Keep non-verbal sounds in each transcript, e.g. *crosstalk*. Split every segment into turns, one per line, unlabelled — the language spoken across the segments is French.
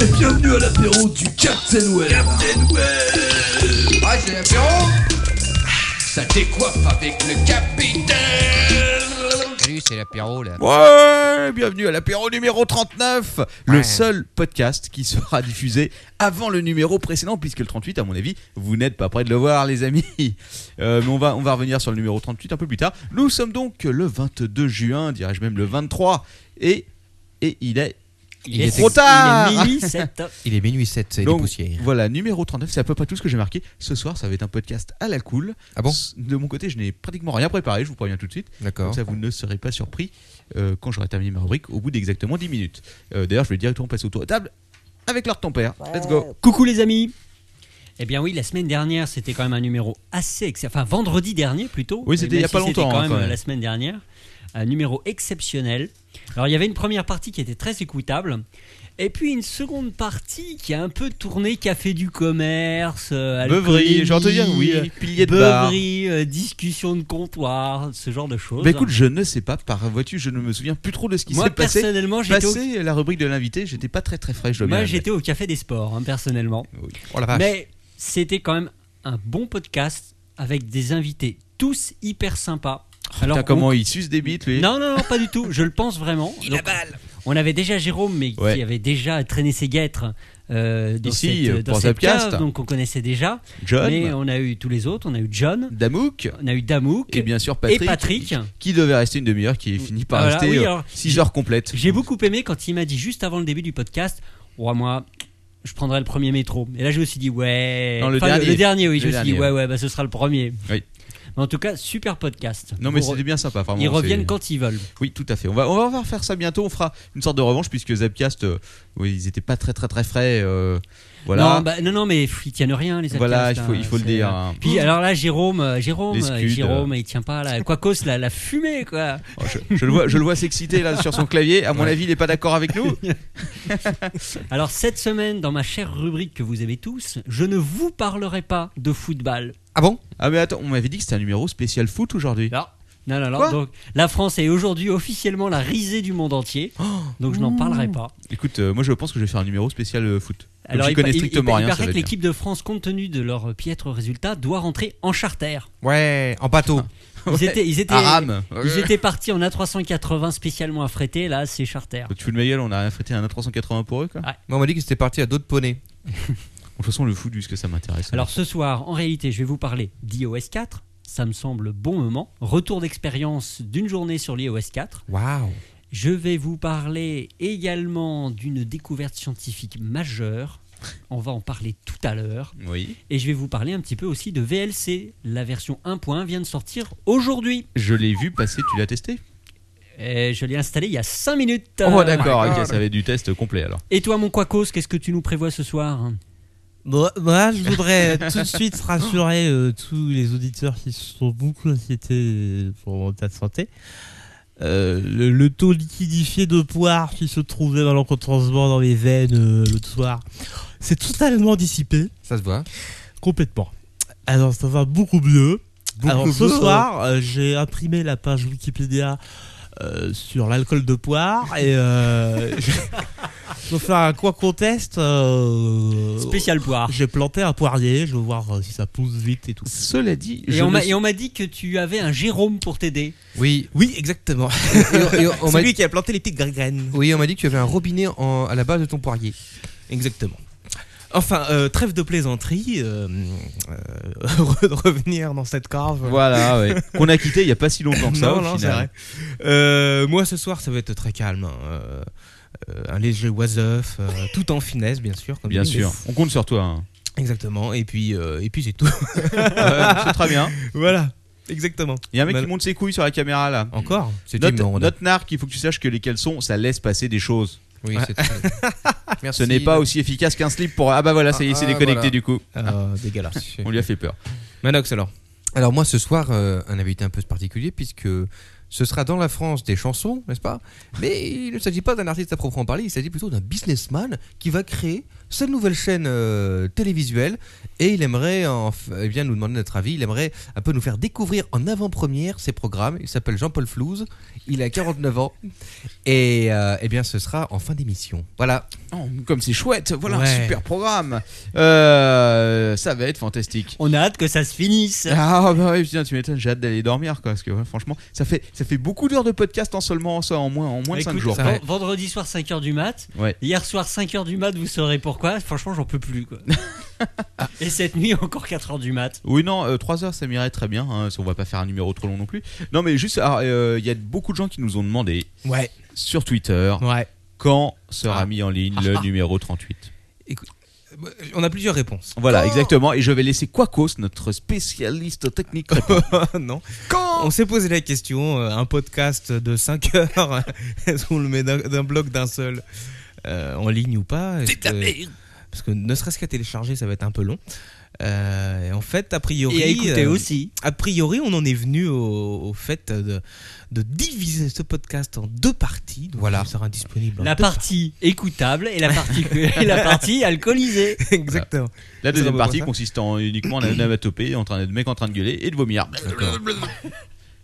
Et bienvenue à l'apéro du Captain Well. Captain Well.
Ah, c'est l'apéro Ça décoiffe avec le capitaine Salut, c'est l'apéro là.
Ouais, bienvenue à l'apéro numéro 39, le seul podcast qui sera diffusé avant le numéro précédent, puisque le 38, à mon avis, vous n'êtes pas près de le voir, les amis. *laughs* Euh, mais on va, on va revenir sur le numéro 38 un peu plus tard. Nous sommes donc le 22 juin, dirais-je même le 23, et, et il est
Il
est
est
trop
ex-
tard
il est minuit
*laughs*
sept. Il est minuit 7, c'est des
Donc,
poussières.
Voilà, numéro 39, c'est à peu près tout ce que j'ai marqué. Ce soir, ça va être un podcast à la cool.
Ah bon
S- De mon côté, je n'ai pratiquement rien préparé, je vous préviens tout de suite.
D'accord.
Comme ça, vous ne serez pas surpris euh, quand j'aurai terminé ma rubrique au bout d'exactement 10 minutes. Euh, D'ailleurs, je vais directement passer autour de table avec leur ton père. Let's go.
Coucou les amis Eh bien oui, la semaine dernière, c'était quand même un numéro assez... ex- Enfin, vendredi dernier plutôt.
Oui, c'était
Même
il y a
si
pas longtemps,
quand
hein,
même, euh,
quand même.
la semaine dernière. Un numéro exceptionnel. Alors, il y avait une première partie qui était très écoutable. Et puis une seconde partie qui a un peu tourné café du commerce, euh,
Beuvry, j'ai entendu dire,
alcoolie,
oui, pilier de bar.
beuvry, euh, discussion de comptoir, ce genre de choses.
Bah écoute, je ne sais pas, par vois-tu, je ne me souviens plus trop de ce qui
Moi,
s'est passé.
personnellement, j'étais au-
Passé la rubrique de l'invité, j'étais pas très très frais, je dois
Moi,
bien
j'étais au café des sports, hein, personnellement.
l'admettre. Oui. Oh la vache.
Mais c'était quand même un bon podcast avec des invités tous hyper sympas.
Oh, Putain,
Alors
comment il suce des bites, lui
Non, non, non, pas du tout. Je le pense vraiment. Donc, On avait déjà Jérôme, mais
Ouais.
qui avait déjà traîné ses guêtres euh, dans
Ici,
cette,
euh,
dans
pour
cette
Zapcast.
cave, donc on connaissait déjà.
John,
Mais on a eu tous les autres. On a eu John,
Damouk,
on a eu Damouk.
et bien sûr Patrick.
Et Patrick.
Qui devait rester une demi-heure, qui est fini par
Voilà,
rester
oui, alors,
6 heures complètes.
J'ai beaucoup aimé quand il m'a dit juste avant le début du podcast, ouais, moi, je prendrai le premier métro. Et là, je me suis dit, ouais.
Non, le
Enfin,
dernier.
oui. je
Le
me suis dit,
dernier.
ouais, ouais, bah, ce sera le premier.
Oui.
Mais en tout cas, super podcast.
Non mais
Vous
c'était
re-
bien sympa. vraiment,
Ils reviennent
c'est-
quand ils veulent.
Oui, tout à fait. On va, on va refaire ça bientôt. On fera une sorte de revanche puisque Zapcast, euh, oui, ils étaient pas très très très frais. euh, voilà.
Non, bah, non, non, mais pff, ils tiennent rien, les
Voilà,
podcasts,
il faut- il faut le
c'est- euh,
dire, hein.
Puis alors là, Jérôme, euh, Jérôme,
Les
euh,
scuds,
Jérôme, il tient pas là. Quacos, la, la fumée, quoi.
Oh, je, je le vois, je le vois s'exciter là sur son clavier. À mon avis, il est pas d'accord avec nous.
Alors cette semaine, dans ma chère rubrique que vous aimez tous, je ne vous parlerai pas de football.
Ah bon
Ah mais attends, on m'avait dit que c'était un numéro spécial foot aujourd'hui.
Non. Non, non, non.
Quoi
Donc, la France est aujourd'hui officiellement la risée du monde entier.
Oh
donc, je n'en parlerai pas.
Écoute, euh, moi je pense que je vais faire un numéro spécial euh, foot. Alors,
il
j'y
pa-
connais
il-
strictement
il,
rien.
Il
ça
paraît
va
que
être bien.
l'équipe de France, compte tenu de leur piètre résultat, doit rentrer en charter.
Ouais, en bateau.
Ils étaient, ils étaient,
À rame.
ils étaient partis en A380 spécialement affrétés. Là, c'est charter.
Bah, Tu fous de ma gueule, on a rien fêté un A380 pour eux quoi.
Ah.
Mais on m'a dit que c'était parti à d'autres poneys.
De toute façon, le foot, vu ce que ça m'intéresse.
Alors, ce soir, en réalité, je vais vous parler d'iOS 4. Ça me semble bon moment. Retour d'expérience d'une journée sur l'iOS 4.
Waouh.
Je vais vous parler également d'une découverte scientifique majeure. On va en parler tout à l'heure.
Oui.
Et je vais vous parler un petit peu aussi de VLC. La version 1.1 vient de sortir aujourd'hui.
Je l'ai vu passer. Tu l'as testé
Et je l'ai installé il y a 5 minutes.
Oh
Euh,
d'accord. Ok, ça va être du test complet alors.
Et toi, mon Quacos, qu'est-ce que tu nous prévois ce soir hein
Moi, moi, je voudrais *laughs* tout de suite rassurer euh, tous les auditeurs qui se sont beaucoup inquiétés pour mon état de santé. Euh, le, le taux liquidifié de poire qui se trouvait malencontreusement dans mes veines euh, l'autre soir, c'est totalement dissipé,
Ça se voit.
complètement. Alors ça va beaucoup mieux. Alors ce
mieux.
soir, euh, j'ai imprimé la page Wikipédia euh, sur l'alcool de poire et euh, *laughs* je je vais faire un quoi contest euh,
Oh.
Spécial poire.
j'ai planté un poirier, je veux voir euh, si ça pousse vite et tout.
Cela dit,
Et
je
on
ne
m'a- et on m'a dit que tu avais un Jérôme pour t'aider.
Oui.
Oui, exactement. *laughs*
Et on- et on- on m'a-
Celui qui a planté les petites gra- graines.
oui, on m'a dit que tu avais un robinet en- à la base de ton poirier.
Exactement. Enfin, euh, trêve de plaisanterie. euh, euh, *laughs* heureux de revenir dans cette cave.
*laughs* Voilà, ouais. qu'on a quitté il y a pas si longtemps que ça.
non,
au
non, c'est
final.
vrai. Euh, moi, ce soir, ça va être très calme. hein, euh, euh, un léger oiseuf, euh, tout en finesse, bien sûr. comme
Bien
dit.
sûr, on compte sur toi. hein.
Exactement. Et puis, euh, et puis c'est tout. *laughs*
Euh, c'est très bien.
voilà. Exactement.
Il y a un mec qui
Mal- Oh,
monte ses couilles sur la caméra là.
Encore
C'est
Note,
une grande.
note narc, il faut que tu saches que les caleçons, ça laisse passer des choses.
Oui, c'est Merci.
Ce n'est pas aussi efficace qu'un slip pour. Ah bah voilà, ça y est, c'est
Ah,
déconnecté
voilà.
du coup.
Euh, Dégueulasse.
On lui a fait peur.
Manox, alors
Alors moi ce soir, euh, un invité un peu particulier puisque Ce sera dans la France des chansons, n'est-ce pas Mais il ne s'agit pas d'un artiste à proprement parler, il s'agit plutôt d'un businessman qui va créer sa nouvelle chaîne euh, télévisuelle et il aimerait en f- eh bien nous demander notre avis, il aimerait un peu nous faire découvrir en avant-première ses programmes. Il s'appelle Jean-Paul Flouze, il a 49 ans et euh, eh bien ce sera en fin d'émission. Voilà.
Oh, comme c'est chouette, voilà
Ouais.
un super programme. Euh, ça va être fantastique.
On a hâte que ça se finisse.
Ah bah oui, putain, tu m'étonnes, j'ai hâte d'aller dormir quoi, parce que ouais, franchement, ça fait ça fait beaucoup d'heures de podcast en seulement ça en moins en moins de 5
Bah Écoute,
jours.
v- Vendredi soir 5h du mat.
Ouais.
Hier soir 5h du mat, vous saurez pourquoi. Franchement, j'en peux
*laughs*
plus quoi.
Ah.
Et cette nuit encore 4h du mat.
Oui, non, 3 heures, ça m'irait très bien. hein, si on va pas faire un numéro trop long non plus. Non, mais juste, alors, euh, il y a beaucoup de gens qui nous ont demandé
Ouais.
sur Twitter
Ouais.
quand sera
Ah.
mis en ligne
*laughs*
le numéro 38.
On a plusieurs
*laughs*
réponses.
Voilà,
Quand-
exactement. Et je vais laisser Quacos, notre spécialiste technique,
*laughs*
répondre.
non. on s'est posé la question, euh, un podcast de 5 *laughs* heures, est-ce qu'on le met d'un d'un bloc d'un seul euh, en ligne ou pas Est-ce que- Parce que ne serait-ce qu'à télécharger, ça va être un peu long. Euh, et en fait, a priori,
Et à écouter
euh,
aussi.
A priori, on en est venu au, au fait de, de diviser ce podcast en deux parties. Donc,
Voilà.
Il sera disponible. en
La
*laughs* deux
partie écoutable et la partie, *laughs* et la partie alcoolisée.
parties. Exactement.
La
Ça
deuxième
va
partie
pas ça
consiste en uniquement en anamatopée, en train de mec en train de gueuler et de vomir.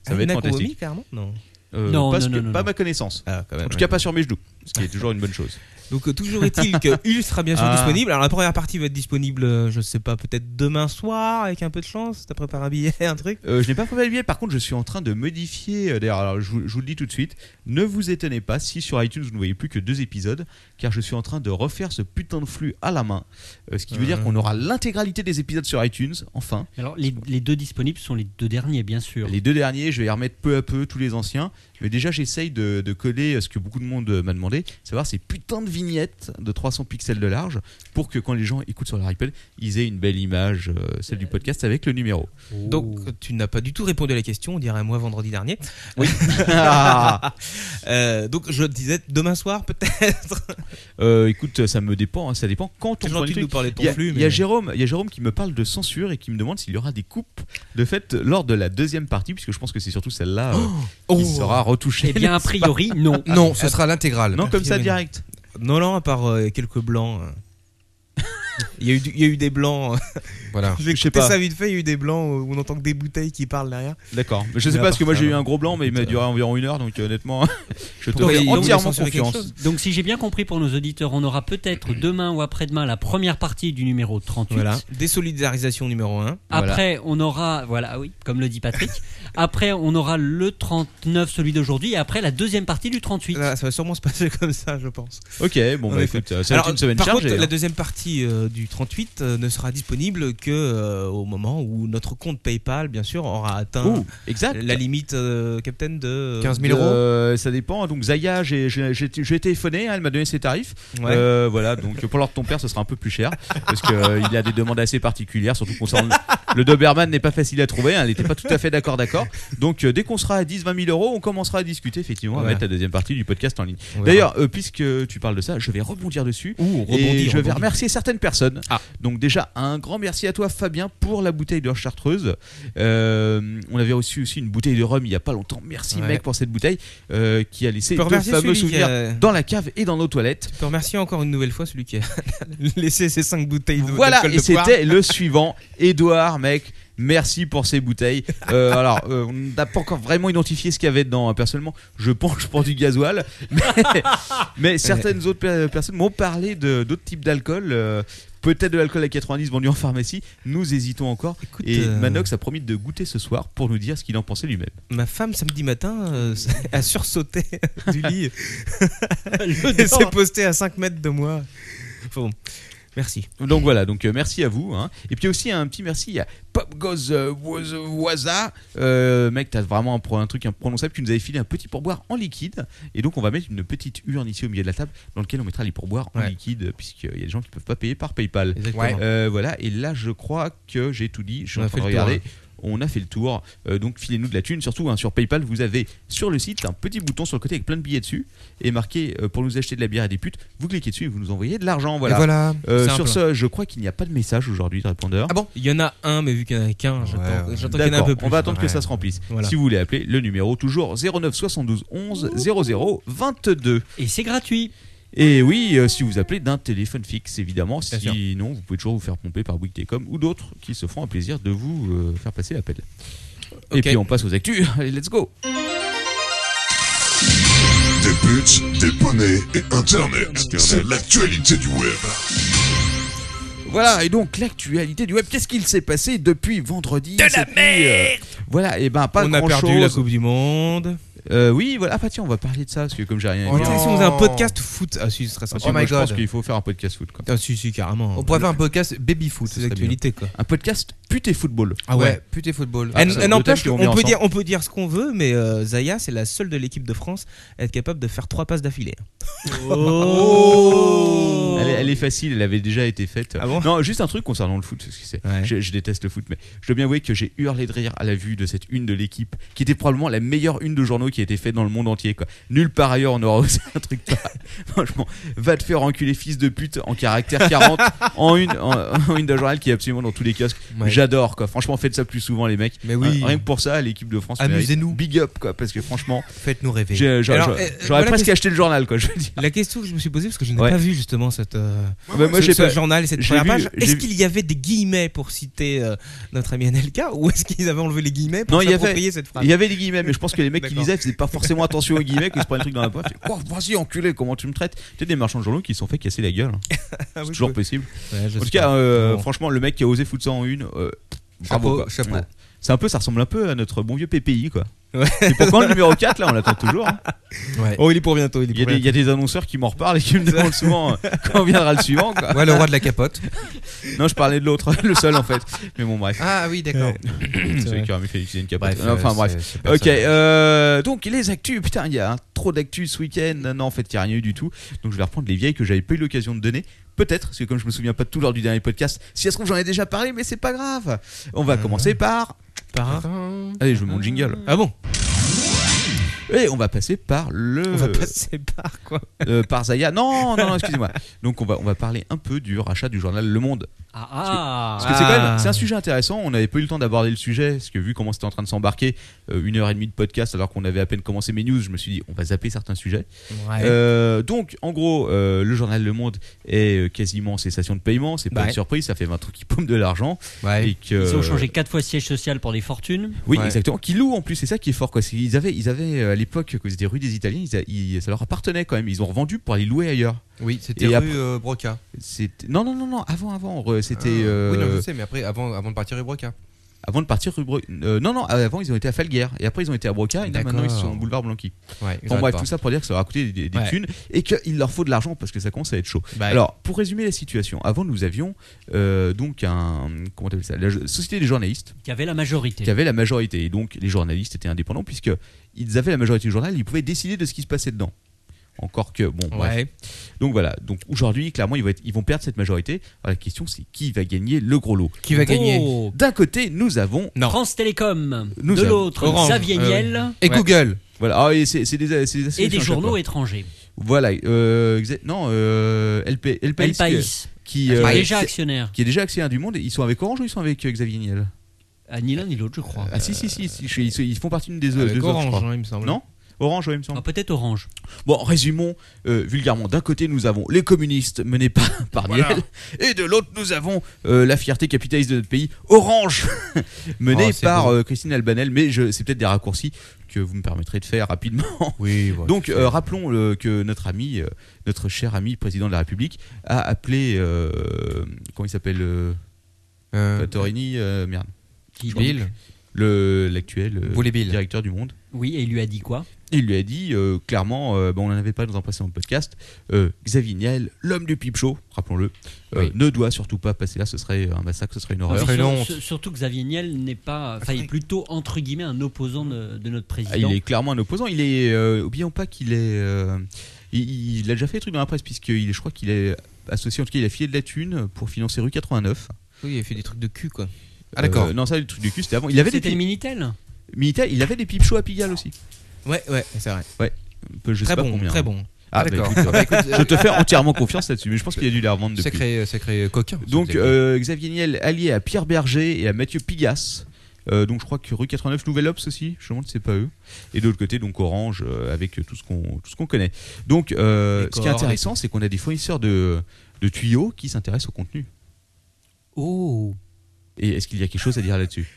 Ça va être
Anna Koumi,
fantastique.
carrément Non.
Euh,
Non,
pas
non,
ce que-
non, non,
pas
non.
ma connaissance.
Ah, quand même.
En tout cas, pas sur mes genoux, ce qui est toujours une bonne chose.
Donc euh, toujours est-il
*laughs*
que Hulk sera bien sûr
Ah.
disponible. Alors la première partie va être disponible, euh, je sais pas, peut-être demain soir avec un peu de chance. T'as préparé un billet, *laughs* un truc.
Euh, je n'ai pas préparé le billet, par contre, je suis en train de modifier. euh, D'ailleurs, alors, je, vous- je vous le dis tout de suite, ne vous étonnez pas si sur iTunes vous ne voyez plus que deux épisodes, car je suis en train de refaire ce putain de flux à la main. Euh, ce qui veut dire qu'on aura l'intégralité des épisodes sur iTunes, enfin.
Alors Oh, les, les deux disponibles sont les deux derniers bien sûr.
Les deux derniers, je vais y remettre peu à peu tous les anciens. Mais déjà, j'essaye de, de coller euh, ce que beaucoup de monde euh, m'a demandé, savoir ces putains de vignettes de 300 pixels de large, pour que quand les gens écoutent sur leur iPad, ils aient une belle image, euh, celle du podcast avec le numéro.
Oh.
Donc tu n'as pas du tout répondu à la question. On dirait moi vendredi dernier.
*laughs* Ah
*laughs* Euh, donc je te disais demain soir peut-être.
Euh, écoute, ça me dépend, hein, ça dépend quand on
C'est
prend les
gentil de
trucs.
nous parler de
Il y,
ton
a,
flux.
il y a Jérôme, il y a Jérôme qui me parle de censure et qui me demande s'il y aura des coupes de fait lors de la deuxième partie, puisque je pense que c'est surtout celle-là euh,
Oh
qui sera retouchée. *laughs*
Eh bien a priori non.
Non, ce sera l'intégrale.
non, comme ça
priori, non.
direct.
Non non, à part euh, quelques blancs.
*laughs*
euh. Il y, a eu, du- il y a eu des blancs. euh.
Voilà.
J'ai
sais
écouté
pas.
ça vite fait. Il y a eu des blancs euh, où on entend que des bouteilles qui parlent derrière.
D'accord. Je sais
Mais
pas
à
parce que moi
part
j'ai eu
ça,
un gros blanc, mais il m'a
écoute,
duré environ une heure, donc euh, honnêtement, *laughs* je te
Pourquoi
fais
ils- ils ont
entièrement
censuré quelque
confiance.
chose
Donc si j'ai bien compris pour nos auditeurs, on aura peut-être demain ou après-demain la première partie du numéro 38.
Voilà. Désolidarisation numéro 1
Voilà.
Après, on aura, voilà, ah oui, comme le dit Patrick. après, on aura le 39, celui d'aujourd'hui, et après la deuxième partie du 38. *laughs*
Ah, Ça va sûrement se passer *laughs* comme ça, je pense.
Ok, bon
En
bah
effet.
écoute, euh, ça va être une semaine
par
chargée.
contre,
hein.
la deuxième partie euh, du 38 euh, ne sera disponible que euh, au moment où notre compte PayPal, bien sûr, aura atteint
Ouh, exact.
la limite, euh, Captain, de
15 000 euros.
Euh, ça dépend. Donc Zaya, j'ai j'ai- j'ai- j'ai téléphoné, hein, elle m'a donné ses tarifs.
Ouais.
Euh, voilà, donc pour l'ordre de ton père, ce sera un peu plus cher parce qu'il il a des demandes assez particulières, surtout concernant le, le Doberman n'est pas facile à trouver. hein, elle n'était pas tout à fait d'accord, d'accord. Donc euh, dès qu'on sera à 10, 20 000 euros, on commencera à discuter effectivement à
Voilà.
mettre la deuxième partie du podcast en ligne.
On verra.
D'ailleurs, euh, puisque tu parles de ça, je vais rebondir dessus.
Ouh, rebondis,
et je vais
rebondis.
remercier certaines personnes.
Ah.
Donc déjà, un grand merci à toi Fabien pour la bouteille de chartreuse. Euh, on avait reçu aussi une bouteille de rhum il y a pas longtemps. Merci
Ouais.
mec pour cette bouteille euh, qui a laissé
Tu peux
de
remercier
fameux
celui qui
souvenirs
a-
dans la cave et dans nos toilettes.
Je peux remercier encore une nouvelle fois celui qui a *laughs* laissé ses 5 bouteilles de
Voilà,
d'alcool
et
de poire.
c'était le suivant. Édouard, mec, merci pour ces
*laughs*
bouteilles. Euh, alors, euh, on n'a pas encore vraiment identifié ce qu'il y avait dedans. hein. Personnellement, je penche pour du gasoil. *laughs* Mais,
*laughs*
mais certaines autres per- personnes m'ont parlé de- d'autres types d'alcool. euh, Peut-être de l'alcool à 90 vendu en pharmacie. Nous hésitons encore.
Écoute,
et
euh,
Manox a promis de goûter ce soir pour nous dire ce qu'il en pensait lui-même.
Ma femme, samedi matin, euh, *laughs* a sursauté *laughs*
*laughs*
du lit et s'est
L'odeur.
postée à 5 mètres de moi. Enfin bon, merci.
Donc voilà, donc euh, merci à vous. hein. Et puis aussi un petit merci à Popgoz euh, Woz- Waza. Euh, mec, t'as vraiment un, pro- un truc imprononçable. Tu nous avais filé un petit pourboire en liquide. Et donc on va mettre une petite urne ici au milieu de la table dans laquelle on mettra les pourboires en
Ouais.
liquide, euh, puisqu'il y a des gens qui peuvent pas payer par PayPal.
Exactement.
Euh, voilà, et là je crois que j'ai tout dit. Je suis
On
en
a
train
fait
de
le tour, hein.
regarder. on a fait le tour. Euh, donc filez-nous de la thune. Surtout hein, sur PayPal, vous avez sur le site un petit bouton sur le côté avec plein de billets dessus et marqué euh, pour nous acheter de la bière et des putes. Vous cliquez dessus et vous nous envoyez de l'argent. Voilà.
Et voilà,
Euh,
simple.
sur ce, je crois qu'il n'y a pas de message aujourd'hui de répondeur.
Ah bon
Il y en a un, mais vu qu'il y en a qu'un, j'attends
ouais.
j'attends qu'il y en ait un
D'accord,
peu plus.
on va attendre
Ouais.
que ça se remplisse.
Voilà.
Si vous voulez appeler, le numéro toujours 09 72 11 00 22.
Et c'est gratuit.
Et oui, euh, si vous appelez d'un téléphone fixe, évidemment.
Bien sûr.
Sinon, vous pouvez toujours vous faire pomper par Bouygues Télécom ou d'autres qui se feront un plaisir de vous euh, faire passer l'appel. Et
Ok.
puis on passe aux actus. *laughs* Allez, let's go
Des putes, des poneys et Internet. C'est l'actualité du web.
Voilà, et donc l'actualité du web, qu'est-ce qu'il s'est passé depuis vendredi De la merde Voilà, et ben pas
On a
grand
perdu la
chose.
Coupe du Monde.
oui, voilà. Ah bah tiens, on va parler de ça parce que comme j'ai rien hein.
Oh
à dire.
non.
Si on faisait un podcast foot, ah si, ce serait
Ah, si,
sympa.
Oh
moi,
my
je pense
God.
qu'il faut faire un podcast foot. Quoi.
Ah si, si, carrément.
On pourrait faire un podcast baby foot,
Ce
c'est
serait
l'actualité quoi.
Un podcast pute et football.
Ah
ouais,
ouais.
putain football.
Ah,
Elle-
ça,
elle
le
n'empêche
thème qu'on
qu'on
met
peut
ensemble.
dire, on peut dire ce qu'on veut, mais euh, Zaya, c'est la seule de l'équipe de France à être capable de faire trois passes d'affilée. *laughs*
Oh
Elle, est- elle est facile, elle avait déjà été faite.
Ah bon
non, juste un truc concernant le foot, parce que c'est-
Ouais.
je, je déteste le foot, mais je dois bien avouer que j'ai hurlé de rire à la vue de cette une de l'équipe, qui était probablement la meilleure une de journaux qui a été faite dans le monde entier. Quoi. Nulle part ailleurs on aura osé *laughs* un truc pareil. Franchement, va te faire enculer fils de pute en caractère 40 en une en, en une de journal qui est absolument dans tous les casques.
Ouais.
J'adore quoi. Franchement, faites ça plus souvent les mecs.
Mais oui.
Euh, Rien que pour ça, l'équipe de France. mérite
Amusez-nous.
Big up quoi, parce que franchement,
Faites-nous rêver.
j'ai- j'aurais
Alors,
j'aurais-
euh,
j'aurais
voilà
presque
qu'est-ce-
acheté le journal quoi. Je veux dire.
La question que je me suis posée, parce que je n'ai
Ouais.
pas vu justement cette, euh,
Bah, moi,
ce,
j'ai
ce
pas-
journal et cette
j'ai
première
vu-
page,
j'ai
est-ce
vu-
qu'il y avait des guillemets pour citer euh, notre ami Anelka, *laughs* ou est-ce qu'ils avaient enlevé les guillemets
Non,
pour
il y avait-
s'approprier cette phrase
Il y avait des guillemets, mais je pense que les mecs qui
D'accord.
lisaient faisaient pas forcément attention aux guillemets, qu'ils se prenaient un truc dans la poche. et, Oh, vas-y, enculé, comment tu me traites Tu sais, des marchands de journaux qui se sont fait casser la gueule. hein.
Ah oui,
C'est toujours
je-
possible.
Ouais, je
En tout
sais
cas,
pas.
euh,
Bon.
franchement, le mec qui a osé foutre ça en une. euh, bravo,
Chapeau,
quoi.
chapeau.
Ouais. C'est un peu, ça ressemble un peu à notre bon vieux PPI, quoi.
Ouais.
C'est pourquoi le numéro 4, là, on l'attend toujours. hein.
Ouais.
Oh, il est pour bientôt. Il est
Il y, a
pour
des, il y a des annonceurs qui m'en reparlent et qui me demandent souvent euh, quand viendra le suivant, quoi.
Ouais, le roi de la capote.
Non, je parlais de l'autre, *laughs* le seul, en fait. Mais bon, bref.
Ah oui, d'accord.
Celui
vrai.
qui aura mis Félix, il une capote.
Bref, euh,
enfin, Ah, bref.
c'est- c'est pas
Ok,
ça.
euh, donc les actus, putain, il y a hein, trop d'actus ce week-end. Non, en fait, il n'y a rien eu du tout. Donc je vais reprendre les vieilles que j'avais pas eu l'occasion de donner. Peut-être, parce que comme je me souviens pas de tout lors du dernier podcast, si ça se trouve, j'en ai déjà parlé, mais c'est pas grave. On
Euh.
va commencer par.
Par
euh,
un-
Allez, je mets mon jingle.
Ah bon
Et on va passer par le.
On va passer par quoi
euh, par Zaya. Non, non, non, excusez-moi. Donc on va, on va parler un peu du rachat du journal Le Monde.
Ah
Parce
ah
que c'est quand
Ah.
même, c'est un sujet intéressant. On n'avait pas eu le temps d'aborder le sujet, parce que vu comment c'était en train de s'embarquer, euh, une heure et demie de podcast, alors qu'on avait à peine commencé mes news, je me suis dit, on va zapper certains sujets.
Ah,
Ah
Euh, donc, en gros, euh, le journal Le Monde est euh, quasiment en cessation de paiement. C'est pas
Ouais.
une surprise, ça fait 20 trucs qui paument de l'argent.
Ouais.
Et que, euh,
Ils ont changé quatre fois de siège social pour des fortunes.
Oui,
Ouais.
exactement. Qui louent en plus, c'est ça qui est fort. Quoi. C'est- Ils avaient, ils avaient euh, à l'époque, que c'était rue des Italiens, ils a- ils- ça leur appartenait quand même. Ils ont revendu pour aller louer ailleurs.
Oui, c'était
Et
rue
après-
euh, Broca.
C'était- Non, non, non, non, avant, avant. euh, C'était.
Ah. Oui, non,
euh,
je sais, mais après, avant, avant de partir rue Broca.
Avant de partir rue. Bro- euh, non, non, avant, ils ont été à Falguière. Et après, ils ont été à Broca. Et là,
D'accord.
maintenant, ils sont au boulevard Blanqui.
Ouais, ils
Enfin,
arrêtent
bref,
pas.
tout ça pour dire que ça aura coûté des, des
Ouais.
thunes et qu'il leur faut de l'argent parce que ça commence à être chaud.
Bah,
Alors, pour résumer la situation, avant nous avions euh, donc un. Comment t'appelles ça La jo- Société des journalistes
Qui avait la majorité.
qui avait la majorité. Et donc, les journalistes étaient indépendants puisque ils avaient la majorité du journal, ils pouvaient décider de ce qui se passait dedans. Encore que, bon, bref.
Ouais.
Donc voilà, donc aujourd'hui, clairement, ils vont, être- ils vont perdre cette majorité. Alors, la question, c'est qui va gagner le gros lot
Qui va gagner
Oh,
D'un côté, nous avons.
Non.
France Télécom.
Nous
de
avons
l'autre,
Orange.
Xavier
Ah oui.
Niel.
Et
Ouais.
Google.
Voilà, ah, et c'est c'est des, c'est
Et
associations
des
à chaque
journaux
fois.
étrangers.
Voilà, euh, exa- non, euh, LP, LPS,
El País.
qui,
Qui est
euh,
déjà actionnaire.
qui est déjà accès à du monde. Ils sont avec Orange ou ils sont avec euh, Xavier Niel
Ah, ni l'un ni l'autre, je crois.
Ah si si si, si, je- ils, ils font partie d'une des
Avec
deux autres, je
Orange,
crois.
hein, il me semble.
Non Orange, oui, il me semble.
Ah, Peut-être Orange.
Bon, résumons euh, vulgairement. D'un côté, nous avons les communistes menés par, *laughs* par Niel, et de l'autre, nous avons euh, la fierté capitaliste de notre pays, Orange, *laughs* menée
Oh, c'est
par
beau.
euh, Christine Albanel. Mais je- c'est peut-être des raccourcis que vous me permettrez de faire rapidement.
Oui,
Donc euh, rappelons euh, que notre ami, euh, notre cher ami président de la République, a appelé, euh, comment il s'appelle, euh, Torini, euh, merde,
Qui-
Bill.
le l'actuel euh,
Boulet Bill.
directeur du Monde.
Oui, et il lui a dit quoi
Il lui a dit euh, clairement, euh, bon, on en avait pas dans un précédent podcast, euh, Xavier Niel, l'homme du pipe show, rappelons-le, euh,
Oui.
ne doit surtout pas passer là, ce serait un massacre, ce serait une horreur.
Parce que sur-
honte.
sur- Surtout que Xavier Niel n'est pas, enfin, il est plutôt entre guillemets un opposant de, de notre
Ah,
président.
Il est clairement un opposant. Il est, euh, oublions pas qu'il est, euh, il, il a déjà fait des trucs dans la presse puisque je crois qu'il est associé, en tout cas, il a filé de la thune pour financer rue 89.
Oui, il fait des trucs de cul quoi.
Ah, d'accord.
Euh, non, ça, le truc du cul, c'était avant. Il avait des
C'était le
pipes.
Minitel
Minitel, il avait des pipes chauds à Pigalle aussi.
Ouais, ouais, c'est vrai.
Un peu, je
Très
sais pas
bon,
combien.
très bon.
Ah,
Ah,
bah,
d'accord.
écoute,
Ah, *laughs* bah, écoute,
je te fais entièrement confiance là-dessus, mais je pense qu'il y a dû les revendre depuis.
Sacré, euh, sacré coquin. ce
Donc
Xavier.
euh, Xavier Niel allié à Pierre Berger et à Mathieu Pigas. Euh, donc je crois que rue 89 Nouvelle Ops aussi, je me demande si c'est pas eux. Et de l'autre côté donc Orange euh, avec tout ce qu'on tout ce qu'on connaît. Donc euh,
Les
ce qui est
corps et
intéressant c'est qu'on a des fournisseurs de, de tuyaux qui s'intéressent au contenu.
Oh
Et est-ce qu'il y a quelque chose à dire là-dessus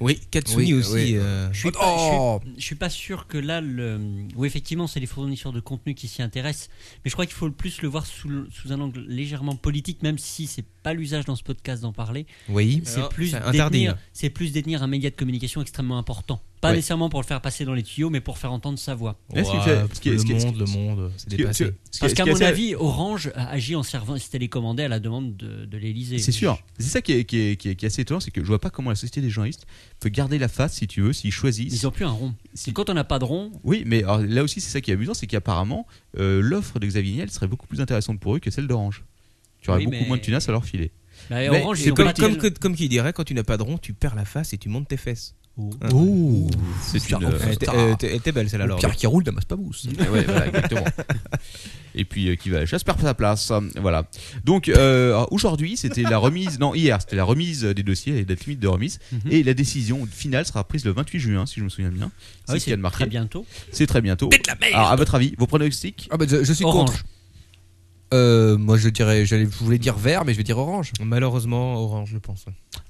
Oui, Katsuni
Oui,
aussi.
oui.
euh,
Je suis, pas,
Oh.
Oh.
je suis- je suis pas sûr que là, le... ou effectivement, c'est les fournisseurs de contenu qui s'y intéressent, mais je crois qu'il faut le plus le voir sous, le- sous un angle légèrement politique, même si c'est pas l'usage dans ce podcast d'en parler.
Oui.
C'est plus,
c'est interdit.
détenir- c'est plus détenir un média de communication extrêmement important. Pas
Ouais.
nécessairement pour le faire passer dans les tuyaux, mais pour faire entendre sa voix.
Est-ce que
ouah,
c'est- ce qui est- ce qui
le
est- ce
monde, le monde, c'est dépassé.
Parce qu'à mon avis, Orange a agi en service télécommandé à la demande de, de l'Elysée.
C'est sûr. C'est ça qui est, qui, est, qui est- qui est assez étonnant, c'est que je vois pas comment la société des journalistes peut garder la face, si tu veux, s'ils choisissent.
Ils n'ont plus un rond.
Si-
Quand on n'a pas de rond,
Oui, mais alors, là aussi, c'est ça qui est amusant, c'est qu'apparemment, euh, l'offre de Xavier Niel serait beaucoup plus intéressante pour eux que celle d'Orange. Tu aurais
Oui,
beaucoup
mais-
moins de tunas à leur
*laughs*
filer.
bah,
Mais
Orange, ils
C'est
ont
comme,
pas de-
comme, que- comme qui dirait, quand tu n'as pas de rond, tu perds la face et tu montes tes fesses.
Hein. Ouh.
C'est une,
Euh,
euh,
t'es- euh, t'es- Elle était belle celle-là.
Le
alors.
Pierre
qui roule n'amasse pas mousse.
ouais, voilà, exactement. Et puis euh, qui va à la chasse perd sa place. Voilà. Donc euh, alors, aujourd'hui, c'était la remise. Non, hier, c'était la remise des dossiers, les dates limites de remise.
Mhm.
Et la décision finale sera prise le 28 juin, si je me souviens bien.
Ah
C'est
oui,
ce qu'il y a de marqué.
Très bientôt.
C'est très bientôt. Alors, à votre avis, vos pronostics
Ah bah, je, je suis
Orange.
contre. Euh, moi je dirais, j'allais- je voulais dire vert, mais je vais dire orange.
Malheureusement, Orange, je pense.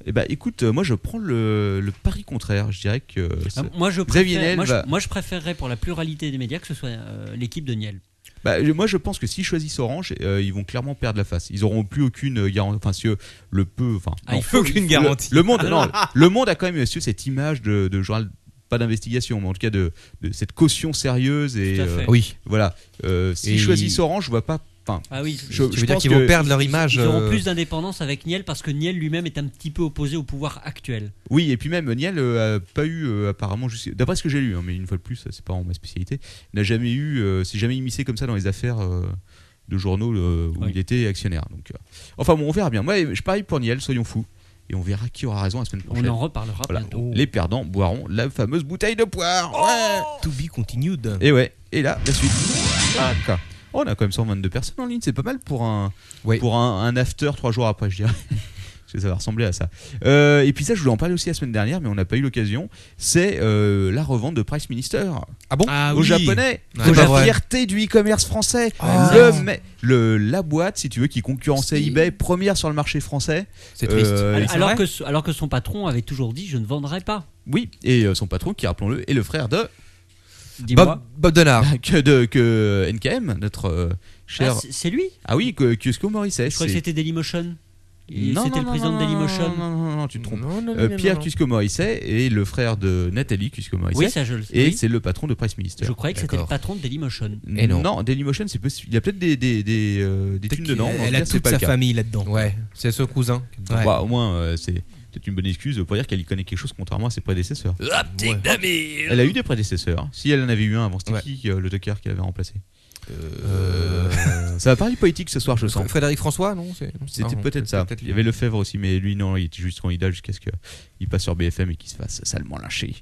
Eh ben, écoute, euh, moi, je prends le, le pari contraire. Je dirais que. Euh, c'est-
Ah, moi, je
Xavier
préfère-
Niel
moi, je-
va-
moi, je préférerais pour la pluralité des médias que ce soit euh, l'équipe de Niel.
Bah, je- moi, je pense que s'ils choisissent Orange, euh, ils vont clairement perdre la face. Ils auront plus aucune garantie. Enfin, si euh, le peu. Enfin,
Ah,
non.
il faut-
Aucune
Le-
garantie.
Le, monde,
*laughs*
non, le monde a quand même monsieur, cette image de, de journal, pas d'investigation, mais en tout cas de, de cette caution sérieuse. Et,
Tout à fait.
euh,
Oui.
voilà. Euh, S'ils
Et-
choisissent Orange, je vois pas. Enfin,
Ah oui.
je,
Tu
je
veux dire
pense
qu'ils
que-
vont perdre leur image.
Ils auront
euh,
plus d'indépendance avec Niel parce que Niel lui-même est un petit peu opposé au pouvoir actuel.
Oui, et puis même Niel euh, a pas eu euh, apparemment, jusqu'- d'après ce que j'ai lu, hein, mais une fois de plus, ça, c'est pas vraiment ma spécialité, n'a jamais eu, euh, s'est jamais immiscé comme ça dans les affaires euh, de journaux euh, où
Oui.
il était actionnaire. Donc, euh, enfin bon, on verra bien. Moi, je parie pour Niel, soyons fous, et on verra qui aura raison la semaine
On
prochaine.
en reparlera
Voilà.
bientôt. Oh
Les perdants boiront la fameuse bouteille de poire. Ouais.
To be continued.
Et ouais, et là, la suite. Tac. Oh, on a quand même 122 personnes en ligne, c'est pas mal pour un,
Oui.
pour un, un after trois jours après, je dirais. *laughs* Parce que ça va ressembler à ça. Euh, et puis ça, je voulais en parler aussi la semaine dernière, mais on n'a pas eu l'occasion. C'est euh, la revente de Price Minister
Ah bon
Ah,
aux
oui.
Japonais.
Ouais,
C'est
pas
la
vrai.
fierté du e-commerce français.
Ah,
le,
zut.
ma- le- la boîte, si tu veux, qui concurrençait
Si.
eBay, première sur le marché français.
C'est triste.
Euh,
Alors-
et-
alors, que, ce- alors que son patron avait toujours dit je ne vendrai pas.
oui, et euh, son patron, qui rappelons-le, est le frère de,
Bob,
Dis-moi.
Bob Denard.
*laughs* que de que NKM, notre euh, cher.
Ah, c'est- c'est lui
Ah oui, que Kiosko Morissette.
Je crois que
c'est-
c'était Dailymotion. Et
Non,
C'était
non,
le
non,
président
non,
de Dailymotion.
Non, non, non, non, non, tu te trompes.
Non, non, non,
Euh,
non,
Pierre
non.
Cusco-Morisset est le frère de Nathalie Cusco-Morisset.
Oui, ça je le
et
oui.
c'est le patron de Price Minister.
Je croyais que c'était Eh le
D'accord.
patron de Dailymotion.
Et non.
Dailymotion, c'est possible. Il y a peut-être des, des, des, euh, des thunes dedans. mais en tout
Elle a
cas, c'est
toute
pas le
sa
cas.
famille là-dedans.
Ouais, c'est ce cousin.
Ouais.
Bah, au moins, euh, c'est peut-être une bonne excuse pour dire qu'elle y connaît quelque chose contrairement à ses prédécesseurs. Elle a eu des prédécesseurs. Si elle en avait eu un avant, c'était
Ouais.
qui euh, le docker qui l'avait remplacé
Euh.
Euh, Ça va parler politique ce soir, je sens.
Fr- Frédéric François, non c'est- non,
C'était
Ah,
non,
peut-être ça.
peut-être lui.
il y avait Lefebvre aussi, mais lui, non, il était juste candidat jusqu'à ce qu'il passe sur BFM et qu'il se fasse salement lyncher.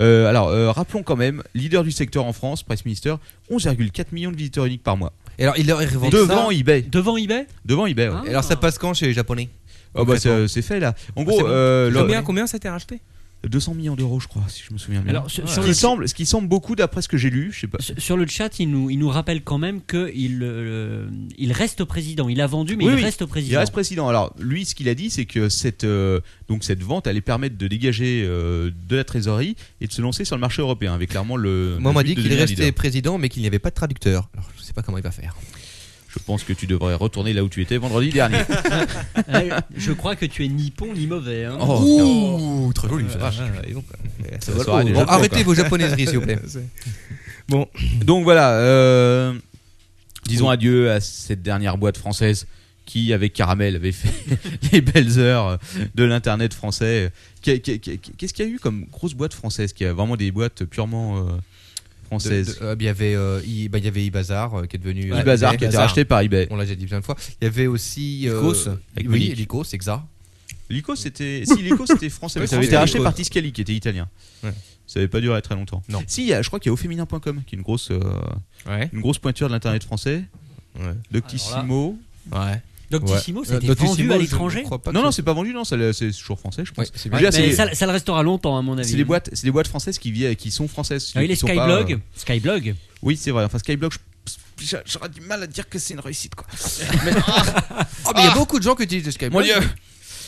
Euh, alors, euh, rappelons quand même, leader du secteur en France, Price Minister, 11,4 millions de visiteurs uniques par mois.
Et alors, il leur est revendu
Devant
ça.
eBay.
Devant eBay
Devant eBay, Ah ouais.
Hein
Et alors, ça passe quand chez les Japonais
Oh, bah,
concrètement.
c'est c'est fait là. En gros,
c'est bon.
euh, le-
Combien, combien ça a été racheté
200 millions d'euros, je crois, si je me souviens bien.
Alors, sur-
ce,
sur
qui
le-
semble, ce qui semble beaucoup d'après ce que j'ai lu, je sais pas.
S- Sur le chat, il nous, il nous rappelle quand même qu'il euh, il reste président. Il a vendu, mais
Oui,
il
oui.
reste
Il
président. *laughs*
reste président. Alors lui, ce qu'il a dit, c'est que cette euh, donc cette vente allait permettre de dégager euh, de la trésorerie et de se lancer sur le marché européen. Avec clairement le.
Moi, on
le
m'a
but
dit
de
qu'il
devenir
restait
leader.
président, mais qu'il n'y avait pas de traducteur. Alors, je sais pas comment il va faire.
Je pense que tu devrais retourner là où tu étais vendredi dernier.
Euh, je crois que tu es ni bon ni mauvais. hein.
Oh,
Ouh, trop joli.
Ah, et donc, euh, ça va
sera
le-
déjà-
Bon,
Japon,
arrêtez vos japonaiseries, s'il vous *laughs* plaît.
Donc voilà. euh, disons adieu à cette dernière boîte française qui, avec Caramel, avait fait *laughs* les belles heures de l'internet français. Qu'est- qu'est- qu'est- Qu'est-ce qu'il y a eu comme grosse boîte française qui a vraiment des boîtes purement euh,
De-
françaises
de- euh, Il y avait euh, I- bah, il y avait Ibazar euh, qui est devenu euh,
Ibazar qui a été racheté par eBay.
On l'a déjà dit plein de fois. Il y avait aussi
Lycos,
euh, oui,
avec Monique.
Lycos, Exa.
Lico, c'était. Si, Lico, c'était *laughs* français, mais
Oui,
ça avait
français,
été racheté
Lico.
par Tiscali, qui était italien.
Ouais.
Ça n'avait pas duré très longtemps.
Non.
Si, il y a- je crois qu'il y a auféminin.com, qui est une grosse, euh,
Ouais.
une grosse pointure de l'internet français.
Ouais.
Doctissimo.
Ouais.
Doctissimo,
Ouais.
c'était
Euh,
vendu
Doctissimo,
à
je
l'étranger.
ne crois pas que
Non, non,
ça-
c'est pas vendu, non, ça l'est- c'est toujours français, je pense.
Ouais, c'est
Je veux
bien.
dire,
Mais
c'est-
ça, ça le restera longtemps, à mon avis. hein.
c'est des boîtes, c'est des boîtes françaises qui, vi- qui sont françaises.
Ah oui, les
qui sont pas,
Skyblog.
euh,
Skyblog.
Oui, c'est vrai. Enfin, Skyblog, je- j'a- j'aurais du mal à dire que c'est une réussite, quoi.
Oh, mais il y a beaucoup de gens qui utilisent le Skype.
Mon dieu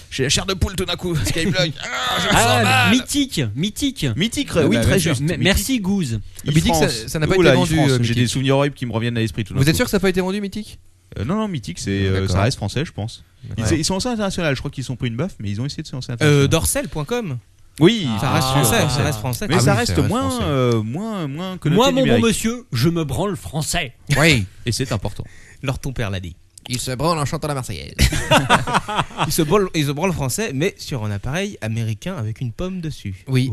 J'ai la chair de poule tout d'un
*laughs*
coup, Skyblog. Ah, je me sens
Ah,
mal.
mythique, mythique.
Mythique,
Ah
oui,
bah,
très
bien sûr.
juste.
Me-
Mythique.
Merci Gouze.
Ah, Mais Mythique,
E-France.
ça- ça n'a pas
Oula,
été vendu,
E-France,
euh,
J'ai
Mythique.
des souvenirs horribles qui me reviennent à l'esprit tout d'un
Vous êtes
coup.
sûr que ça n'a pas été vendu, Mythique
Euh, Non, non, Mythique, c'est, euh,
D'accord.
ça reste français, je pense. Ils,
Ouais.
ils sont lancés international. Je crois qu'ils se sont pris une baffe, mais ils ont essayé de se lancer international.
Euh, Dorcel.com,
oui,
ça reste
Ah.
français, ça reste français.
mais
Ah
ça
oui,
reste
ça reste
moins,
français.
euh, moins, moins connoté
Moi, mon
numérique.
bon monsieur, je me branle français.
Oui.
Et c'est important.
Leur ton père l'a dit.
Il se branle en chantant la Marseillaise.
Ah. Ils se branlent, ils se branlent français, mais sur un appareil américain avec une pomme dessus.
Oui.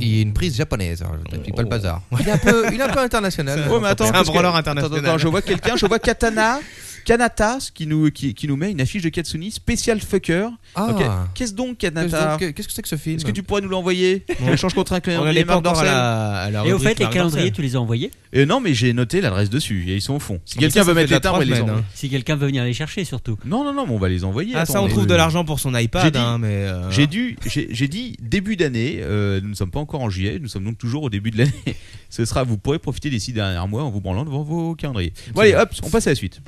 Il y a une prise japonaise. alors Je ne dis pas le bazar. Oh. Il est un peu, il est un peu international.
Ouais, mais attends,
C'est un
parce que-
branleur
attends,
international.
attends, attends, je vois quelqu'un, je vois Katana, Kanata, ce qui nous, qui, qui nous met une affiche de Katsuni spécial fucker.
Ah.
Ok. Qu'est-ce donc
Qu'est-ce
Kanata
donc- Qu'est-ce que c'est que ce film
Est-ce que tu pourrais nous l'envoyer On échange contre un
On
client.
n'allait pas encore à
Dorsel.
la, à la
Et au
rubrique
fait, les
Marc
calendriers,
Dorcel.
tu les as envoyés
Et Euh, non, mais j'ai noté l'adresse dessus. Et ils sont au fond. Si quelqu'un
ça,
veut
ça fait
mettre
déjà
les timbres,
trois
il les
semaines,
envoie.
hein.
Si quelqu'un veut venir les chercher, surtout.
Non, non, non, mais on va les envoyer.
Ah,
Attends,
ça, on
mais-
trouve de l'argent pour son
J'ai
iPad,
dit-
hein, mais. euh,
J'ai dû, j'ai j'ai dit début d'année. euh, nous ne sommes pas encore en juillet. Nous sommes donc toujours au début de l'année. *laughs* Ce sera, vous pourrez profiter des six derniers mois en vous branlant devant vos calendriers. Bon, allez, hop, on passe à la suite.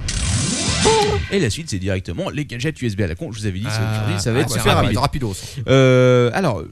Et la suite, c'est directement les gadgets USB à la con. Je vous avais dit, ça-
Ah,
aujourd'hui, ça va
ah,
être
c'est
super
rapide.
rapide.
Rapidos.
Euh, alors,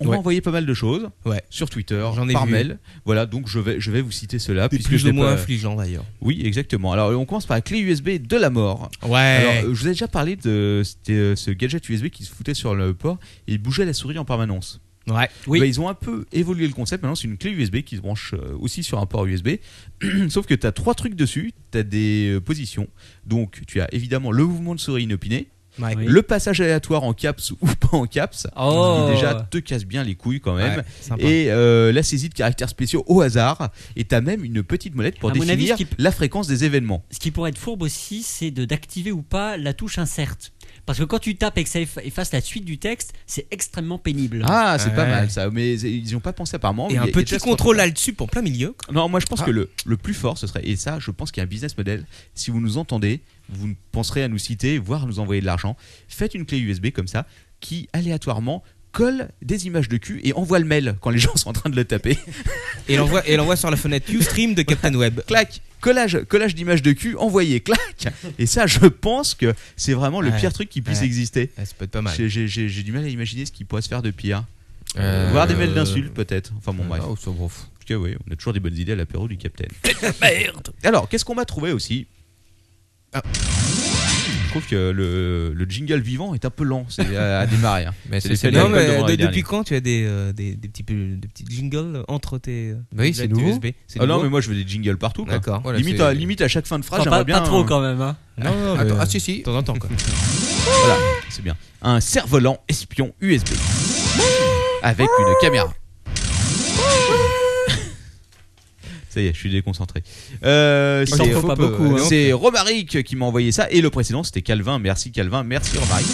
on
Ouais.
m'a envoyé pas mal de choses
Ouais.
sur Twitter,
J'en ai
par
vu.
mail. Voilà, donc je vais, je vais vous citer cela.
c'est
Puisque
plus
je
ou
l'ai
moins
pas-
affligeant d'ailleurs.
Oui, exactement. Alors, on commence par la clé USB de la mort.
Eh.
Ouais.
Alors, euh, je vous ai déjà parlé de c'était, euh, ce gadget USB qui se foutait sur le port et il bougeait la souris en permanence.
ouais.
Oui.
Bah, ils ont un peu évolué le concept. Maintenant, c'est une clé USB qui se branche euh, aussi sur un port USB. *clears throat* Sauf que tu as trois trucs dessus. Tu as des euh, positions. Donc, tu as évidemment le mouvement de souris inopiné,
Ouais.
Oui.
le passage aléatoire en caps *laughs* ou pas en caps,
Oh.
qui déjà te casse bien les couilles quand même.
Ouais, sympa.
Et euh, la saisie de caractères spéciaux au hasard. Et tu as même une petite molette pour
À mon avis,
définir
ce qui-
la fréquence des événements.
Ce qui pourrait être fourbe aussi, c'est de d'activer ou pas la touche insert. Parce que quand tu tapes et que ça eff- efface la suite du texte, c'est extrêmement pénible.
Ah, c'est pas
Ouais.
mal ça. Mais ils n'y ont pas pensé apparemment.
Et
Il y a-
un
il y a
petit
déjà ce
contrôle Ah. alt-sup en plein milieu.
Non, moi je pense que le, le plus fort ce serait, et ça je pense qu'il y a un business model, si vous nous entendez, vous penserez à nous citer, voire nous envoyer de l'argent, faites une clé USB comme ça qui aléatoirement colle des images de cul et envoie le mail quand les *laughs* gens sont en train de le taper.
Et l'envoie et l'envoie sur la fenêtre Ustream de *laughs* Captain Web.
clac, collage, collage d'images de cul envoyé, clac. Et ça je pense que c'est vraiment le
Ouais.
pire truc qui puisse
Ouais.
exister.
Eh,
Ouais, ça peut être pas mal.
J'ai- J'ai j'ai- j'ai du mal à imaginer ce qui pourrait se faire de pire.
Euh,
Voir des mails d'insultes peut-être. Enfin Euh, bon bref.
Ah, oh, c'est bof.
En tout cas, oui, on a toujours des bonnes idées à l'apéro du capitaine. Alors, qu'est-ce qu'on m'a trouvé aussi Ah. Je trouve que le, le jingle vivant est un peu lent c'est à, à démarrer. hein.
Mais
C'est
c'est
des
c'est
fenêtres.
Non,
bien.
l'école de
mais
vendredi
de-
dernier.
depuis quand tu as des, euh, des, des petits, peu- des petits jingles entre tes. euh,
Oui, c'est
tes
nouveau.
USB
*laughs*
C'est
Ah non,
nouveau.
mais moi je veux des jingles partout. quoi.
D'accord.
Voilà,
limite,
c'est-
à, limite à chaque fin de phrase,
Enfin, pas,
j'aimerais bien. euh,
pas trop
un-
quand même. hein.
Non, non, mais,
Attends,
euh,
ah si si.
De temps en temps, *laughs* quoi.
Voilà, c'est bien. Un cerf-volant espion USB avec une caméra. *laughs* Ça y est, je suis déconcentré. Euh,
Oh, Il s'en
c'est-
faut pas beaucoup. hein.
C'est Romaric qui m'a envoyé ça et le précédent c'était Calvin. Merci Calvin, merci Romaric.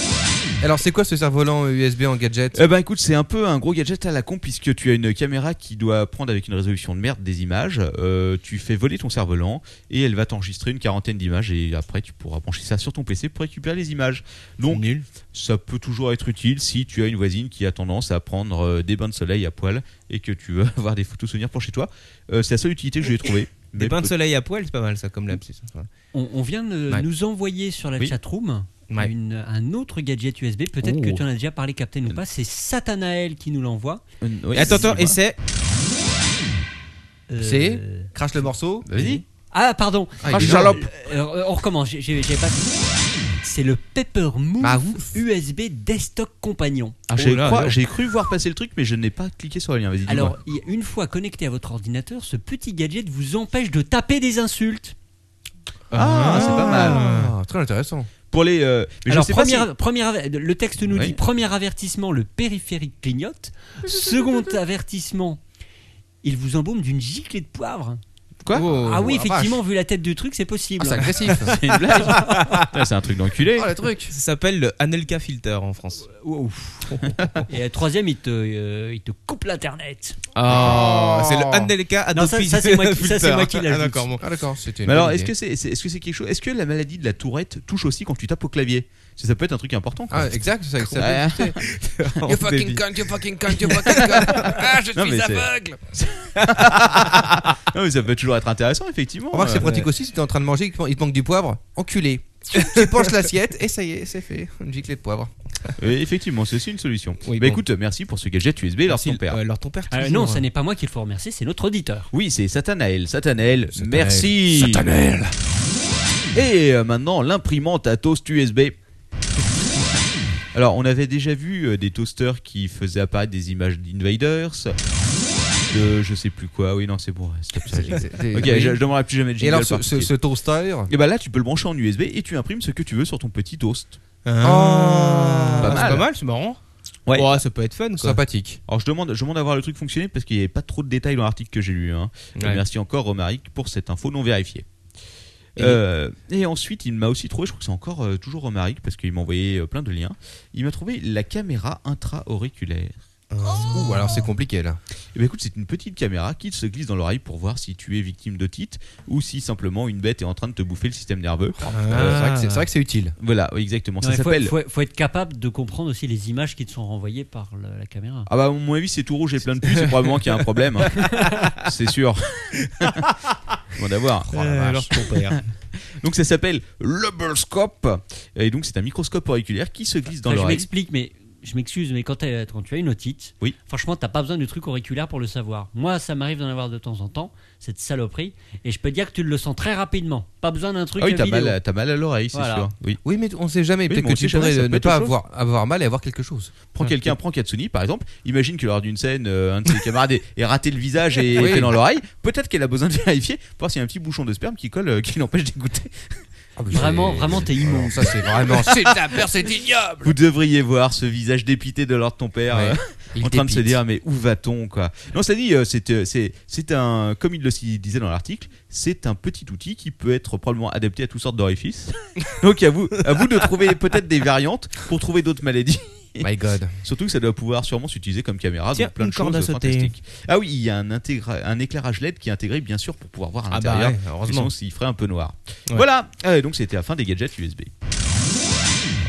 Alors c'est quoi ce cerf-volant USB en gadget
Eh ben écoute, c'est un peu un gros gadget à la con puisque tu as une caméra qui doit prendre avec une résolution de merde des images. Euh, tu fais voler ton cerf-volant et elle va t'enregistrer une quarantaine d'images et après tu pourras brancher ça sur ton PC pour récupérer les images. Donc
Nul.
ça peut toujours être utile si tu as une voisine qui a tendance à prendre euh, des bains de soleil à poil et que tu veux *laughs* avoir des photos souvenirs pour chez toi. Euh, c'est la seule utilité que je lui ai trouvée.
Des
Mais
bains de
peut-
soleil à poil, c'est pas mal ça comme lapsus. hein.
On, on vient de
Ouais.
nous envoyer sur la
Oui.
chatroom
Ouais.
une- un autre gadget USB. Peut-être
Oh.
que tu en as déjà parlé, Captain, ou pas. C'est Satanael qui nous l'envoie.
Euh, ouais,
Attends,
c'est-
attends, et c'est.
Euh,
C'est Crache le morceau.
Vas-y.
Ah, pardon.
Ah,
Ah,
il est
Charlotte.
Euh, on recommence. j'ai- j'ai- j'ai pas- C'est le Pepper
Bah,
USB Desktop Compagnon.
Ah, j'ai
Oh là,
crois-
alors.
j'ai cru voir passer le truc, mais je n'ai pas cliqué sur le lien. Vas-y, dis-moi.
Alors, il- une fois connecté à votre ordinateur, ce petit gadget vous empêche de taper des insultes.
Ah, c'est pas mal.
Ah, très intéressant.
Pour les. euh, mais
Alors,
je sais pas
premier,
si-
premier av- le texte nous
Oui.
dit premier avertissement, le périphérique clignote. Second avertissement, il vous embaume d'une giclée de poivre.
Quoi
Oh,
ah oui,
la
effectivement,
vache.
vu la tête du truc, c'est possible.
Ah, c'est
*laughs*
agressif.
C'est une blague Putain, C'est un truc d'enculé.
oh, le truc.
Ça s'appelle le Anelka Filter en France.
Et euh, troisième, il te, euh, il te coupe
Ah,
l'internet.
Oh.
c'est le Anelka
Non, ça-
Adopi
ça, c'est moi qui- ça, c'est
Filter.
moi qui l'ajoute.
Ah, d'accord, *laughs* bon.
Ah, d'accord, c'était. une
Mais alors,
bonne
est-ce
idée.
que c'est est, ce que c'est quelque chose Est-ce que la maladie de la Tourette touche aussi quand tu tapes au clavier ça, ça peut être un truc important. quoi. *laughs*
Ah, exact, ça, ça
Ouais. *laughs*
Oh,
Oh,
You fucking cunt, you fucking cunt, you fucking cunt. Ah, je
Non,
suis
mais c'est-
aveugle.
Non, Ah, mais ça peut toujours être intéressant, effectivement.
Remarque, c'est
Euh,
pratique aussi si t'es en train de manger, il te man- il te manque du poivre, enculé. tu penches l'assiette et ça y est, c'est fait. Une giclée de poivre.
oui, Euh, effectivement, c'est c'est une solution.
Oui,
bah
bon.
écoute, merci pour ce gadget USB, alors
Merci,
ton père.
euh, leur ton père.
Euh,
toujours,
non,
hein.
ce n'est pas moi qu'il faut remercier, c'est notre auditeur.
Oui, c'est Satanael. Satanael, merci. Et euh, maintenant, l'imprimante à toast USB. Alors, on avait déjà vu euh, des toasters qui faisaient apparaître des images d'Invaders, de je sais plus quoi. Oui, non, c'est bon, stop ça. j'ai-
C'est-
Ok,
oui.
je, je demanderai plus jamais de
Et
jingle.
alors, ce, ce,
particulier.
ce toaster.
Et bah là, tu peux le brancher en USB et tu imprimes ce que tu veux sur ton petit toast.
Ah,
Pas
c'est
mal.
pas mal, c'est marrant.
Ouais.
Oh, ça peut être fun, quoi.
Sympathique.
Alors je demande, je demande à voir le truc fonctionner parce qu'il n'y avait pas trop de détails dans l'article que j'ai lu. hein. Et
Ouais.
Merci encore Romaric pour cette info non vérifiée.
Et-
Euh, Et, ensuite, il m'a aussi trouvé, je crois que c'est encore euh, toujours Romaric parce qu'il m'a envoyé euh, plein de liens. Il m'a trouvé la caméra intra-auriculaire.
Ouh, alors c'est compliqué là.
Et bien écoute, c'est une petite caméra qui se glisse dans l'oreille pour voir si tu es victime d'otite ou si simplement une bête est en train de te bouffer le système
Euh,
nerveux.
c'est vrai que c'est-
Ah.
c'est vrai que c'est utile.
Voilà, oui, exactement.
Non,
ça
mais faut,
s'appelle.
faut, faut être capable de comprendre aussi les images qui te sont renvoyées par le- la caméra.
Ah bah à mon avis c'est tout rouge et plein de puces, c'est probablement qu'il y a un problème.
*laughs*
hein. c'est sûr. bon d'avoir.
Euh, leur ton père.
Donc ça s'appelle l'Hubblescope et donc c'est un microscope auriculaire qui se glisse dans
Enfin, je
l'oreille.
m'explique, mais je m'excuse, mais quand, t'as- quand tu as une otite,
Oui.
franchement, t'as pas besoin du truc auriculaire pour le savoir. Moi, ça m'arrive d'en avoir de temps en temps, cette saloperie, et je peux te dire que tu le sens très rapidement. Pas besoin d'un truc
Ah oui, t'as
vidéo.
mal, à- t'as mal à l'oreille, c'est
Voilà.
sûr. Oui.
Oui, mais on sait jamais.
Oui,
Peut-être
mais on
que tu
sait jamais,
pourrais
ça
euh,
peut
ne
être
pas
autre chose.
avoir, avoir mal et avoir quelque chose.
Prends quelqu'un, prends Katsuni par exemple. Imagine que lors d'une scène, euh, un de ses camarades ait ait raté le visage
*laughs*
et
Oui.
fait dans l'oreille. Peut-être qu'elle a besoin de vérifier pour voir s'il y a un petit bouchon de sperme qui colle, euh, qui l'empêche d'écouter. Ah,
Vraiment, vraiment, t'es immonde.
immense. Ça, c'est vraiment.
C'est de la peur, c'est
Ah, bah.
ignoble.
Vous devriez voir ce visage dépité de l'ordre de ton père.
Ouais.
euh,
Il
en train de se
dépite.
dire mais où va-t-on quoi Non, ça dit euh, c'est euh, c'est c'est un comme il le si- disait dans l'article, c'est un petit outil qui peut être probablement adapté à toutes sortes d'orifices. Donc à vous à vous de trouver peut-être des variantes pour trouver d'autres maladies.
My God.
Surtout que ça doit pouvoir sûrement s'utiliser comme caméra
Tiens,
donc plein de
une corde
choses
à sauter.
fantastiques. Ah oui, il y a un intégra- un éclairage LED qui est intégré bien sûr pour pouvoir voir à
Ah bah
l'intérieur.
ouais, heureusement.
Sinon, il ferait un peu noir.
Ouais.
Voilà. Ah, et donc c'était la fin des gadgets USB.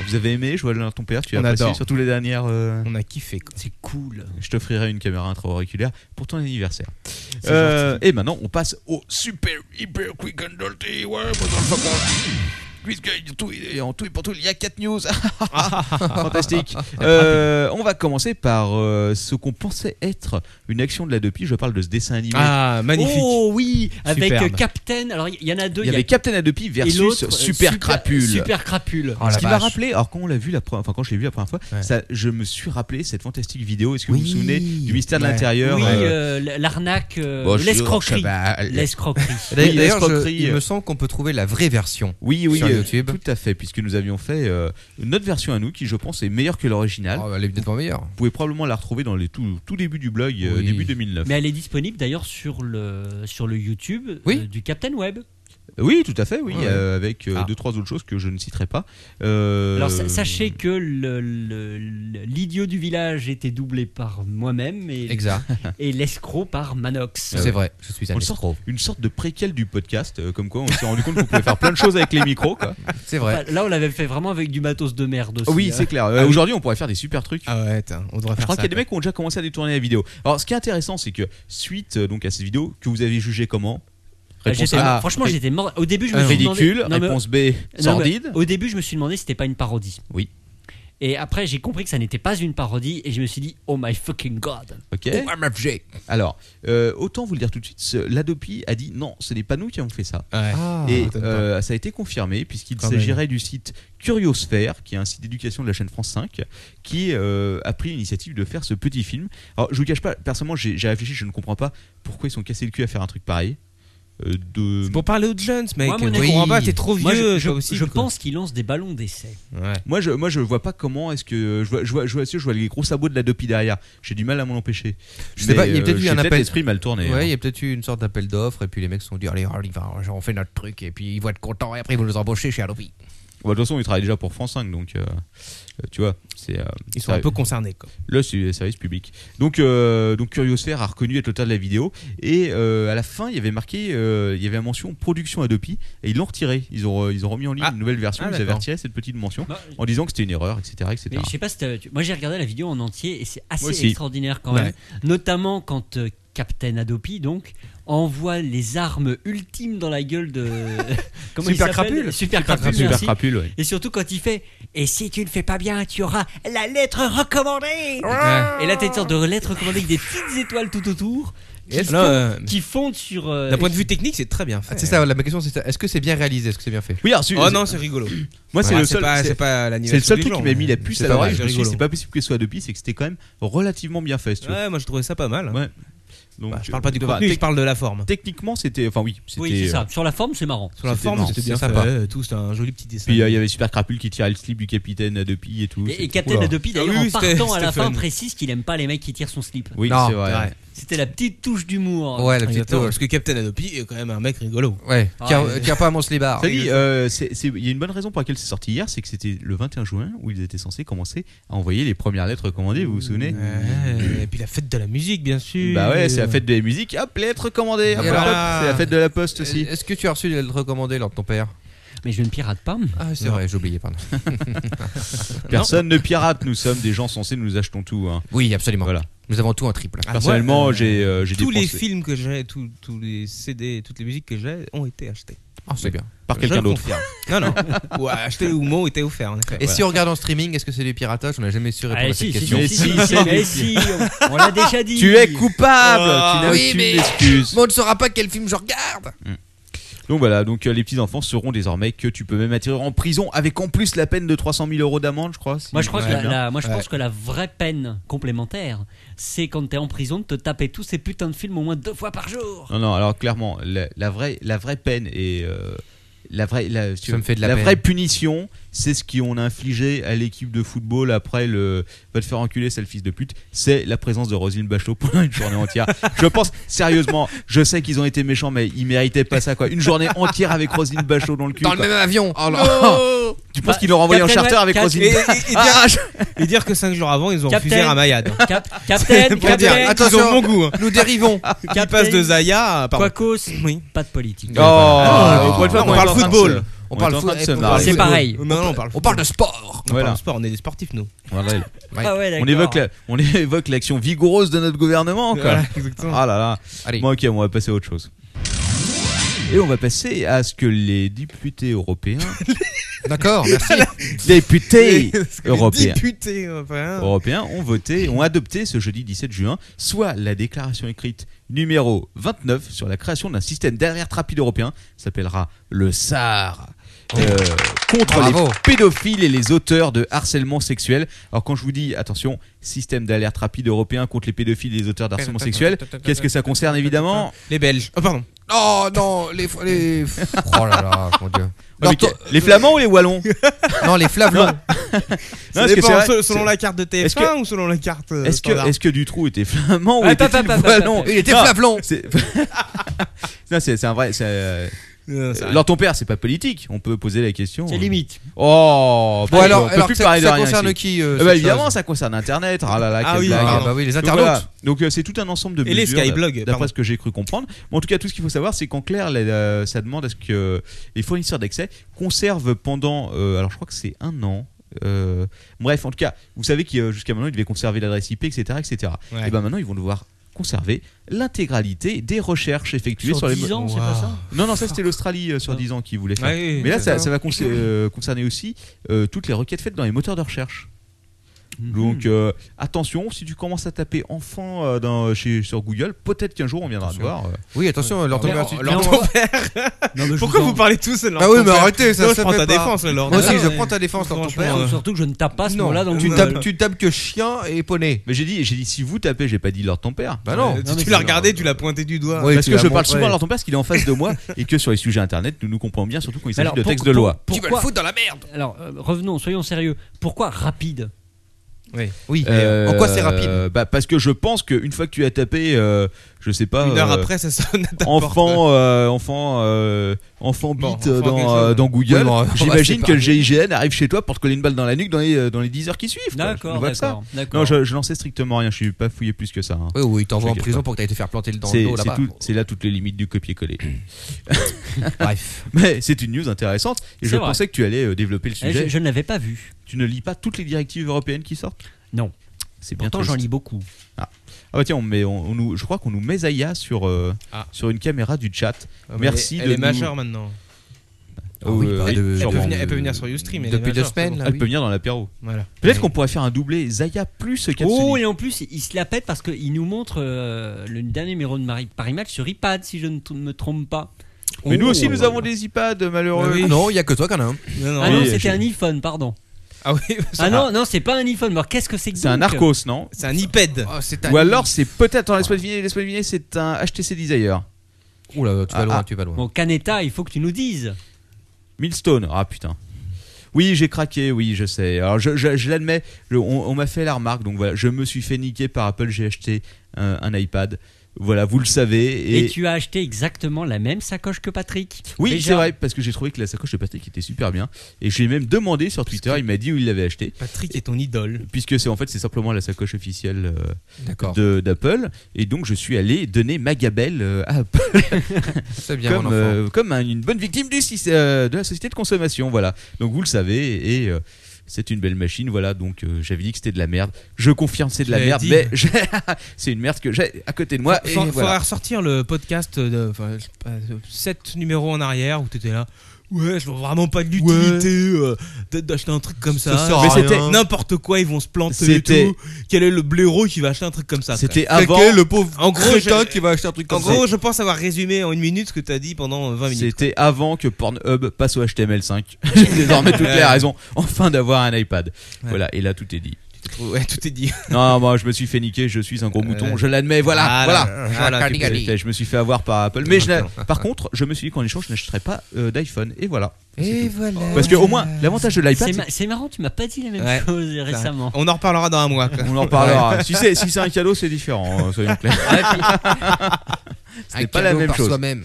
Vous avez aimé, Joël, ton père, tu as
On
apprécié
adore.
surtout les dernières. euh,
On a kiffé, quoi.
C'est cool.
je t'offrirai une caméra intra-auriculaire pour ton anniversaire. Euh, et maintenant, on passe au
Super, hyper, quick and dirty. Ouais, motherfucker. Puisque tout est en tout et pour tout, il y a 4 news.
fantastique. *laughs* Euh, on va commencer par euh, ce qu'on pensait être une action de la Depi. Je parle de ce dessin animé.
Ah, magnifique.
Oh oui, avec
Superbe.
euh, Captain. Alors, il y, y en a deux.
Il y avait Captain Adopi
et
versus
l'autre, euh,
Super, Crapule. Ah,
Super Crapule.
Oh, la
ce qui m'a
vache.
rappelé, alors quand on l'a vu la première, enfin quand je l'ai vu la première fois,
Ouais.
ça, je me suis rappelé cette fantastique vidéo. Est-ce que vous
Oui.
vous souvenez du mystère de
Ouais.
l'intérieur
Oui,
euh,
euh, l- l'arnaque, euh,
bonjour,
l'escroquerie.
cheval.
L'escroquerie. *laughs*
Oui,
D'ailleurs, je-
l'escroquerie,
il
euh.
me semble qu'on peut trouver la vraie version.
Oui, oui,
Sur
euh,
YouTube.
tout à fait, puisque nous avions fait euh, notre version à nous, qui je pense est meilleure que l'original.
Oh, elle est peut-être pas meilleure.
Vous pouvez probablement la retrouver dans les tout, tout début du blog, euh,
Oui.
début 2009.
Mais elle est disponible d'ailleurs sur le, sur le YouTube
Oui.
euh, du Captain Web.
Oui, tout à fait, oui,
Ouais, ouais.
euh, avec euh,
Ah.
deux, trois autres choses que je ne citerai pas. Euh,
Alors sa- sachez que le- le- le- l'idiot du village était doublé par moi-même et,
Exact.
et l'escroc par
Euh,
Manox.
C'est vrai. Je suis
On
un
le sort.
escroc.
Une sorte de préquel du podcast, euh, comme quoi on s'est rendu compte qu'on pouvait faire plein de choses avec les micros. Quoi.
C'est vrai.
Enfin, là, on l'avait fait vraiment avec du matos de merde aussi.
Oui,
hein.
c'est clair. Euh, Aujourd'hui, on pourrait faire des super trucs.
Ah ouais, tiens, on devrait
Je
faire
crois
ça.
qu'il y a des mecs qui ont déjà commencé à détourner la vidéo. Alors, ce qui est intéressant, c'est que suite euh, donc à cette vidéo, que vous avez jugé comment
Ah, j'étais-
A, Ah,
franchement, j'étais mort. Au début, je me suis demandé-
ridicule.
Ah Non, mais-
Réponse B,
non, mais
sordide.
Au début, je me suis demandé si c'était pas une parodie.
Oui.
Et après, j'ai compris que ça n'était pas une parodie et je me suis dit, oh my fucking god.
Ok. Alors, euh, autant vous le dire tout de suite, ce- l'Adopi a dit non, ce n'est pas nous qui avons fait ça.
quoi. Ouais.
Ah.
Et
m'étonne
euh, ça a été confirmé puisqu'il
Quand
s'agirait du site Curiosphère, qui est un site d'éducation de la chaîne France 5, qui euh, a pris l'initiative de faire ce petit film. Alors je vous cache pas, personnellement j'ai j'ai réfléchi, je ne comprends pas pourquoi ils sont cassés le cul à faire un truc pareil.
euh, de.
C'est Pour parler aux jeunes, mec.
Moi, à mon avis-
Oui.
Comprends pas, t'es trop
Moi,
vieux.
je, je-
toi aussi,
je
quoi.
pense qu'il lance des ballons d'essai.
Ouais.
Moi je, moi je vois pas comment est-ce que euh, je vois je vois je vois, je vois les gros sabots de la dopi derrière. J'ai du mal à m'en empêcher. euh,
Je sais pas, il y a peut-être eu
j'ai
un appel.
l'esprit mal tourné.
Ouais,
hein.
il y a peut-être eu une sorte d'appel d'offres et puis les mecs se sont dit allez, on y va, on fait notre truc et puis ils vont être contents et après ils vont nous embaucher chez Adopi.
Bah, de toute façon, il travaille déjà pour France 5 donc euh, euh, tu vois, c'est euh,
Ils sont
ça-
un peu concernés. Quoi.
le su- service public. Donc, euh, donc Curiosphere a reconnu être l'auteur de la vidéo et euh, à la fin il y avait marqué, euh, il y avait la mention production Adopi et ils l'ont retiré. Ils ont re- ils ont remis en ligne
Ah.
une nouvelle version.
Ah,
ils avaient
d'accord.
retiré cette petite mention
Bah,
en disant que c'était une erreur, etc., etc.
mais je sais pas si t'as- tu- Moi, j'ai regardé la vidéo en entier et c'est
Moi
assez
aussi.
extraordinaire quand
Ouais.
même. Notamment quand euh, Captain Adopi, donc, envoie les armes ultimes dans la gueule de. *laughs* Comment il
Super
s'appelle
Crapule.
Super Crapule.
Super
merci.
crapule. ouais.
Et surtout quand il fait Et si tu ne fais pas bien, tu auras la lettre recommandée
Ah.
Et là, t'as une sorte de lettre recommandée avec des petites étoiles tout autour qui, font- qui fondent sur. euh,
D'un point de vue technique, c'est très bien fait.
c'est Ah, ça, la ma question c'est ça. est-ce que c'est bien réalisé, est-ce que c'est bien fait
Oui, alors, c'est-
Oh non, c'est rigolo.
moi Ah, c'est
Ouais,
le seul.
pas-
c'est-
C'est pas
C'est
l'animation
le seul
du
truc
genre,
qui m'a
mais
mis la puce à
c'est pas
l'oreille.
mal,
Je me suis
c'est
dit,
rigolo.
c'est pas possible que ce soit Adopi, c'est que c'était quand même relativement bien fait. si tu veux.
Ouais, moi je trouvais ça pas mal.
Ouais. Donc,
Bah, je parle pas du
euh, bah,
contenu,
tec-
je parle de la forme.
Techniquement, c'était. Enfin, oui, c'était.
Oui, c'est
euh,
ça. Sur la forme, c'est marrant.
Sur la
c'était-
forme,
non,
c'était
c'était
bien
bien
sympa.
fait.
euh, Tout, c'était un joli petit dessin. Ah,
Puis euh, il y avait Super Crapule qui tirait le slip du capitaine Adopi et tout.
Et, et
c'était- hein.
Captain
Oula.
Adopi, d'ailleurs,
Ah oui,
en
c'était-
partant à la
c'était
fin,
fun.
précise qu'il aime pas les mecs qui tirent son slip.
Oui,
Non,
c'est vrai.
ouais.
C'était la petite touche d'humour.
Oh, Ouais, la petite
Exactement,
tour.
parce que Captain Adopi est quand même un mec rigolo.
Ouais,
Ah,
tiens,
ouais.
euh, tiens pas à mon slibard.
Ça dit, euh, c'est- c'est- il y a une bonne raison pour laquelle c'est sorti hier, c'est que c'était le 21 juin où ils étaient censés commencer à envoyer les premières lettres commandées, vous vous souvenez
Ouais, Et puis la fête de la musique, bien sûr.
Bah ouais, c'est la fête de la musique, hop, lettres commandées, hop, hop,
voilà.
hop, c'est la fête de la poste
Euh,
aussi.
Est-ce que tu as reçu les lettres recommandées lors de ton père
Mais je ne pirate pas.
Ah, c'est
Non.
vrai, j'ai oublié, pardon.
Personne ne pirate, nous sommes des gens censés, nous achetons tout. hein.
Oui, absolument.
Voilà.
Nous avons tout en triple.
Ah,
Personnellement,
moi, euh,
j'ai euh, j'ai
Tous les
dépensé-
films que j'ai, tous tous les CD, toutes les musiques que j'ai ont été achetées.
Ah, c'est bien.
par
Je
quelqu'un
le
d'autre.
confirme. Non, non.
*laughs*
Ou achetés ou m'ont été offerts, en effet.
Et si on regarde en streaming, est-ce que c'est du piratage On n'a jamais su répondre à
Ah,
cette
si, si,
question.
si,
Mais
si,
si,
si,
si,
mais si, on, on l'a déjà dit.
Tu es coupable,
Ah,
tu n'as
oui,
aucune
mais-
excuse.
Mais on ne saura pas quel film je regarde
Donc voilà, donc euh, les petits enfants sauront désormais que tu peux même atterrir en prison avec en plus la peine de 300 000 euros d'amende, je crois. si
Moi, je crois que
me
la,
souviens bien.
la- moi, je
Ouais.
pense que la vraie peine complémentaire, c'est quand t'es en prison de te taper tous ces putains de films au moins deux fois par jour.
Non, non, alors clairement, la, la vraie, la vraie peine et euh, la vraie, la,
Ça me fait de la peine.
vraie punition, c'est ce qu'on a infligé à l'équipe de football après le va te faire enculer, sale fils de pute. C'est la présence de Roselyne Bachelot *laughs* pendant une journée entière. je pense sérieusement, je sais qu'ils ont été méchants, mais ils méritaient pas ça quoi. Une journée entière avec Roselyne Bachelot dans le cul.
Dans le
quoi.
même avion Oh là
Tu penses qu'ils l'ont renvoyé en
Bah, Captain
charter avec
Web- Cap-
Roselyne
Et, et-
Bachelot
et dire, et dire que 5 jours avant, ils ont
Captain.
refusé Ramayad.
Cap- Captain,
pour dire,
Captain,
attends, Attention.
Ils ont mon goût. hein.
Nous *laughs* dérivons
Qui passe de Zaya à. pardon.
Quacos,
Oui.
pas de politique.
Oh,
Ah,
pour une fois
non,
qu'on
on
est
parle
en train de
football.
se-
On
on
parle
est en train de
foot-
se
on
marrer.
C'est pareil.
Non, non, on parle.
On parle de sport
on parle
Voilà.
de sport, on est des sportifs, nous.
Voilà.
Ah ouais,
On
d'accord.
évoque, la- on *laughs* évoque l'action vigoureuse de notre gouvernement. Quoi.
Voilà, exactement.
Ah là là.
Allez.
Bon, ok, on va passer à autre chose. Et on va passer à ce que les députés européens.
D'accord, merci.
*laughs*
députés européens.
Député, enfin.
Européens ont voté, ont adopté ce jeudi 17 juin, soit la déclaration écrite numéro 29 sur la création d'un système d'alerte rapide européen, ça s'appellera le SAR, euh, contre
Bravo.
les pédophiles et les auteurs de harcèlement sexuel. Alors quand je vous dis, attention, système d'alerte rapide européen contre les pédophiles et les auteurs d'harcèlement sexuel, qu'est-ce que ça concerne évidemment
Les Belges. Oh, pardon.
Oh non, les...
*laughs*
les... Oh là là, mon dieu.
Ouais,
Non,
mais que- Les Flamands ou les Wallons
non, les flavelons.
Non,
Ça
est-ce que
dépend,
c'est vrai-
se- selon
c'est-
la carte de TF1
est-ce que-
ou selon la carte. euh,
Est-ce que,
standard
est que Dutroux était flamand ou
Ah,
était
pas, pas, pas, pas,
wallon
pas,
Il était
Non,
flavelon
*laughs* c'est- Non, c'est c'est un vrai. c'est, euh,
Non, c'est
Alors ton père, c'est pas politique. On peut poser la question.
C'est limite.
Oh,
Bon
bon,
alors,
on peut
alors
plus
ça,
parler de
ça
rien
concerne
ici.
qui euh,
Eh ben,
cette
évidemment,
chose
ça concerne Internet. Ah là là,
Ah
quelle
oui,
blague.
Ah
Pardon.
bah oui, les
Donc,
internautes
voilà. Donc euh, c'est tout un ensemble de
Et les
mesures,
Skyblog,
d'après
pardon.
ce que j'ai cru comprendre. Mais en tout cas, tout ce qu'il faut savoir, c'est qu'en clair, la- la- ça demande à ce que les fournisseurs d'accès conservent pendant, euh, alors je crois que c'est un an. euh, bref, en tout cas, vous savez que euh, jusqu'à maintenant, ils devaient conserver l'adresse IP, etc., etc.
Ouais.
Et ben maintenant, ils vont devoir conserver l'intégralité des recherches effectuées sur,
Sur
les
10
mo-
ans, c'est pas ça
Non, non, ça c'était l'Australie euh,
Ah.
sur 10 ans qui voulait faire.
Ouais, oui,
Mais là,
c'est
ça,
ça.
ça va con- euh, concerner aussi euh, toutes les requêtes faites dans les moteurs de recherche.
Mhm.
Donc euh, attention, si tu commences à taper enfant euh, dans- chez, sur Google, peut-être qu'un jour on viendra te voir. euh.
Oui, attention, leur tomber
Alors,
ensuite.
Lord ton père.
Non, mais je
Pourquoi
en-
vous parlez tous de Lord
Ah oui,
ton
mais
père
arrêtez, ça
Non,
se
je prends
fait
ta
pas.
défense, là, Lord.
Moi aussi,
Ah,
je
ouais.
prends ta défense, leur ton
Franchement,
père.
euh,
Surtout que je ne tape pas ce
Non,
mot-là
euh,
dans
tu
Google.
tapes, tu tapes que chien et poney.
Mais j'ai dit, j'ai dit si vous tapez, j'ai pas dit Lord ton père.
Bah non.
Ouais, non, mais
Tu l'as regardé, tu l'as pointé du doigt.
Oui,
parce
tu
que
l'as
je parle
montré.
souvent à Lord ton père parce qu'il est en face de moi
*laughs*
et que sur les sujets internet, nous nous comprenons bien, surtout quand il
Mais
s'agit de
pour-
textes de
pour-
loi.
Pourquoi...
dans la merde
Alors, euh, revenons, soyons sérieux. Pourquoi rapide
Oui. Oui.
Euh,
En quoi c'est rapide
bah, Parce que je pense qu'une fois que tu as tapé, euh, je sais pas.
Une heure
euh,
après, ça sonne à ta porte.
enfant, euh, enfant, euh, enfant bite
Bon,
euh,
enfant
dans,
quelque
euh,
chose.
dans Google.
Oui, bon, on va
J'imagine
se
que le GIGN arrive chez toi pour te coller une balle dans la nuque dans les, euh, dans les 10 heures qui suivent. quoi. Je
D'accord,
ne vois que ça.
d'accord. d'accord.
Non, je, je n'en sais strictement rien. Je suis pas fouillé plus que ça. hein.
Oui, oui, ils t'envoient en
T'inquiète
prison
pas.
pour que t'ailles te faire planter le dent
C'est
d'eau
c'est
là-bas.
tout- c'est là toutes les limites du copier-coller. *clears throat* *laughs*
Bref.
Mais c'est une news intéressante et
C'est
je
vrai.
pensais que tu allais euh, développer le
Eh,
sujet.
je, je ne l'avais pas vu.
Tu ne lis pas toutes les directives européennes qui sortent
Non.
C'est bien
Pourtant,
triste.
j'en lis beaucoup.
Ah bah tiens, on met, on, on nous, je crois qu'on nous met Zaya sur, euh,
Ah.
sur une caméra du chat.
Ah, mais
Merci
elle,
de
est
nous-
majeure maintenant.
Ah oui,
Euh,
bah, de- elle
Elle peut,
sûrement.
venir, elle peut venir sur Ustream. elle est
Depuis deux
majeure, c'est
semaines,
bon.
là.
Elle
oui.
peut venir dans l'apéro.
Voilà.
Peut-être
Oui.
qu'on pourrait faire un doublé Zaya plus Katsuni.
Oh, et en plus, il se la pète parce qu'il nous montre euh, le dernier numéro de Mari- Paris Match sur iPad, si je ne t- me trompe pas. Oh.
Mais nous aussi, nous
voilà.
avons des iPads, malheureux.
Oui.
Ah Non, il y a que toi qu'on a un.
Non, non,
Ah non,
Oui, je-
c'était un iPhone, pardon.
*laughs*
Ah oui,
Ah non, non, c'est pas un iPhone. Alors qu'est-ce que c'est que
C'est un
donc
Arcos, non
c'est un iPad.
Oh, c'est
Ou alors, c'est peut-être, attends, laisse-moi deviner, laisse-moi deviner, c'est un HTC Desire.
Oula, tu vas
Ah,
loin,
ah.
tu vas loin.
Bon, Canetta, il faut que tu nous dises.
Millstone, ah putain. Oui, j'ai craqué, oui, je sais. Alors, je, je- je l'admets, je- on, on m'a fait la remarque, donc voilà, je me suis fait niquer par Apple, j'ai acheté euh, un, un iPad. Voilà, vous le savez.
Et,
Et,
tu as acheté exactement la même sacoche que Patrick.
oui,
Déjà.
c'est vrai, parce que j'ai trouvé que la sacoche de Patrick était super bien. Et je lui ai même demandé sur Twitter, il m'a dit où il l'avait acheté.
Patrick est ton idole.
Puisque c'est en fait, c'est simplement la sacoche officielle euh,
D'accord.
de- d'Apple. Et donc, je suis allé donner ma gabelle euh, à Apple.
C'est bien,
comme,
mon enfant.
euh, comme un- une bonne victime du, syst- euh, de la société de consommation. Voilà. Donc vous le savez et euh, c'est une belle machine. Voilà. Donc euh, j'avais dit que c'était de la merde. Je confirme, c'est de la
l'avais
merde.
dit.
Mais *laughs* j'ai- c'est une merde que j'ai à côté de moi.
Il
et
faudra
voilà.
ressortir le podcast de 7 euh, numéros en arrière où t'étais là. Ouais, je vois vraiment pas de l'utilité euh, d'a- d'acheter un truc comme ça.
Ça sert à
Mais
rien.
c'était n'importe quoi, ils vont se planter et
C'était-
tout. Quel est le blaireau qui va acheter un truc comme ça
C'était
Quel
avant.
est le pauvre
En gros,
crétin
je-
qui va acheter un truc
En
comme ça.
gros, je pense avoir résumé en une minute ce que t'as dit pendant 20 minutes.
C'était avant que Pornhub passe au HTML5. *laughs* J'ai désormais toutes les raisons enfin d'avoir un iPad.
Ouais.
Voilà, et là tout est dit.
Ouais, tout est dit.
Non, moi je me suis fait niquer, je suis un gros mouton, je l'admets, Ah, voilà,
Ah,
voilà.
là, voilà, tu peux-
Canigali.
Je me suis fait avoir par Apple. Mais je n'a- par contre, je me suis dit qu'en échange, je n'achèterais pas euh, d'iPhone. Et voilà.
Et voilà.
Parce que au moins, l'avantage de l'iPad,
C'est
c'est
ma- c'est marrant, tu m'as pas dit la même
Ouais.
chose récemment.
On en reparlera dans un
*laughs*
mois. quoi.
on en parlera. si c'est si c'est un cadeau, c'est différent. euh, Soyons clairs.
Un
c'est pas la
cadeau
même
par
chose.
soi-même.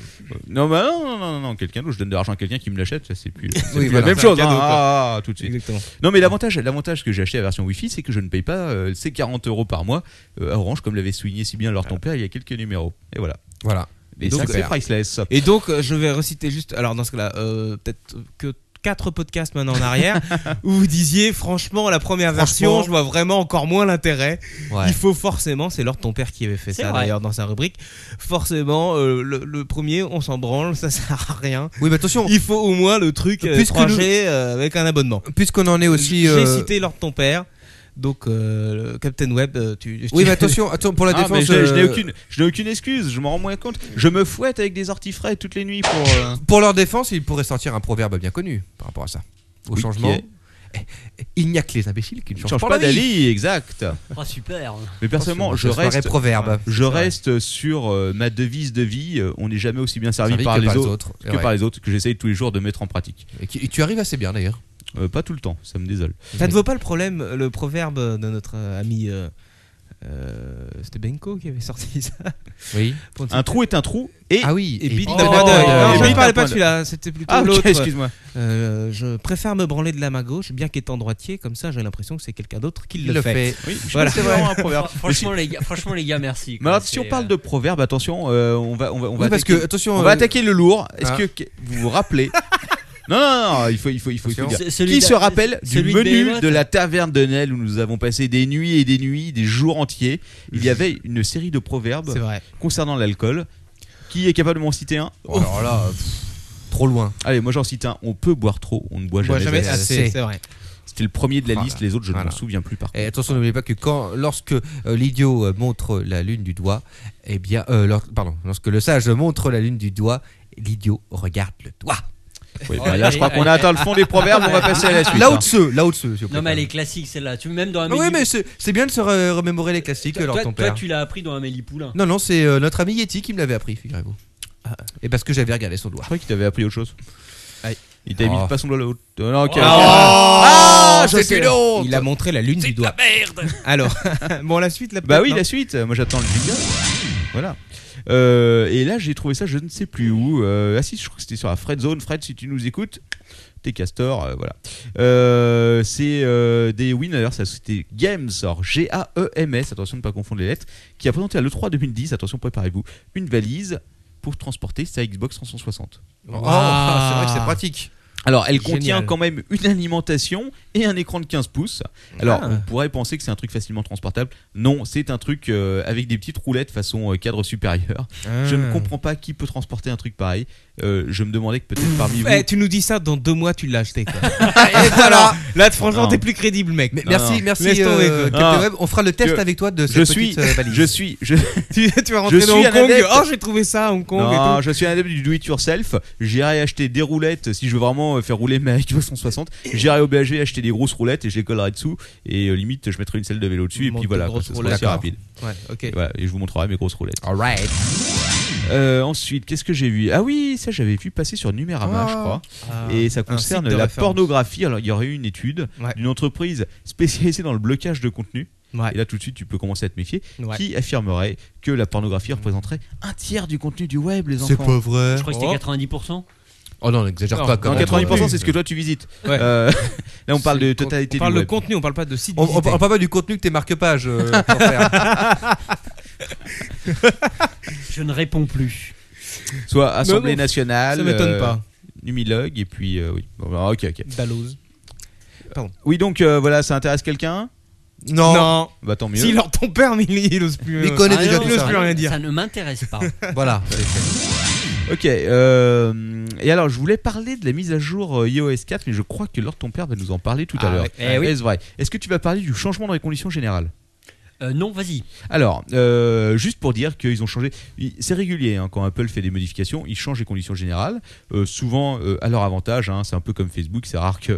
Non, bah non, non, non, non, non, quelqu'un d'autre. Je donne de l'argent à quelqu'un qui me l'achète. Ça c'est plus, c'est plus
voilà,
la même
c'est un
chose. hein.
cadeau, quoi.
Ah, ah, tout de suite.
Exactement.
Non, mais l'avantage, l'avantage que j'ai acheté la version Wi-Fi, c'est que je ne paye pas euh, ces 40 euros par mois euh, à Orange, comme l'avait souligné si bien leur ton père il y a quelques numéros. Et voilà.
Voilà.
Et
Donc,
donc c'est
super.
priceless.
Et donc, euh, je vais reciter juste, alors dans ce cas-là, euh, peut-être que quatre podcasts maintenant en
*laughs*
arrière, où vous disiez, franchement, la première version,
Franchement.
je vois vraiment encore moins l'intérêt.
Ouais.
Il faut forcément, c'est Lord ton père qui avait fait
C'est
ça
vrai.
d'ailleurs dans sa rubrique, forcément, euh, le, le premier, on s'en branle, ça sert à rien.
Oui, mais attention,
Il faut au moins le truc euh,
Puisque
3G euh, avec un abonnement.
puisqu'on en est aussi.
J'ai
euh,
cité Lord ton père, donc euh, le Captain Web, euh, tu...
Oui,
tu- *laughs*
mais attention, attends, pour la
Ah,
défense.
mais je n'ai- je n'ai
euh,
aucune, je n'ai aucune excuse. Je m'en rends moins compte. Je me fouette avec des ortifrais toutes les nuits pour. euh,
Pour leur défense, ils pourraient sortir un proverbe bien connu par rapport à ça. Au
Oui,
changement,
qui
il n'y a que les imbéciles qui ne
Je
changent
change
pas,
pas
d'avis.
d'avis, exact.
Oh, super.
Mais personnellement, je
Attention, ça se paraît
reste, euh,
proverbe.
je
C'est vrai.
reste sur euh, ma devise de vie. euh, on n'est jamais aussi bien servi
Servi
par
que
les autres
c'est
que
vrai.
par les autres, que j'essaye tous les jours de mettre en pratique.
Et qui- et tu arrives assez bien d'ailleurs.
Euh, pas tout le temps, ça me désole.
Ça ne vaut pas le problème, le proverbe de notre euh, ami. euh, euh, C'était Benko qui avait sorti *laughs* ça.
Oui.
pour une
Un trou est un trou et
Ah oui.
Et Bill
Oh,
d'un point d'œil.
euh,
Non,
Bill
je ne
d'un
parlais
point
pas
d'œil.
de celui-là, c'était plutôt
ah, ok,
l'autre.
excuse-moi.
Euh, je préfère me branler de la main gauche, bien qu'étant droitier, comme ça j'ai l'impression que c'est quelqu'un d'autre qui
il le fait.
Oui, je
Voilà.
pense que c'est vraiment un
*laughs*
proverbe.
Fr- Franchement, les gars, franchement, les gars, merci.
Mais
quoi.
alors, si on
C'est,
parle
euh,
de proverbe, attention, euh, on va, on va, on va
Oui, parce
attaquer-
que, attention.
on va
euh,
attaquer le lourd. Est-ce
ah.
que que- vous vous rappelez *laughs* Non, non, non, il faut, il faut, il faut, il faut
Attention.
dire.
ce- celui
Qui
de-
se rappelle du
celui de
menu
Behemoth
de la taverne de Nel où nous avons passé des nuits et des nuits, des jours entiers Il y avait une série de proverbes
C'est vrai.
concernant l'alcool. Qui est capable de m'en citer un
oh, alors là, pff, trop loin.
Allez, moi j'en cite un. On peut boire trop, on ne boit
Moi
jamais.
jamais
assez.
assez, c'est vrai.
C'était le premier de la
Voilà.
liste, les autres je ne
Voilà.
m'en souviens plus par contre.
Et attention, n'oubliez pas que quand, lorsque euh, l'idiot euh, montre la lune du doigt, eh bien, euh, lor- pardon, lorsque le sage montre la lune du doigt, l'idiot regarde le doigt.
Ouais, bah là je crois qu'on a atteint le fond des proverbes, on va passer à la suite.
Ah, Là
hein.
haut-deseux, là haut-deseux.
Non, mais elle est classique celle-là. Tu même dans Amélie.
Oui, Ah mais c'est c'est bien de se re- remémorer les classiques,
toi,
alors
toi-
ton
toi,
père.
tu l'as appris dans Amélie Poulain.
Non, non, c'est euh, notre ami Yeti qui me l'avait appris, figurez-vous. Et parce que j'avais regardé son doigt.
Je crois qu'il t'avait appris autre chose.
Aïe.
Il t'avait mis
Oh.
pas son doigt là-haut. Euh, non, ok.
Ah,
je sais.
l'autre
Il a montré la lune du doigt. *laughs* Alors, bon, la suite, la
Bah oui, la suite. Moi, j'attends le jingle. Voilà. Euh, et là, j'ai trouvé ça, je ne sais plus où. Euh, ah si, je crois que c'était sur la Fred Zone. Fred, si tu nous écoutes, t'es castor, euh, voilà. Euh, c'est euh, des winners, la société Games, alors G-A-E-M-S, E attention de ne pas confondre les lettres, qui a présenté à l'E3 2010, attention, préparez-vous, une valise pour transporter sa Xbox 360.
Oh,
Ah.
c'est vrai que c'est pratique.
Alors, elle
Génial.
contient quand même une alimentation et un écran de 15 pouces. Alors,
Ah.
on pourrait penser que c'est un truc facilement transportable. Non, c'est un truc euh, avec des petites roulettes façon euh, cadre supérieur. Je
Ah.
Ah.
ne comprends pas qui peut transporter un truc pareil. Euh, je me demandais que peut-être
*laughs*
parmi vous.
Eh, tu nous dis ça, dans deux mois, tu l'as
*laughs*
acheté. quoi.
Et voilà.
Là, franchement,
Non.
t'es plus crédible, mec.
Mais
Non,
merci,
non.
merci,
Laisse tomber,
euh,
quoi.
Captain
Ah.
Web. On fera le test
Je-
avec toi de cette
Je suis,
petite euh, valise.
je suis, je,
tu, *laughs* tu vas rentrer
Je
dans
suis
Hong
un
Kong.
adepte.
Oh, j'ai trouvé ça à Hong Kong
non,
et tout.
je suis un adepte du do it yourself. J'irai acheter des roulettes si je veux vraiment euh, faire rouler ma Xbox 160. J'irai au BHG acheter des grosses roulettes et je les collerai dessous. Et euh, limite, je mettrai une selle de vélo dessus. Et
Monte
puis voilà,
de
quoi,
grosses
ce sera
roulettes.
assez
*laughs*
rapide.
Ouais, ok.
Et, voilà, et je vous montrerai mes grosses roulettes.
Alright.
Euh, ensuite, qu'est-ce que j'ai vu Ah oui, ça j'avais vu passer sur Numérama,
Ah.
je crois. et ça concerne
site de
la
référence.
pornographie. Alors, il y aurait eu une étude
Ouais.
d'une entreprise spécialisée dans le blocage de contenu.
Ouais.
Et là, tout de suite, tu peux commencer à te méfier.
Ouais.
Qui affirmerait que la pornographie représenterait un tiers du contenu du web, les enfants
vrai.
Je crois que
Oh.
c'était 90%.
Oh non, n'exagère
Non,
pas. euh,
Dans
comment-
90%, c'est ce que toi tu visites.
Ouais.
Euh, *laughs* là, on parle de
On
totalité
parle
du
de
web.
contenu, on parle pas de site.
On, on
visité.
parle pas du contenu que tes marque-pages. euh, pour faire.
Je ne réponds plus.
Soit Assemblée
Non, non,
nationale.
ça m'étonne
euh,
pas.
Numilogue, et puis. euh, oui. Bon, bah, ok, ok.
Dalloz.
Oui, donc euh, voilà, ça intéresse quelqu'un
non.
Non.
Bah, tant mieux.
S'il leur ton père, mais il il ose plus.
Il
euh,
connaît
Ah
déjà
non,
tout
il ose
ça.
plus rien dire.
Ça ne m'intéresse
*laughs*
pas.
Voilà.
Ok, euh, et alors je voulais parler de la mise à jour euh, iOS 4, mais je crois que Lord ton père va nous en parler tout à
Ah
l'heure.
ouais.
Eh oui.
Est-ce vrai Est-ce que tu vas parler du changement dans les conditions générales
Euh, non, vas-y.
Alors, euh, juste pour dire qu'ils ont changé, il- c'est régulier hein, quand Apple fait des modifications, ils changent les conditions générales, euh, souvent euh, à leur avantage, hein, c'est un peu comme Facebook, c'est rare *laughs* qu'ils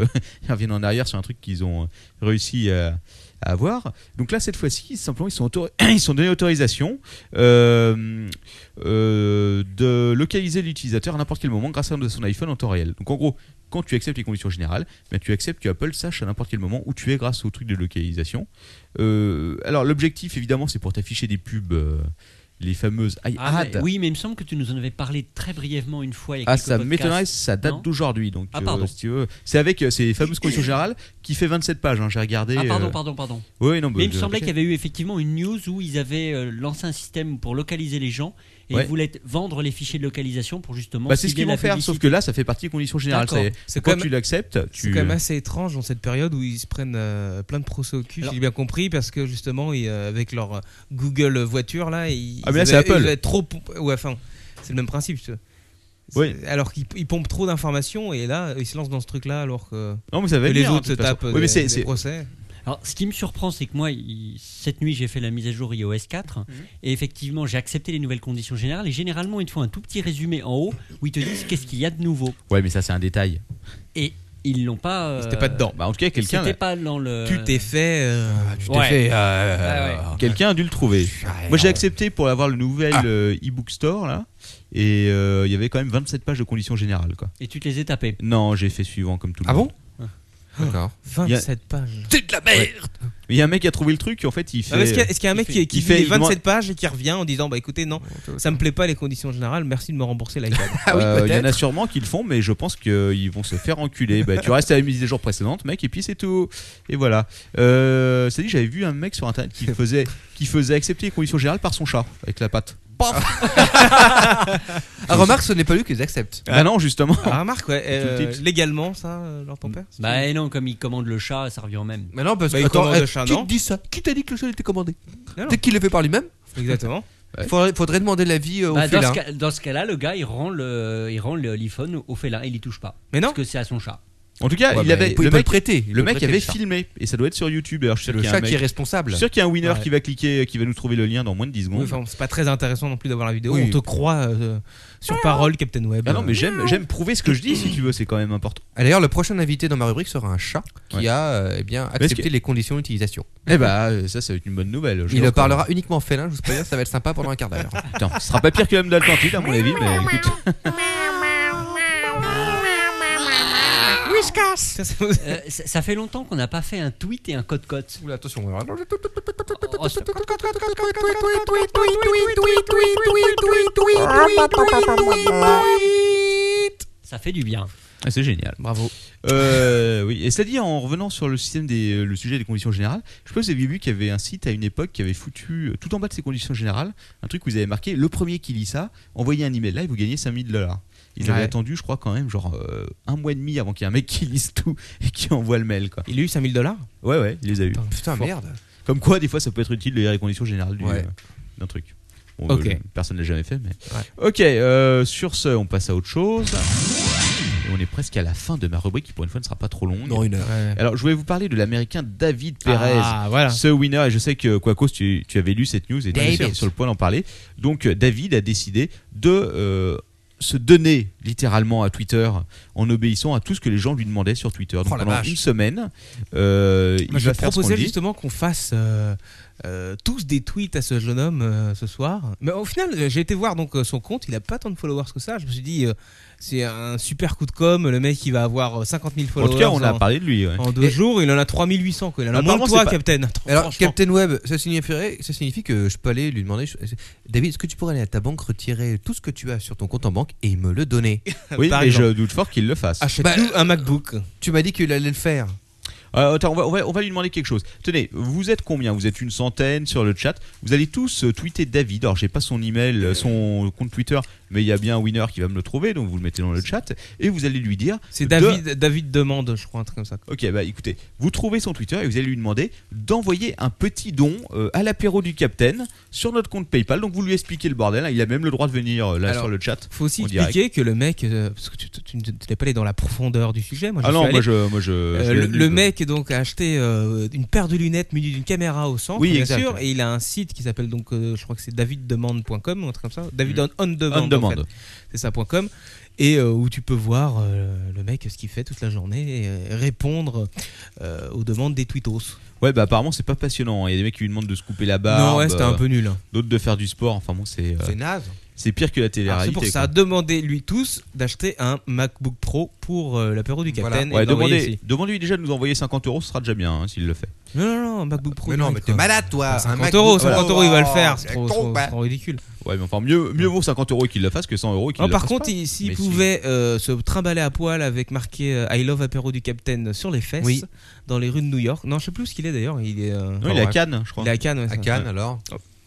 reviennent en arrière sur un truc qu'ils ont euh, réussi à, à avoir. Donc là, cette fois-ci, simplement, ils sont, autori- *clears throat* ils sont donnés autorisation euh, euh, de localiser l'utilisateur à n'importe quel moment grâce à son iPhone en temps réel. Donc en gros, quand tu acceptes les conditions générales, ben, tu acceptes que Apple sache à n'importe quel moment où tu es grâce au truc de localisation. Euh, alors l'objectif, évidemment, c'est pour t'afficher des pubs, euh, les fameuses iAd.
Ah, mais- oui, mais il me semble que tu nous en avais parlé très brièvement une fois. il y a
Ah,
quelques
ça
podcasts.
m'étonnerait, ça
non
date d'aujourd'hui. Donc,
Ah,
euh,
pardon.
si tu veux, c'est avec euh, ces fameuses conditions générales qui fait 27 pages. hein, J'ai regardé.
Ah, pardon,
euh,
pardon, pardon.
oui, non, bah,
Mais il me
je-
semblait qu'il y
t'inquiète.
avait eu effectivement une news où ils avaient euh, lancé un système pour localiser les gens et
Ouais.
ils voulaient vendre les fichiers de localisation pour justement.
Bah, c'est ce
cibler
qu'ils
la
vont faire, sauf
publicité.
que là, ça fait partie des conditions générales.
D'accord.
C'est-
C'est
Quand
quand même-
tu l'acceptes,
C'est
tu.
quand même assez étrange dans cette période où ils se prennent euh, plein de procès au cul,
Alors-
j'ai bien compris, parce que justement, ils, euh, avec leur euh, Google voiture, là, ils,
Ah, mais là,
ils
c'est
avaient-
Apple.
ils avaient trop. pomp- Ouais, enfin, c'est le même principe. tu vois.
Oui.
C'est- Alors qu'ils ils pompent trop d'informations et là, ils se lancent dans ce truc-là alors que,
Non, mais ça va
que
être
les
bien,
autres
de
se
toute façon.
tapent
Oui,
des,
mais c'est-
des
c'est-
procès.
Alors, ce qui me surprend, c'est que moi, il- cette nuit, j'ai fait la mise à jour iOS 4 et effectivement, j'ai accepté les nouvelles conditions générales. Et généralement, ils te font un tout petit résumé en haut où ils te disent qu'est-ce qu'il y a de nouveau.
Ouais, mais ça, c'est un détail.
Et ils l'ont pas. euh,
C'était pas dedans.
Bah, en tout cas, quelqu'un
C'était pas dans le.
Tu t'es fait. euh,
Tu
Ouais. Ah
euh,
quelqu'un a dû le trouver. Moi, j'ai accepté pour avoir le nouvel euh, e-book store, là. Et euh, il y avait quand même 27 pages de conditions générales, quoi.
Et tu te les as tapés.
Non, j'ai fait suivant, comme tout le
Ah
monde.
bon D'accord.
27 pages.
C'est de la merde
Mais il y a un mec qui a trouvé le truc, en fait, il fait.
Ah, mais Est-ce qu'il y, a- est-ce qu'il y a un mec
fait-
qui, qui
il fait-
fait les
il demande-
27 pages et qui revient en disant Bah écoutez, non, ça me plaît pas les conditions générales, merci de me
*laughs*
rembourser l'iPad
Ah oui,
Euh, il y en a
peut-être.
sûrement qui le font, mais je pense qu'ils vont se faire enculer. Bah, tu restes à la mise des jours précédentes, mec, et puis c'est tout. Et voilà. Euh, c'est dit, j'avais vu un mec sur internet qui faisait, qui faisait accepter les conditions générales par son chat avec la patte.
Ah, remarque, ce n'est pas lui qui les accepte.
Ah non, justement.
Ah, remarque, ouais, euh,
Tout le tips.
légalement, ça, euh, leur ton père c'est-
Bah et non, comme ils commandent le chat, ça revient au même.
Mais non, parce
Bah,
que
il commande
eh,
le chat,
qui
non
te dit ça Qui t'a dit que le chat était commandé
Non, non.
Peut-être qu'il le fait par lui-même.
Exactement.
Ouais.
Faudrait, faudrait demander l'avis euh, au
Bah, dans,
félin.
ce cas, dans ce cas-là, le gars, il rend le, il rend le- l'iPhone au félin, il y touche pas.
Mais non,
Parce que c'est à son chat.
En tout cas,
Ouais,
euh, il
bah,
avait,
il pouvait
le
pas
mec,
le prêter. Il
le
le
mec
prêtait,
avait
le chat.
filmé et ça doit être sur YouTube. Alors, je suis sûr
Le
qu'il y a
chat
un
qui est
mec- je
responsable.
suis sûr qu'il y a un winner
Ouais.
qui va cliquer, qui va nous trouver le lien dans moins de 10 secondes.
Oui, enfin, c'est pas très intéressant non plus d'avoir la vidéo.
Oui.
On te croit euh, sur parole, Captain Web.
euh,
ah non, mais j'aime, j'aime prouver ce que je dis si tu veux, c'est quand même important.
Ah, D'ailleurs, le prochain invité dans ma rubrique sera un chat qui
Ouais.
a euh, eh bien,
est-ce
accepté les conditions d'utilisation.
Eh bah, euh, ça, ça va être une bonne nouvelle. je
Il
le
le parlera uniquement félin, je vous préviens, ça va être sympa pendant un quart d'heure.
recommande. Attends, ce sera pas pire que l'homme d'Atlantide, à mon avis, mais écoute.
*laughs* Ça, ça *laughs* vous-
Euh, ça, ça fait longtemps qu'on n'a pas fait un tweet et un code-cote.
Oula, attention.
Oh, ça- ça fait du bien.
Ah, c'est génial.
Bravo.
Euh, oui, et c'est-à-dire en revenant sur le système des euh, le sujet des conditions générales, je pense que vous avez vu qu'il y avait un site à une époque qui avait foutu euh, tout en bas de ces conditions générales un truc que vous avez marqué le premier qui lit ça, envoyez un email là et vous gagnez 5000 dollars. Ils avaient
Ouais.
attendu, je crois, quand même, genre euh, un mois et demi avant qu'il y ait un mec qui *laughs* lise tout et qui envoie le mail, quoi.
Il a eu 5000 dollars
Ouais, ouais, il les a eu.
Putain,
Fort.
merde.
Comme quoi, des fois, ça peut être utile de lire les conditions générales du-
Ouais.
euh, d'un truc. Bon,
Ok.
euh, personne ne l'a jamais fait, mais. Ok, euh, sur ce, on passe à autre chose. Et on est presque à la fin de ma rubrique qui, pour une fois, ne sera pas trop longue.
Non, une heure.
Alors, je voulais vous parler de l'américain David Perez.
Ah, voilà.
Ce winner, et je sais que Quacos, tu, tu avais lu cette news et tu étais
David.
sur, sur le point d'en parler. Donc, euh, David a décidé de euh, se donner littéralement à Twitter en obéissant à tout ce que les gens lui demandaient sur Twitter. Donc,
Oh, la
pendant
vache.
une semaine, euh, il
Moi, je
va faire ce qu'on
proposais
lui dit.
justement qu'on fasse euh, euh, tous des tweets à ce jeune homme euh, ce soir. Mais au final, euh, j'ai été voir donc euh, son compte, il a pas tant de followers que ça. Je me suis dit, euh, c'est un super coup de com. Le mec, il va avoir euh, 50 000
En
followers. hein. Oh,
tout cas, on a
en-
parlé de lui. ouais.
En deux
Et-
jours, il en a 3800. Quoi. Il en a moins
Apparemment,
que toi,
c'est pas- *laughs*
Captain.
Alors,
Franchement.
Captain Web, ça signifierait- ça signifie que je peux aller lui demander je- David, est-ce que tu pourrais aller à ta banque retirer tout ce que tu as sur ton compte en banque et me le donner
Oui,
euh, Par
mais
exemple.
je Bah, doute fort qu'il le fasse.
Achète-nous un MacBook.
Tu m'as dit qu'il allait le faire.
Euh, attends, on va, on, va, on va lui demander quelque chose. Tenez, vous êtes combien Vous êtes une centaine sur le chat. Vous allez tous euh, tweeter David. Alors, j'ai pas son email, euh, son compte Twitter, mais il y a bien un winner qui va me le trouver, donc vous le mettez dans le chat. Et vous allez lui dire.
C'est
de-
David, David demande, je crois, un truc comme ça.
Ok, bah écoutez, vous trouvez son Twitter et vous allez lui demander d'envoyer un petit don euh, à l'apéro du Capitaine sur notre compte PayPal. Donc, vous lui expliquez le bordel. hein. Il a même le droit de venir euh, là
Alors,
sur le chat.
Faut aussi
En
expliquer que le mec, euh, parce que tu, tu- tu n'es pas allé dans la profondeur du sujet. Moi, je
Ah
suis
non,
allé.
moi je. Moi, je, je
Euh,
l'ai
le,
admis,
le
quoi.
mec donc a acheté euh, une paire de lunettes munies d'une caméra au centre,
Oui,
bien
exact.
sûr, et il a un site qui s'appelle donc, euh, je crois que c'est daviddemande.com ou un truc comme ça, David on, on demand,
Mm. On
en
Ah, demande.
fait. c'est ça point .com, et euh, où tu peux voir euh, le mec ce qu'il fait toute la journée et euh, répondre euh, aux demandes des tweetos.
Ouais, bah apparemment c'est pas passionnant. Il y a des mecs qui lui demandent de se couper la barbe,
non, ouais, c'était un
euh,
peu nul. hein.
d'autres de faire du sport. Enfin bon, c'est euh,
C'est naze.
c'est pire que la télé
Alors, Ah, C'est
réalité.
pour ça, demandez lui tous d'acheter un MacBook Pro pour euh, l'apéro du
Voilà.
capitaine. et
Ouais,
de l'envoyer
demandez,
ici.
demandez lui déjà de nous envoyer 50 euros, ce sera déjà bien hein, s'il le fait.
Non, non, non, un MacBook Pro.
Mais non,
dingue,
mais t'es
quoi.
malade, toi.
50 euros, 50 euros, il va le faire, c'est
Oh, C'est bah.
trop,
trop
trop-
bas.
trop ridicule.
Ouais, mais enfin mieux mieux vaut 50 euros qu'il le fasse que 100 euros qu'il
Non,
le
Ah, par
fasse
contre,
pas.
il- s'il
Mais
pouvait euh, se trimballer à poil avec marqué euh, I love apéro du Capitaine sur les fesses
Oui.
dans les rues de New York. Non, je sais plus ce qu'il est d'ailleurs. Il est, euh,
Non, il est à Cannes, je crois.
il est à Cannes. ouais,
À
ça. Ah,
Cannes, alors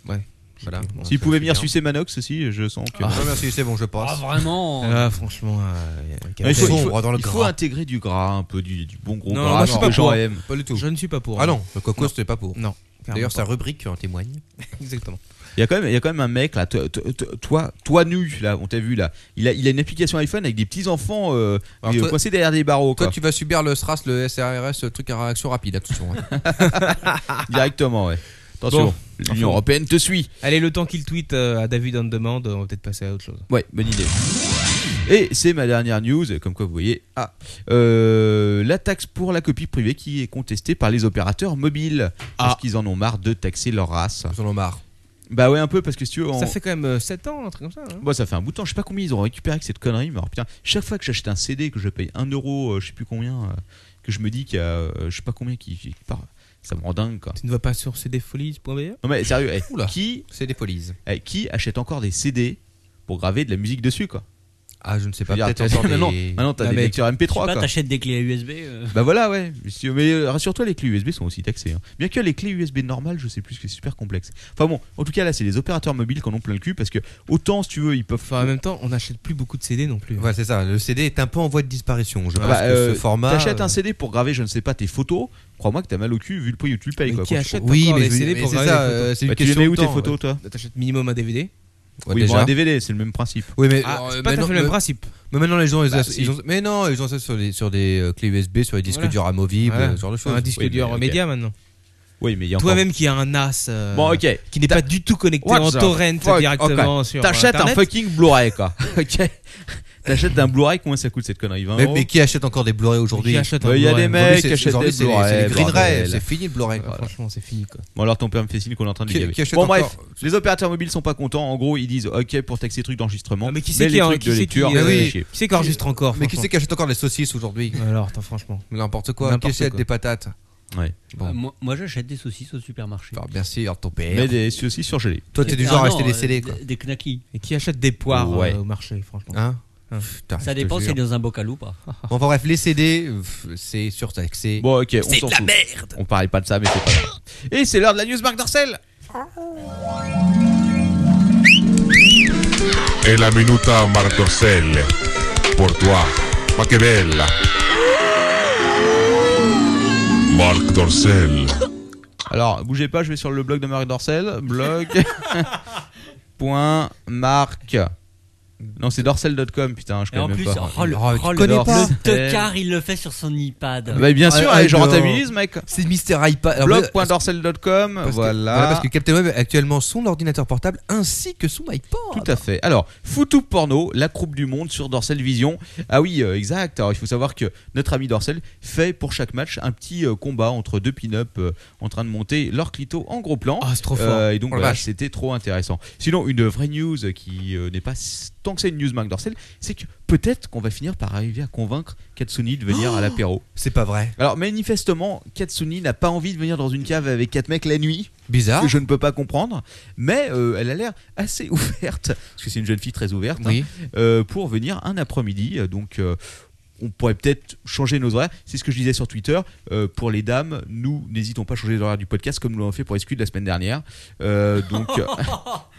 Ouais.
Voilà. Bon,
S'il
ça,
pouvait
c'est
venir
bien.
sucer Manox aussi, je sens que.
Ah, non, merci, c'est bon, je passe.
Ah, vraiment
Ah, franchement, euh,
Non, il
Capitaine,
faut, il
sombre
faut-
dans le
il faut
gras.
intégrer du gras, un peu du, du bon gros
Non,
gras,
moi,
ce
je suis
que
pas
les gens
pour.
aiment.
Pas du tout.
je ne suis pas pour.
Ah
hein.
non, le coco,
Non.
c'était pas pour.
Non.
D'ailleurs, sa
Carrément
rubrique en témoigne.
pas. Exactement.
Il y a quand même, il y a quand même un mec là, toi, toi- toi- toi, toi nu là, on t'a vu là. Il a, il a une application iPhone avec des petits enfants euh,
Alors,
euh,
toi-
coincés derrière des barreaux.
Toi,
quoi.
tu vas subir le SRAS, le SRRS, le truc à réaction rapide, attention.
*laughs*
hein.
Directement, ouais. Attention,
Bon.
l'Union européenne te suit.
Allez, le temps qu'il tweet euh, à David on demande, on va peut-être passer à autre chose.
Ouais, bonne idée. Et c'est ma dernière news, comme quoi vous voyez. Ah, euh, la taxe pour la copie privée qui est contestée par les opérateurs mobiles. Parce
Ah.
qu'ils en ont marre de taxer leur race.
Ils en ont marre.
Bah ouais, un peu, parce que si tu veux. on-
Ça fait quand même 7 ans, un truc comme ça. hein.
Bon, ça fait un bout de temps, je sais pas combien ils ont récupéré avec cette connerie, mais alors putain, chaque fois que j'achète un CD, que je paye 1 euro, euh, je sais plus combien, euh, que je me dis qu'il y a, euh, je sais pas combien qui, qui part, ça me rend dingue quoi.
Tu ne vas pas sur cdfolies.be
Non mais sérieux, eh,
Oula.
qui,
C'est des polices.
eh, qui achète encore des CD pour graver de la musique dessus quoi
Ah, je ne sais
Je
pas.
veux
Bah,
dire,
Peut-être
t'as-
encore
*laughs*
des...
maintenant, maintenant t'as
Non,
des
mais-
lecteurs
Je sais
MP3
pas,
quoi.
t'achètes des clés USB euh.
Bah voilà, ouais. Si- Mais euh, rassure-toi, les clés USB sont aussi taxées. hein. Bien que les clés USB normales, je sais plus, c'est super complexe. Enfin bon, en tout cas, là, c'est les opérateurs mobiles qui en ont plein le cul parce que autant, si tu veux, ils peuvent.
Enfin, en même temps, on n'achète plus beaucoup de CD non plus. hein.
Ouais, c'est ça. Le CD est un peu en voie de disparition. Je
Bah,
pense que
euh,
ce format.
T'achètes un
euh,
CD pour graver, je ne sais pas, tes photos. Crois-moi que t'as mal au cul vu le prix où tu le payes.
Mais
quoi,
qui
quand tu
achète
trouves.
Oui,
encore
mais
les
je veux
CD
dire,
pour
mais c'est
graver
ça.
des photos
euh, C'est une
Bah, Tu les
question
mets où
de
tes
temps,
photos, toi
T'achètes minimum un DVD.
Ouais,
oui, bon,
déjà.
un DVD, c'est le même principe.
Oui, mais,
Ah,
euh,
c'est pas tout à
maintenant,
fait le même
mais-
principe.
mais maintenant, les gens, ils,
Bah,
ils
si.
ont, mais non, ils ont ça sur des, sur des euh, clés USB, sur les disques
Voilà.
durs amovibles,
Voilà.
ce genre de
C'est
choses.
un disque
Oui,
dur
mais, ok.
média maintenant.
Oui, mais il y a encore.
Toi-même qui a un NAS euh,
Bon, ok.
qui n'est pas du tout connecté
What
en
the
torrent
fuck,
directement sur
T'achètes un
Internet.
fucking Blu-ray, quoi. *laughs* ok. T'achètes un Blu-ray, combien ça coûte cette connerie 20
Mais,
euros
mais qui achète encore des Blu-ray aujourd'hui
Qui achète un
Ouais, il y a
Blu-ray,
des
moi.
mecs
Aujourd'hui,
qui
c'est-
achètent
aujourd'hui,
des
c'est-
Blu-ray,
C'est les Green
bordel.
Ray, c'est fini le Blu-ray.
Ouais, Franchement, c'est fini quoi.
Bon, alors ton père me fait signe qu'on est en train de
Qui-
le
qui
gaver.
achète
Bon,
encore-
bref, les opérateurs mobiles sont pas contents. En gros, ils disent OK pour taxer les trucs d'enregistrement.
Ah, mais qui c'est qui,
les
hein,
trucs
qui
de
c'est
lecture,
qui,
ça
euh,
fait
oui.
chier.
Qui c'est qui enregistre encore
Mais qui c'est
franchement
qui achète encore les saucisses aujourd'hui
Alors, attends, franchement.
N'importe quoi. Qui
N'importe
achète
quoi.
des patates
Ouais.
Euh,
Bon,
moi, moi, j'achète des saucisses au supermarché.
alors, merci, alors ton père.
Mais des aussi surgelés.
Toi, t'es du
Ah
genre à
non,
acheter des
euh,
CD, quoi.
Des knackis.
Et qui achète des poires
Ouais.
euh, au marché, franchement.
Hein
Hein.
Putain, je
Ça
te
dépend si
jure.
c'est dans un bocal ou pas.
Bon, enfin, bref, les CD, pff, c'est surtaxé.
Bon, ok, on s'en fout. On parlait pas de ça, mais c'est pas grave. Et c'est l'heure de la news Marc Dorcel.
Es la minuta Marc Dorcel. Pour toi, ma que bella. Marc Dorcel.
Alors, bougez pas, je vais sur le blog de Marc Dorcel. Blog. point Marc. Non, c'est dorcel.com, putain, je
Et en
connais même
plus,
pas.
oh, le,
Oh,
oh,
tu
le-
connais
le
pas
tocard, il le fait sur son iPad.
Bah, bien sûr,
Ah,
eh, je
non.
rentabilise, mec.
C'est Mister iPad. Alors, parce-
Blog.dorcel.com,
parce que-
voilà.
Parce que Captain Web a actuellement son ordinateur portable ainsi que son iPod.
Tout à fait. Alors, Foutou Porno, la croupe du monde sur Dorsel Vision. Ah oui, euh, exact. Alors, il faut savoir que notre ami Dorsel fait pour chaque match un petit euh, combat entre deux pin-up euh, en train de monter leur clito en gros plan.
Ah, c'est trop fort.
Euh, et donc,
Oh la
voilà,
vache.
c'était trop intéressant. Sinon, une vraie news qui euh, n'est pas s- tant que c'est une news Marc Dorsel, c'est que peut-être qu'on va finir par arriver à convaincre Katsuni de
Oh
venir à l'apéro.
C'est pas vrai.
Alors, manifestement, Katsuni n'a pas envie de venir dans une cave avec quatre mecs la nuit
Bizarre.
que je ne peux pas comprendre, mais euh, elle a l'air assez *laughs* ouverte, parce que c'est une jeune fille très ouverte, hein,
Oui.
euh, pour venir un après-midi. Euh, Donc, euh, on pourrait peut-être changer nos horaires. C'est ce que je disais sur Twitter. Euh, pour les dames, nous n'hésitons pas à changer l'horaire du podcast, comme nous l'avons fait pour SQ de la semaine dernière. Euh, donc,
*laughs*
euh,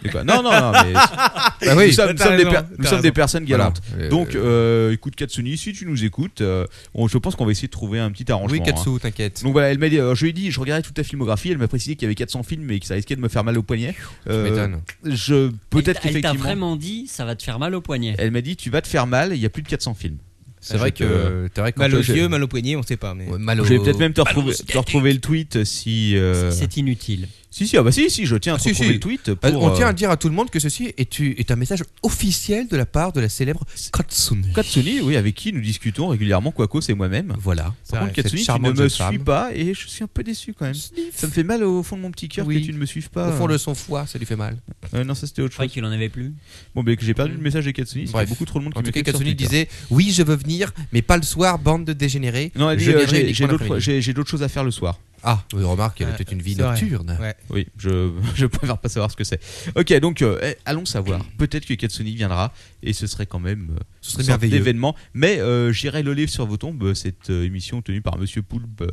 de quoi non, non, non, mais
Bah oui.
nous sommes, nous
t'as
sommes des,
raison,
per-
t'as
nous sommes des
raison.
personnes galantes.
Voilà. Euh,
Donc, euh, écoute Katsuni, si tu nous écoutes, euh, on- je pense qu'on va essayer de trouver un petit arrangement.
oui,
hein.
Katsu, t'inquiète.
Donc voilà, elle m'a dit, euh, je lui ai dit, je regardais toute ta filmographie, elle m'a précisé qu'il y avait 400 films et que ça risquait de me faire mal au poignet.
Tu
Euh,
m'étonnes.
je peut-être
Elle- Elle t'a
qu'effectivement.
vraiment dit, ça va te faire mal au poignet.
Elle m'a dit, tu vas te faire mal, il y a plus de 400 films.
C'est vrai
je-
que. t'as vrai que
Mal
quand
aux
je-
yeux, mal aux poignets, on sait pas. Mais...
Ouais, Mal aux
Je vais peut-être même te retrouver, te retrouver le tweet si. euh,
C'est inutile.
Si si ah bah si si je tiens à
Ah,
te
si,
retrouver
si.
le tweet
Ah,
pour.
On tient
euh,
à dire à tout le monde que ceci est, u- est un message officiel de la part de la célèbre Katsuni.
Katsuni, oui, avec qui nous discutons régulièrement, Quaco et moi-même.
Voilà.
Par contre,
Cette
Katsuni, tu ne
charmante
me
jeune
suis
femme.
pas et je suis un peu déçu quand même. Ça me fait mal au fond de mon petit cœur
Oui.
que tu ne me suives pas.
Au fond de son foie, ça lui fait mal.
Euh, non, ça c'était autre
Je
chose.
croyais qu'il en avait plus.
Bon, bah, que j'ai perdu le message de Katsuni, c'était
Bref.
beaucoup trop le monde qui
En tout cas,
m'écrivait sur
Katsuni
Twitter.
disait Oui, je veux venir, mais pas le soir, bande de dégénérés.
Non, elle dit,
Je
euh,
viendrai
j'ai-
uniquement
j'ai d'autres-
l'après-midi.
j'ai j'ai d'autres choses à faire le soir.
Ah, oui, remarque, elle
Ouais,
était une vie
c'est vrai.
nocturne.
Ouais.
Oui, je, *laughs* je préfère pas savoir ce que c'est. Ok, donc euh, eh, allons savoir. Peut-être que Katsuni viendra et ce serait quand même euh,
Ce serait
une sorte
merveilleux.
d'événement. Mais euh, j'irai le livre sur vos tombes, euh, cette euh, émission tenue par Monsieur Poulpe euh,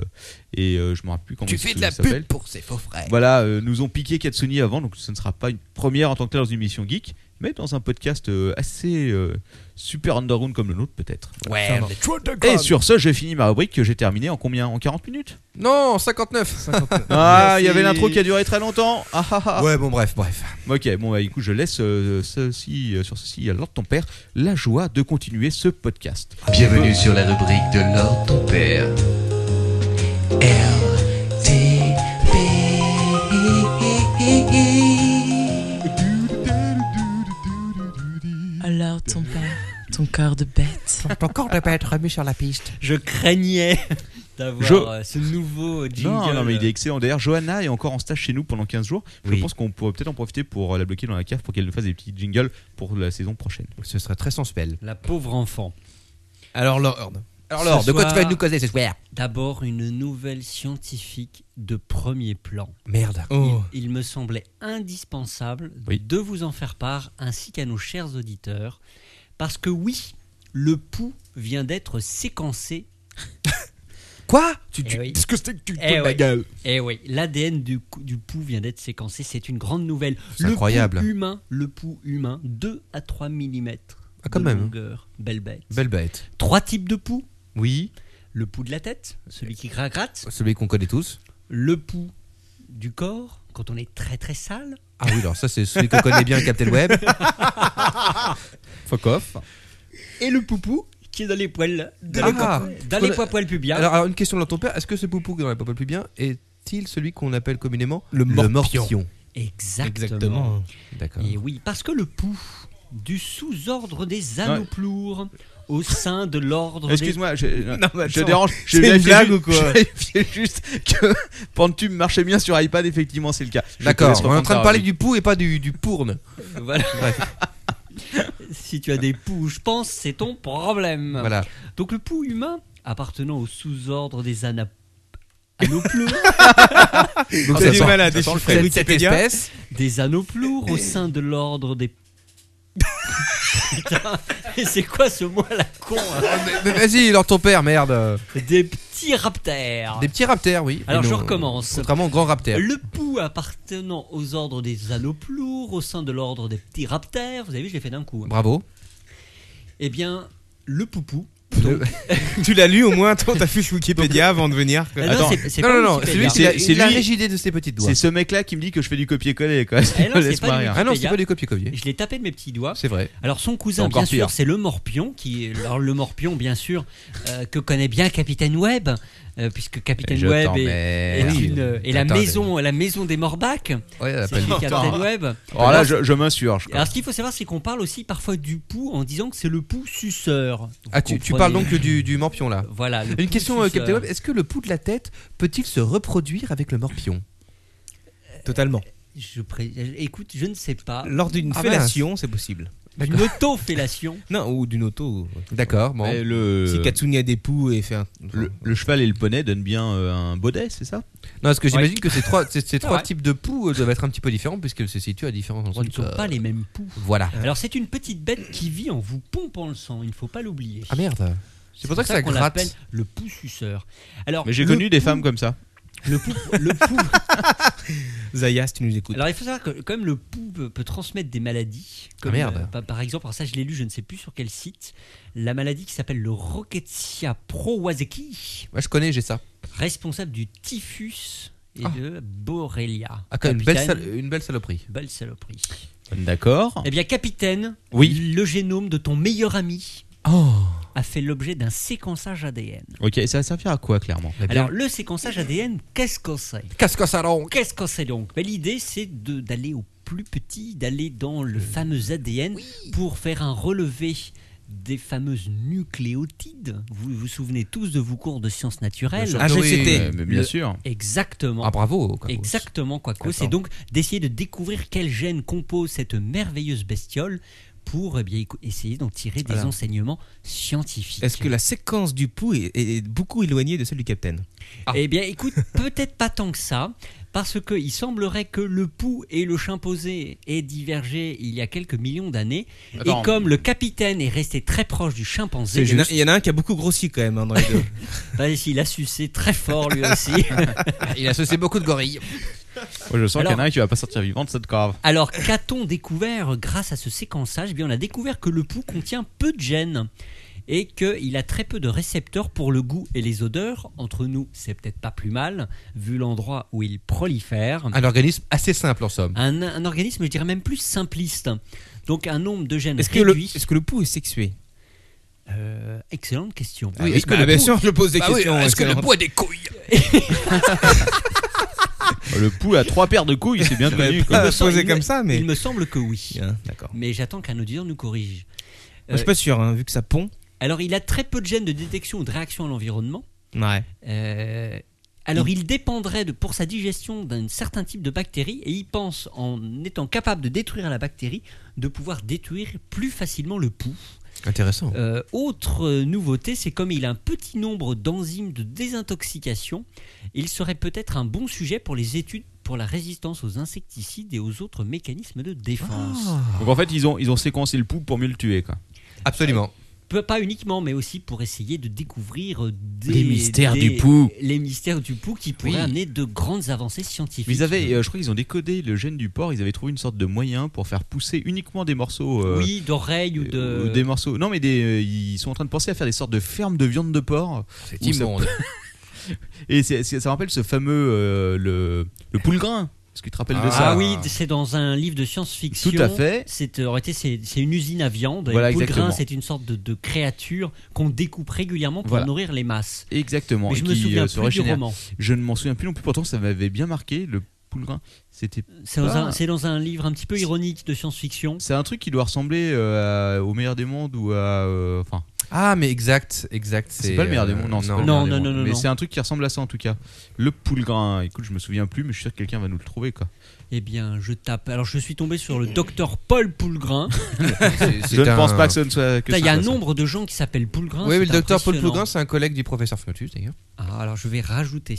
et euh, je me rappelle plus comment
Tu
il
fais
se-
de la
s'appelle.
pub pour ses faux frères.
Voilà, euh, nous ont piqué Katsuni avant, donc ce ne sera pas une première en tant que telle dans une émission geek, mais dans un podcast euh, assez euh, super underground comme le nôtre peut-être.
Ouais, mais-
Et sur ce, j'ai fini ma rubrique que j'ai terminée en combien En 40 minutes
Non, 59.
Ah, il y
Merci.
avait l'intro qui a duré très longtemps. Ah, ah, ah.
Ouais, bon, bref, bref. *laughs*
Ok, bon bah écoute, je laisse euh, ceci, euh, sur ceci à Lord ton père la joie de continuer ce podcast.
Bienvenue sur la rubrique de Lord ton père.
Alors ton père, ton corps de bête.
Ton corps ne pas être remis sur la piste.
Je craignais *laughs* d'avoir
Je-
euh, ce nouveau jingle.
non, non mais il est excellent. D'ailleurs, Johanna est encore en stage chez nous pendant 15 jours. Je
Oui.
pense qu'on pourrait peut-être en profiter pour euh, la bloquer dans la cave pour qu'elle nous fasse des petits jingles pour la saison prochaine.
Ce serait très sensuel.
euh, La pauvre enfant.
Alors, Lord.
Alors,
Ce
Laure, de quoi tu
soir-
vas nous causer ce soir
D'abord, une nouvelle scientifique de premier plan.
Merde.
Oh.
Il me semblait indispensable
Oui.
de vous en faire part ainsi qu'à nos chers auditeurs, parce que oui, le pouls vient d'être séquencé.
Quoi tu,
Eh oui.
Qu'est-ce que c'est que tu te
Eh
la
oui.
gueule
Eh oui, l'ADN du, cou- du pouls vient d'être séquencé, c'est une grande nouvelle.
C'est
Le
incroyable.
pouls humain, le pouls humain, 2 à 3 mm
Ah, quand
de
même.
longueur, belle bête.
Belle bête.
Trois types de pouls,
Oui,
le pouls de la tête, celui qui gratte,
celui qu'on connaît tous.
le pouls du corps, quand on est très très sale,
Ah oui, alors ça, c'est celui que connaît *laughs* bien Captain Web.
Fuck off.
Et le poupou qui est dans les poils. Dans
Ah.
les, poils- dans les poils poils pubiens.
Alors, alors, une question de ton père est-ce que ce poupou dans la papa plus bien est-il celui qu'on appelle communément le
morpion.
Exactement.
D'accord.
Et oui, parce que le pou du sous-ordre des anoplours au sein de l'ordre des
Excuse-moi, je, euh,
mais
je te
attends,
dérange.
c'est une blague
*laughs*
ou quoi
C'est juste que *laughs* Pantube marchait bien sur iPad, effectivement, c'est le cas. Je te laisse
D'accord, on est en
reprendre
train de
ta
parler
rubrique.
du pou et pas du, du pourne.
*laughs* Voilà.
Bref.
*laughs* Si tu as des poux, je pense, c'est ton problème.
Voilà.
Donc le pou humain appartenant au sous-ordre des ana- anoplours,
Donc,
T'as
ça
du
sent-
mal à
ça sent le
déchiffrer
frais. cette
Wikipédia.
espèce,
*laughs* des anoplours au sein de l'ordre des *laughs* Putain, mais c'est quoi ce mot à la con hein
Mais Vas-y, alors ton père, merde.
Des petits raptors.
Des petits raptors, oui.
Ah. Alors,
Et
je
non,
recommence.
Contrairement aux grands raptors.
Le pou appartenant aux ordres des anoplours au sein de l'ordre des petits raptors. Vous avez vu, je l'ai fait d'un coup. hein.
Bravo.
Eh bien, le poupou.
*laughs*
*laughs*
tu l'as lu au moins, attends, t'as fiche Wikipédia avant de venir. quoi.
Ah
Attends.
c'est- c'est
Non,
pas
non, non, c'est
Wikipédia.
lui
C'est-
qui a-
c'est
il a
lui-
rigidé de ses petites doigts.
C'est ce mec-là qui me dit que je fais du copier-coller, quoi.
Eh non,
*laughs* Je
c'est
laisse
pas
pas
du
rire.
tout.
Ah non, c'est
Wikipédia.
pas du copier-copier.
Je l'ai tapé de mes petits doigts.
C'est vrai.
Alors son
C'est
cousin,
encore
bien
pire.
sûr, c'est le Morpion, qui, est- alors le Morpion, bien sûr, euh, que connaît bien Capitaine Web, euh, puisque Capitaine
Je
Web est, est
t'emmerde.
une, euh, est la
Attends,
maison, la maison des Morbacs.
Ouais, elle a
C'est
pas
chez
dit.
Capitaine Web.
Alors là, je, je m'insurge. quoi.
Alors ce qu'il faut savoir, c'est qu'on parle aussi parfois du pou en disant que c'est le pou suceur. Vous
Ah, tu, tu
comprenez
parles donc du, du morpion là.
Voilà. le
Une
pou
question, euh,
suceur.
Captain Web est-ce que le pou de la tête peut-il se reproduire avec le morpion
Totalement.
Je pré- euh, Écoute, je ne sais pas.
Lors d'une
Ah,
fellation, c'est possible.
Une
*laughs*
auto-fellation.
Non, ou d'une auto.
D'accord,
Euh,
bon.
Mais le,
Si Katsuni a des poux et fait un.
Euh, le, le cheval et le poney donnent bien euh, un baudet, c'est ça
Non, parce que j'imagine que ces trois, ces,
*laughs*
ces trois
ouais. Oh,
types de poux euh, doivent être un petit peu différents puisque se situent à différents
Ce
endroits
ne
du
sont
corps.
pas les mêmes poux.
Voilà.
Alors c'est une petite bête qui vit en vous pompant le sang, il ne faut pas l'oublier.
Ah merde. C'est pour ça que ça
qu'on
gratte.
l'appelle le pou suceur. Alors,
Mais j'ai
le
connu des
pou-
femmes comme ça.
*laughs*
Le pou, le pou-
Zaya, si tu nous écoutes.
alors il faut savoir que comme le pou peut, peut transmettre des maladies, comme,
Ah, merde.
euh, par, par exemple, alors ça je l'ai lu, je ne sais plus sur quel site, la maladie qui s'appelle le Roketsia prowazeki,
Moi je connais, j'ai ça.
responsable du typhus et
Ah.
de Borrelia.
Ah, quand même, une, belle
Capitaine,
sal- une belle saloperie.
belle saloperie.
D'accord.
Eh bien capitaine,
Oui.
le génome de ton meilleur ami
Oh
a fait l'objet d'un séquençage ADN.
Ok, ça va servir à quoi, clairement
Alors le séquençage ADN, qu'est-ce qu'on sait
Qu'est-ce que ça rend
Qu'est-ce qu'on sait donc Ben, L'idée, c'est de- d'aller au plus petit, d'aller dans le fameux ADN pour faire un relevé des fameuses nucléotides. Vous vous souvenez tous de vos cours de sciences naturelles
Ah, GCT.
Ouais, mais bien
Le-
sûr.
Exactement.
Ah bravo Quacos.
Exactement, Quacos.
Attends.
C'est donc d'essayer de découvrir quel gène compose cette merveilleuse bestiole pour eh bien, éco- essayer d'en tirer des
Voilà.
enseignements scientifiques.
Est-ce que la séquence du pou est, est- est beaucoup éloignée de celle du capitaine
Eh bien, écoute, *laughs* peut-être pas tant que ça, parce que il semblerait que le pou et le chimpanzé aient divergé il y a quelques millions d'années,
Attends.
et comme le capitaine est resté très proche du chimpanzé,
Il y en a- il y en a un qui a beaucoup grossi quand même hein, dans les *laughs* deux.
bah, il a sucé très fort lui aussi.
Ah, Il associé beaucoup de gorilles.
Ouais, je sens qu'il y en a
Alors-
un qui va pas sortir vivant de cette cave.
Alors, qu'a-t-on découvert grâce à ce séquençage Eh bien, on a découvert que le pou contient peu de gènes et qu'il a très peu de récepteurs pour le goût et les odeurs. Entre nous, c'est peut-être pas plus mal, vu l'endroit où il prolifère.
Un organisme assez simple en somme.
un, un organisme, je dirais même plus simpliste. Donc un nombre de gènes
Est-ce que, le,
réduit.
est-ce que le pou est sexué Ah
Euh, excellente question. bah,
Oui, Ah est-ce que bien sûr, je pose
Bah
des questions. est-ce que le pou
Le pou a trois paires de couilles, *laughs* c'est bien connu. quoi.
pas
semble-
posé
il
comme ça, mais.
Il me semble que oui.
Hein, D'accord.
Mais j'attends qu'un auditeur nous corrige.
Moi, Je suis pas sûr, hein, vu que ça pond.
Alors il a très peu de gènes de détection ou de réaction à l'environnement.
Ouais.
Euh, alors il dépendrait de, pour sa digestion d'un certain type de bactérie et il pense, en étant capable de détruire la bactérie, de pouvoir détruire plus facilement le pouls.
Intéressant.
Euh, autre euh, nouveauté, c'est comme il a un petit nombre d'enzymes de désintoxication, il serait peut-être un bon sujet pour les études pour la résistance aux insecticides et aux autres mécanismes de défense.
Donc en fait, ils ont, ils ont séquencé le pou pour mieux le tuer, quoi.
Absolument.
Peu- Pas uniquement, mais aussi pour essayer de découvrir euh, des,
Les mystères
des-
du pou.
Les mystères du pou qui pourraient
Oui.
amener de grandes avancées scientifiques.
Mais ils avaient, euh, je crois qu'ils ont décodé le gène du porc, ils avaient trouvé une sorte de moyen pour faire pousser uniquement des morceaux. euh,
oui, d'oreilles ou
euh,
de...
Des morceaux. Non, mais des, euh, ils sont en train de penser à faire des sortes de fermes de viande de porc.
C'est
immonde. Et c'est- c'est- ça me rappelle ce fameux. euh, le, le poulgrain. Est-ce que tu te rappelles de ça
Ah oui, c'est dans un livre de science-fiction.
Tout à fait.
C'est euh, en réalité, c'est c'est une usine à viande.
Voilà,
et Paul
exactement.
Grain, c'est une sorte de, de créature qu'on découpe régulièrement pour
Voilà.
nourrir les masses.
Exactement.
Mais
et
je me
qui,
souviens
euh, se
plus du
régénère.
roman.
Je ne m'en souviens plus non plus, pourtant ça m'avait bien marqué, le poulgrain. C'était
C'est dans,
Ah.
un- c'est dans un livre un petit peu ironique de science-fiction.
c'est un truc qui doit ressembler euh, à- au meilleur des mondes ou à euh, enfin
Ah, mais exact, exact. euh,
c'est pas le meilleur des mondes non, c'est pas le
Non,
meilleur des
non,
mondes.
non, non,
mais
non.
c'est un truc qui ressemble à ça en tout cas le poulgrain écoute je me souviens plus mais je suis sûr que quelqu'un va nous le trouver quoi
Eh bien, je tape. Alors, je suis tombé sur le docteur Paul Poulgrain.
je ne pense pas que ce ne soit que
Putain,
ce
Il y a un
soit ça.
nombre de gens qui s'appellent Poulgrain.
Oui,
c'est
mais le docteur Paul
impressionnant.
Poulgrain, c'est un collègue du professeur Fnotus d'ailleurs.
Ah, alors, je vais rajouter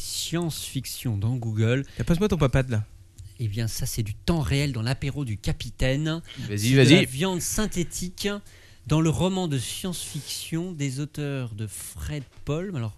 science-fiction dans Google.
Passe-moi ton papade là.
Eh bien, ça, c'est du temps réel dans l'apéro du capitaine.
vas-y
de la
vas-y
viande synthétique dans le roman de science-fiction des auteurs de Fred Paul. Alors,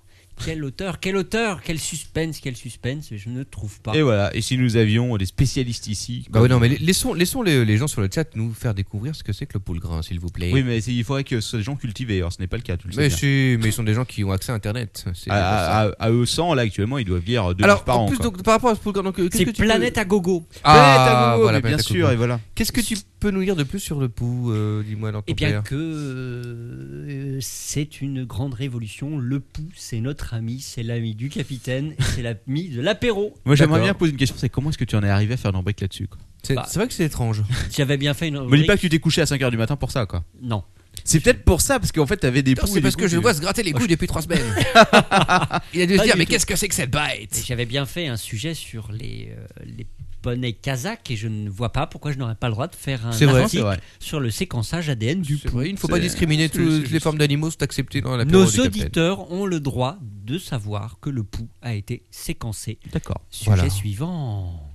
quel auteur Quel auteur Quel suspense Quel suspense Je ne trouve pas.
et voilà et si nous avions des spécialistes ici
Bah oui, non, mais laissons, laissons les, les gens sur le chat nous faire découvrir ce que c'est que le Poulgrain, s'il vous plaît.
oui mais c'est- il faudrait que ce soit des gens cultivés alors ce n'est pas le cas tu le sais
mais,
bien.
si, mais ils sont des gens qui ont accès à Internet.
Ah,
c'est déjà ça.
à, à, à eux 100 là actuellement ils doivent dire deux livres
Alors,
par
en
an
plus,
quoi.
donc, par rapport à ce Poulgrain, donc, euh, qu'est-ce
C'est
que tu
Planète
peux...
à gogo.
Ah,
Ah, voilà,
mais bien
Planète à
sûr
gogo.
et voilà
Qu'est-ce que tu peux nous dire de plus sur le Pou, euh, dis-moi, dans ton
Eh bien
père
que euh, c'est une grande révolution. Le pouls, c'est notre ami, c'est l'ami du capitaine, et c'est l'ami de l'apéro.
moi j'aimerais
D'accord.
bien poser une question c'est comment est-ce que tu en es arrivé à faire une rubrique là-dessus quoi
C'est
bah-
c'est vrai que c'est *laughs* étrange.
J'avais bien fait une.
me dis
rubrique-
pas que tu t'es couché à 5h du matin pour ça quoi
Non.
C'est peut-être pour ça, parce qu'en fait, t'avais des poux. et
C'est
des
parce
coups,
que je
tu-
vois se gratter les couilles depuis trois semaines. Il a dû
Pas
se dire,
du
mais
tout.
qu'est-ce que c'est que cette bite
Et J'avais bien fait un sujet sur les, euh, les poneys kazakhs et je ne vois pas pourquoi je n'aurais pas le droit de faire un
C'est vrai,
article
Ah, c'est vrai.
sur le séquençage ADN du
C'est
pouls.
vrai, il ne faut pas
C'est-
discriminer
c'est-
toutes
c'est
les formes d'animaux, c'est accepté dans la
Nos auditeurs ont le droit de savoir que le pouls a été séquencé.
D'accord.
Sujet
Voilà.
suivant.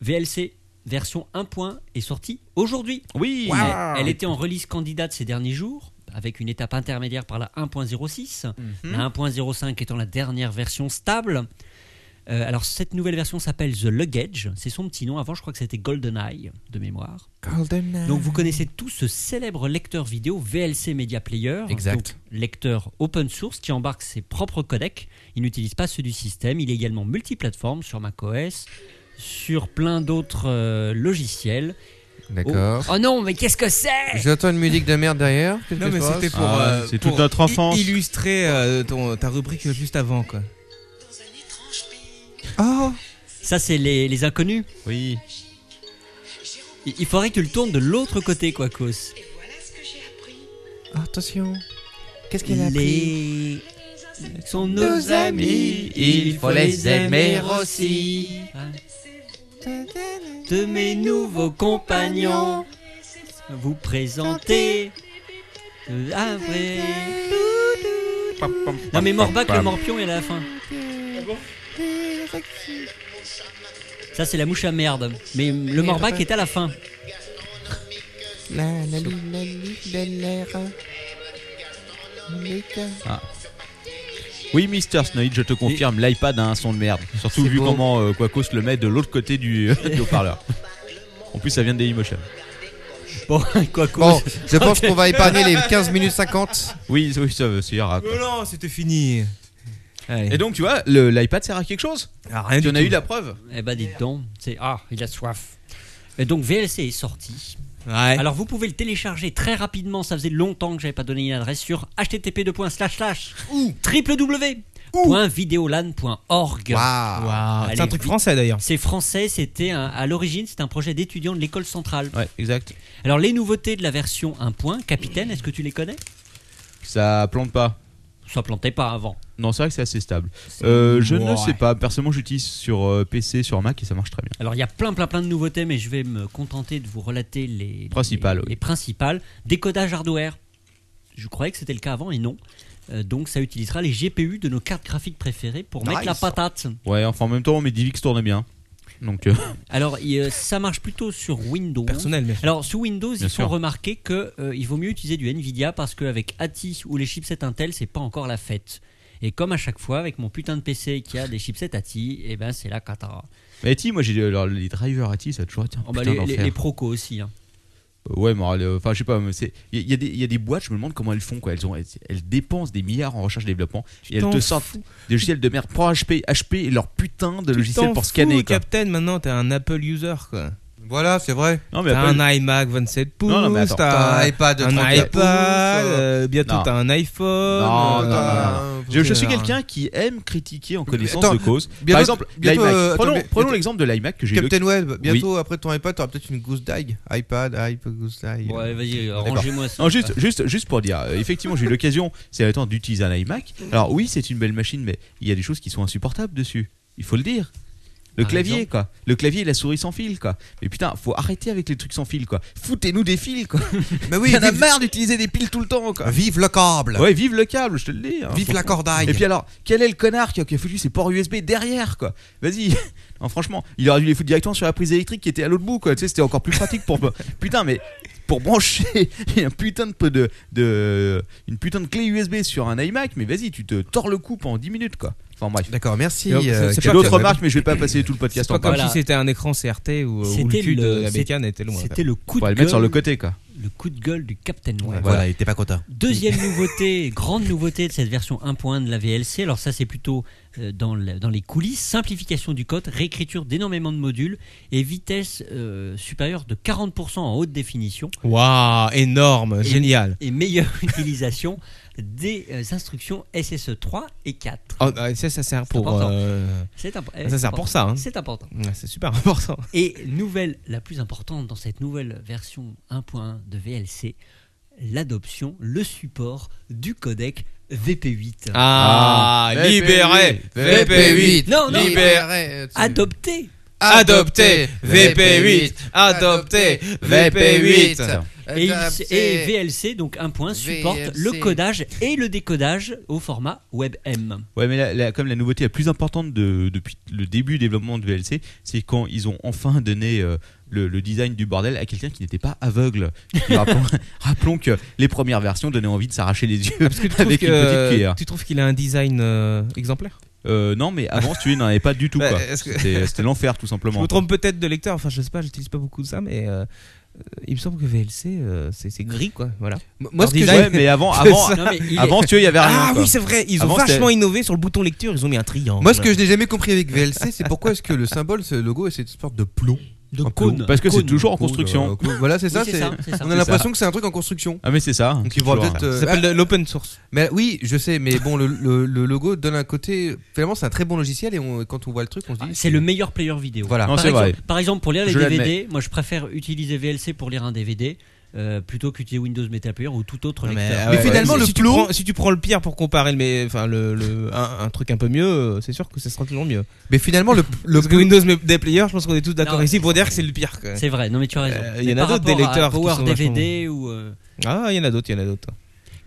VLC version 1 point est sortie aujourd'hui.
Oui.
Elle- Elle était en release candidate ces derniers jours, avec une étape intermédiaire par la 1.06, la 1.05 étant la dernière version stable. Euh, alors cette nouvelle version s'appelle The Luggage, c'est son petit nom, avant je crois que c'était GoldenEye de mémoire. Donc vous connaissez tous ce célèbre lecteur vidéo VLC Media Player,
Exact.
donc lecteur open source qui embarque ses propres codecs, il n'utilise pas ceux du système, il est également multiplateforme sur macOS, sur plein d'autres euh, logiciels. Oh.
D'accord.
oh non, mais qu'est-ce que c'est
J'entends une musique de merde derrière. Qu'est-ce
Non,
que
mais
se passe
c'était pour,
Ah,
euh,
c'est
pour
toute notre
i-
enfance.
illustrer euh, ton, ta rubrique juste avant, quoi. Oh
Ça, c'est les, les inconnus.
Oui.
Il, il faudrait que tu le tournes de l'autre côté, Quacos.
Attention. Qu'est-ce
Les sont nos amis, il faut les aimer aussi. De mes nouveaux compagnons, vous présenter un vrai. Non, mais Morbac, le morpion est à la fin. Ça, c'est la mouche à merde. Mais le Morbac est à la fin.
Oui, Mr. Snoid, je te confirme, l'iPad a un son de merde. Surtout
C'est
vu
beau.
comment euh, Quacos le met de l'autre côté du, euh, *laughs* du haut-parleur. En plus, ça vient de Dailymotion.
Bon, Quacos.
Bon, je *laughs* pense qu'on va épargner les 15 minutes 50.
Oui, oui, ça, euh, ça ira. quoi.
non, c'était fini.
Et donc, tu vois, le- l'iPad sert à quelque chose.
Ah, rien
Tu
du
en as
tout.
eu la preuve.
Eh ben dites donc, c'est ah, il a soif. Et donc VLC est sorti.
Eh.
Ouais.
Alors vous pouvez le télécharger très rapidement, ça faisait longtemps que j'avais pas donné une adresse sur http www.videolan.org.
Waouh.
Waouh,
Allez,
c'est un truc
vite.
français d'ailleurs.
C'est français, c'était un- à l'origine, c'était un projet d'étudiants de l'école centrale.
Ouais, exact.
Alors les nouveautés de la version 1. Capitaine, est-ce que tu les connais
Ça plante pas.
Ça plantait pas avant.
Non, c'est vrai que c'est assez stable. Euh, je ne
Ouais.
sais pas. Personnellement, j'utilise sur euh, PC, sur Mac et ça marche très bien.
Alors il y a plein plein plein de nouveautés, mais je vais me contenter de vous relater les
Principales,
les-
oui.
les principales. Décodage hardware. Je croyais que c'était le cas avant et non. Euh, donc ça utilisera les GPU de nos cartes graphiques préférées pour mettre la patate.
Ouais, enfin, en même temps, mes DivX tournent bien. Donc, *laughs* euh,
Alors il, euh, ça marche plutôt sur Windows.
Personnel, bien sûr.
Alors sous Windows,
Bien
il faut
sûr.
remarquer que euh, il vaut mieux utiliser du Nvidia parce qu'avec ATI ou les chipsets Intel, c'est pas encore la fête. Et comme à chaque fois avec mon putain de PC qui a des chipsets ATI, et ben c'est la cata.
Mais Ati, moi j'ai alors, les drivers Ati, ça a toujours été un
Oh, bah,
putain
les, les,
d'enfer.
les Proco aussi. hein.
Ouais, mais euh, enfin, je sais pas. mais c'est- Il y, a- il y a des- il y a des boîtes, je me demande comment elles font. Quoi. Elles, ont, elles, elles dépensent des milliards en recherche et développement et elles
t'en
te sortent des logiciels de merde. Prends HP, HP et leur putain de logiciel
T'en
pour
fous,
scanner. Quoi.
Captain, maintenant, t'es un Apple user, quoi.
Voilà, c'est vrai.
Non, mais
T'as
Apple-
un iMac 27 pouces,
Non, non, mais attends,
T'as
t'as
un iPad de
un
34
iPad,
pouces, euh,
euh, bientôt
Non.
t'as un iPhone.
Non,
euh,
non, non, non, non.
euh,
Je, je suis
euh,
quelqu'un qui aime critiquer en connaissance
attends,
de cause.
bientôt-
Par exemple,
bientôt,
l'iMac.
euh, attends,
prenons
mais-
prenons
bientôt-
l'exemple de l'iMac que j'ai eu.
Captain Web, bientôt après ton iPad, t'auras peut-être une goose d'ag. iPad, iPad, goose d'ag.
Bon, allez, vas-y, euh, rangez-moi ça.
Non, Ah, juste, juste, juste pour dire, euh, effectivement, j'ai eu l'occasion c'est le temps d'utiliser un iMac. Alors, oui, c'est une belle machine, mais il y a des choses qui sont insupportables dessus. Il faut le dire. Le
Par
clavier,
exemple
quoi. Le clavier et la souris sans fil, quoi. Mais putain, faut arrêter avec les trucs sans fil, quoi. Foutez-nous des fils, quoi.
Mais oui,
Il y en a
vive-
marre d'utiliser des piles tout le temps, quoi.
Vive le câble.
Ouais, vive le câble, je te le dis. hein.
Vive la cordaille.
Et puis alors, quel est le connard qui a, qui a foutu ses ports USB derrière, quoi Vas-y. *laughs* Non, franchement, il aurait dû les foutre directement sur la prise électrique qui était à l'autre bout, quoi. Tu sais, c'était encore plus pratique
*laughs*
pour. putain, mais pour brancher *laughs* un putain de, peu de, de- une putain de clé USB sur un iMac, mais vas-y, tu te tords le cou pendant 10 minutes, quoi. Enfin bref.
D'accord, merci.
Et hop,
euh,
c'est- C'est
Captain
l'autre
Web.
remarque, mais je vais pas passer tout le podcast
C'est pas
en
comme
parlant.
Voilà.
si c'était un écran CRT où, où le
C'était
cul de
le-
la
c'est-
bécane était loin.
C'était le coup
On va
de
le mettre sur le
gueule,
côté, quoi.
le coup de gueule du Captain Web.
Voilà, il était pas content.
Deuxième nouveauté, grande nouveauté de cette version 1.1 de la VLC, alors ça c'est plutôt euh, dans, le- dans les coulisses, simplification du code, réécriture d'énormément de modules et vitesse euh, supérieure de 40% en haute définition
Waouh, énorme, génial.
et meilleure *laughs* utilisation des euh, instructions SSE 3 et 4.
Oh, euh, ça, ça sert pour.
important.
euh,
C'est imp-
ça sert pour ça. hein.
C'est important.
Ouais, C'est super important.
Et nouvelle, la plus importante dans cette nouvelle version 1.1 de VLC, l'adoption, le support du codec VP8.
Ah,
VP8,
libéré
VP8,
Non, non,
libéré.
adopté
Adopté VP8 Adopté VP8
Euh,
et, il- et VLC, donc un point, supporte le codage et le décodage au format WebM.
Ouais, mais là, là, comme la nouveauté la plus importante de- depuis le début du développement de VLC, c'est quand ils ont enfin donné euh, le, le design du bordel à quelqu'un qui n'était pas
*laughs*
aveugle. Et rappelons, rappelons que les premières versions donnaient envie de s'arracher les yeux
Parce que tu trouves
avec une petite
que-
cuillère.
tu trouves qu'il a un design euh, exemplaire
Euh, non, mais avant, si tu veux, il n'en avait pas du tout.
Bah,
quoi.
euh,
est-ce que-
C'était euh, c'était l'enfer, tout
Je
simplement.
me trompe peut-être de lecteur, enfin je sais pas, j'utilise pas beaucoup de ça, mais euh, euh, il me semble que VLC euh, c'est c'est gris quoi, voilà.
Moi, ce que
Ouais,
j'ai. *laughs*
mais avant, avant,
Ah.
Non, mais il est-
avant, si tu veux, il y avait rien.
Ah
quoi.
oui c'est vrai, ils ont
Avant,
vachement
c'était-
innové sur le bouton lecture, ils ont mis un triangle.
Moi, ce que je n'ai jamais compris avec VLC, c'est pourquoi est-ce que le symbole, ce logo, c'est une sorte de plomb.
de
un
cône.
Parce que c'est
Cône.
toujours en
Cool,
construction.
euh, cool. Voilà, c'est
Oui,
ça.
c'est
c'est-
ça, c'est ça.
On a l'impression que c'est un truc en construction.
Ah, mais c'est ça.
Donc il faudra
Toujours.
peut-être.
ça
euh,
s'appelle de l'open source.
Mais oui, je sais, mais bon, le, le- le logo donne un côté. Finalement, c'est un très bon logiciel et on- quand on voit le truc, on se dit.
C'est le meilleur player vidéo.
Voilà.
Non,
Par,
c'est vrai.
exemple, par exemple, pour lire les
Je
DVD, moi je préfère utiliser VLC pour lire un DVD euh, plutôt qu'utiliser Windows Media Player ou tout autre
ah
lecteur.
Mais finalement,
si-
le
si tu
plot-
prends- si tu prends le pire pour comparer le, mais, enfin, le, le- un, un truc un peu mieux, euh, c'est sûr que ça sera toujours mieux.
Mais finalement, le, le
Parce que Windows Media Player, je pense qu'on est tous d'accord
Non,
ici pour dire que c'est le pire. quoi.
C'est vrai, non mais tu as raison.
Euh,
Mais
il y en a
par
d'autres, des
rapport à
lecteurs qui
Power
sont
DVD ou. euh,
Ah, il y en a d'autres, il y en a d'autres.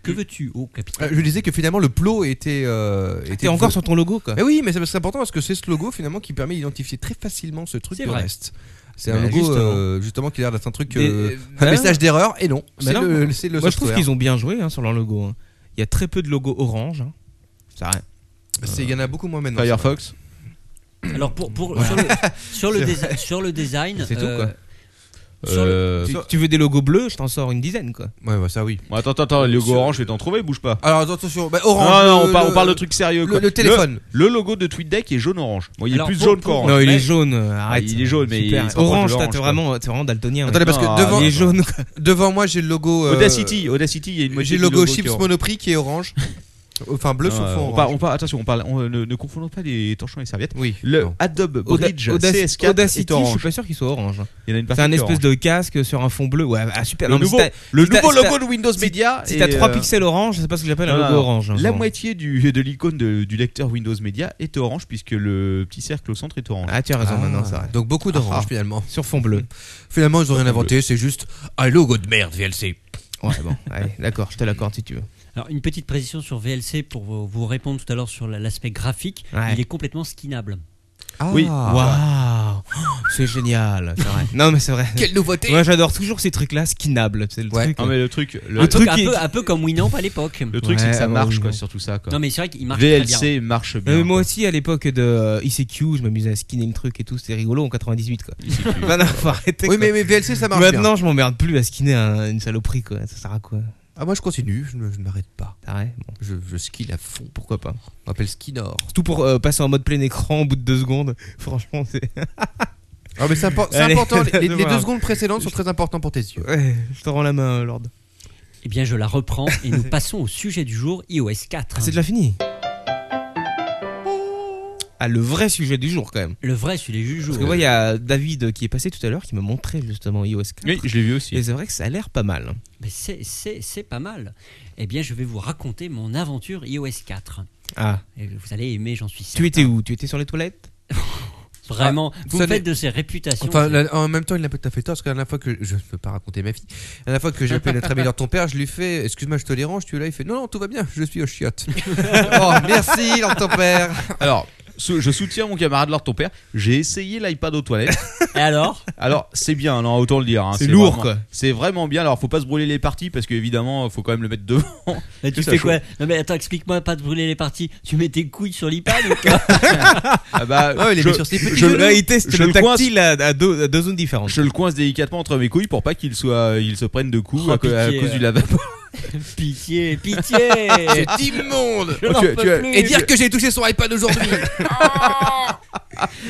que veux-tu, oh
Euh,
capitaine
Je disais que finalement le plot était. euh,
Ah, T'es encore sur ton logo quoi.
Mais oui, mais c'est parce que c'est important parce que c'est ce logo finalement qui permet d'identifier très facilement ce truc
C'est
du
vrai.
reste. C'est un
Bah,
logo
justement.
euh, justement qui a l'air d'être un truc.
Des-
euh,
bah
un
non.
message d'erreur et non. C'est
non,
le, c'est le
Moi, je trouve
software.
qu'ils ont bien joué hein, sur leur logo. hein. Il y a très peu de logos orange. hein. Ça rien.
C'est- Il y en a beaucoup moins maintenant.
Firefox.
Alors pour, pour sur, le, sur, le dési- sur le design.
C'est tout,
euh, sur le-
Euh,
Tu, tu veux des logos bleus, je t'en sors une dizaine quoi.
Ouais, bah, ça oui.
bon, Attends, attends, attends, le logo orange, je vais t'en trouver, bouge pas.
Alors attention, bah, orange.
non, non,
le-
on parle,
le-
on parle de trucs sérieux.
le-
quoi.
le téléphone.
Le, logo de TweetDeck est jaune-orange. Bon, il est
Alors,
plus
pour-
jaune
pour-
qu'orange.
Non, il
Mais-
est jaune, euh, arrête.
il est jaune, mais il
Super.
s'approche de
Orange, t'as-
l'orange,
t'es
quoi.
vraiment, t'es vraiment daltonien. hein. Ah,
Attendez, parce que
Non,
devant,
Il est jaune quoi.
devant moi j'ai le logo. euh,
Audacity, Audacity, il y a une moitié
J'ai
du
le logo
qui est
Chips
orange.
Monoprix qui est *laughs* orange. Enfin bleu
hein. Non,
sur
euh,
fond.
on
orange.
parle- on parle- attention, on parle, on, euh, ne, ne confondons pas les torchons et les serviettes.
Oui.
Le
non.
Adobe
Auda-
Bridge
Audac-
CS4 est
Audacity, je suis
orange.
pas sûr qu'il soit orange. hein.
Il y en a une
C'est
partie
un
qui est
espèce
orange.
de casque sur un fond bleu. Ouais, ah, super.
Le
non, mais
nouveau,
si t'as-
le
si t'as-
nouveau
si t'as-
logo de Windows Media.
Si t'as
est,
3
euh,
pixels orange, c'est pas ce que j'appelle un
non,
logo
non, non.
orange. hein,
La
vraiment.
moitié du, de l'icône de- du lecteur Windows Media est orange puisque le petit cercle au centre est orange.
Ah, tu as raison
Ah,
maintenant, ça.
Donc beaucoup d'orange
Ah.
finalement.
Sur fond bleu.
Finalement ils ont rien inventé, c'est juste un logo de merde *laughs* VLC.
Ouais, bon, allez, d'accord, je te l'accorde si tu veux.
Alors une petite précision sur VLC pour vous vous répondre tout à l'heure sur la- l'aspect graphique.
Ouais.
Il est complètement skinable.
Oui.
Waouh, *gasps* c'est génial. C'est vrai. non mais c'est vrai.
Quelle nouveauté
*laughs* Moi j'adore toujours ces trucs-là, skinnables. C'est le
Ouais.
truc.
Non, Ah, mais le truc, le,
Un
Un truc
truc
un
qui-
peu, un peu comme Winamp à l'époque.
le truc, hein. c'est
Ouais,
que ça
bah
marche
oui,
quoi,
ouais.
sur tout ça. Quoi.
Non, mais c'est vrai qu'il marche très bien.
VLC marche bien.
Euh, moi
quoi.
aussi à l'époque de euh, ICQ, je m'amusais à skinner le truc et tout, c'était rigolo en 98 quoi. *laughs* Bah non, faut arrêter.
Oui,
quoi.
mais, mais VLC ça marche bien.
Maintenant je m'emmerde plus à skinner un- une saloperie quoi. Ça sert à quoi
Ah, moi je continue, je ne, je ne m'arrête pas.
T'arrêtes bon,
Je, je skill à fond.
Pourquoi pas
On m'appelle Skinor.
Tout pour euh, passer en mode plein écran au bout de deux secondes. *laughs* Franchement, c'est.
Ah, mais c'est impor- c'est *laughs*
Allez,
important, les, les- les
voilà.
deux secondes précédentes sont très importantes pour tes yeux.
Ouais, je te rends la main, Lord. Ah,
Eh bien, je la reprends et nous passons au sujet du jour iOS 4.
Ah, c'est déjà fini Ah, le vrai sujet du jour quand même.
Le vrai sujet du jour.
Parce que moi, il y a David qui est passé tout à l'heure qui me montrait justement iOS 4.
Oui, je l'ai vu
Et
aussi.
c'est vrai que ça a l'air pas mal.
Mais c'est- c'est c'est pas mal. Eh bien, je vais vous raconter mon aventure iOS 4.
Ah,
Et vous allez aimer, j'en suis certain.
tu étais où Tu étais sur les toilettes
Vraiment, vous
ça
me faites
n'est-
de ces réputations.
Enfin,
c'est-
la- en même temps, il n'a pas tout à fait tort, parce que la dernière fois que je ne peux pas raconter ma fille, la dernière fois que j'ai appelé notre ami Lord ton père, je lui fais Excuse-moi, je te dérange, tu es là, il fait Non, non, tout va bien, je suis au *laughs* chiotte. oh, merci, Lord ton père.
Alors, sou- je soutiens mon camarade Lord ton père. J'ai essayé l'iPad aux toilettes.
Et alors
Alors, c'est bien, non, autant le dire. hein.
C'est lourd,
vraiment-
quoi.
C'est vraiment bien. Alors, faut pas se brûler les parties parce qu'évidemment, faut quand même le mettre devant.
Mais Tu
Ça
fais
chauffe.
quoi Non, mais attends, explique-moi pas de brûler les parties. Tu mets tes couilles sur l'iPad ou quoi
Ah bah,
Oh, il est
je,
mis sur ses petits
je-
genoux.
Là, il teste
je
le
le coince.
tactile à, à deux, à deux zones différentes.
je le coince délicatement entre mes couilles pour pas qu'il soit, il se prenne de coups
Oh,
à, co- à
pitié,
cause
euh.
du lavabo. *laughs*
Pitié, pitié
C'est immonde
Je
Oh,
n'en
tu as-
peux
tu as-
plus.
Et dire que j'ai touché son iPad *laughs* aujourd'hui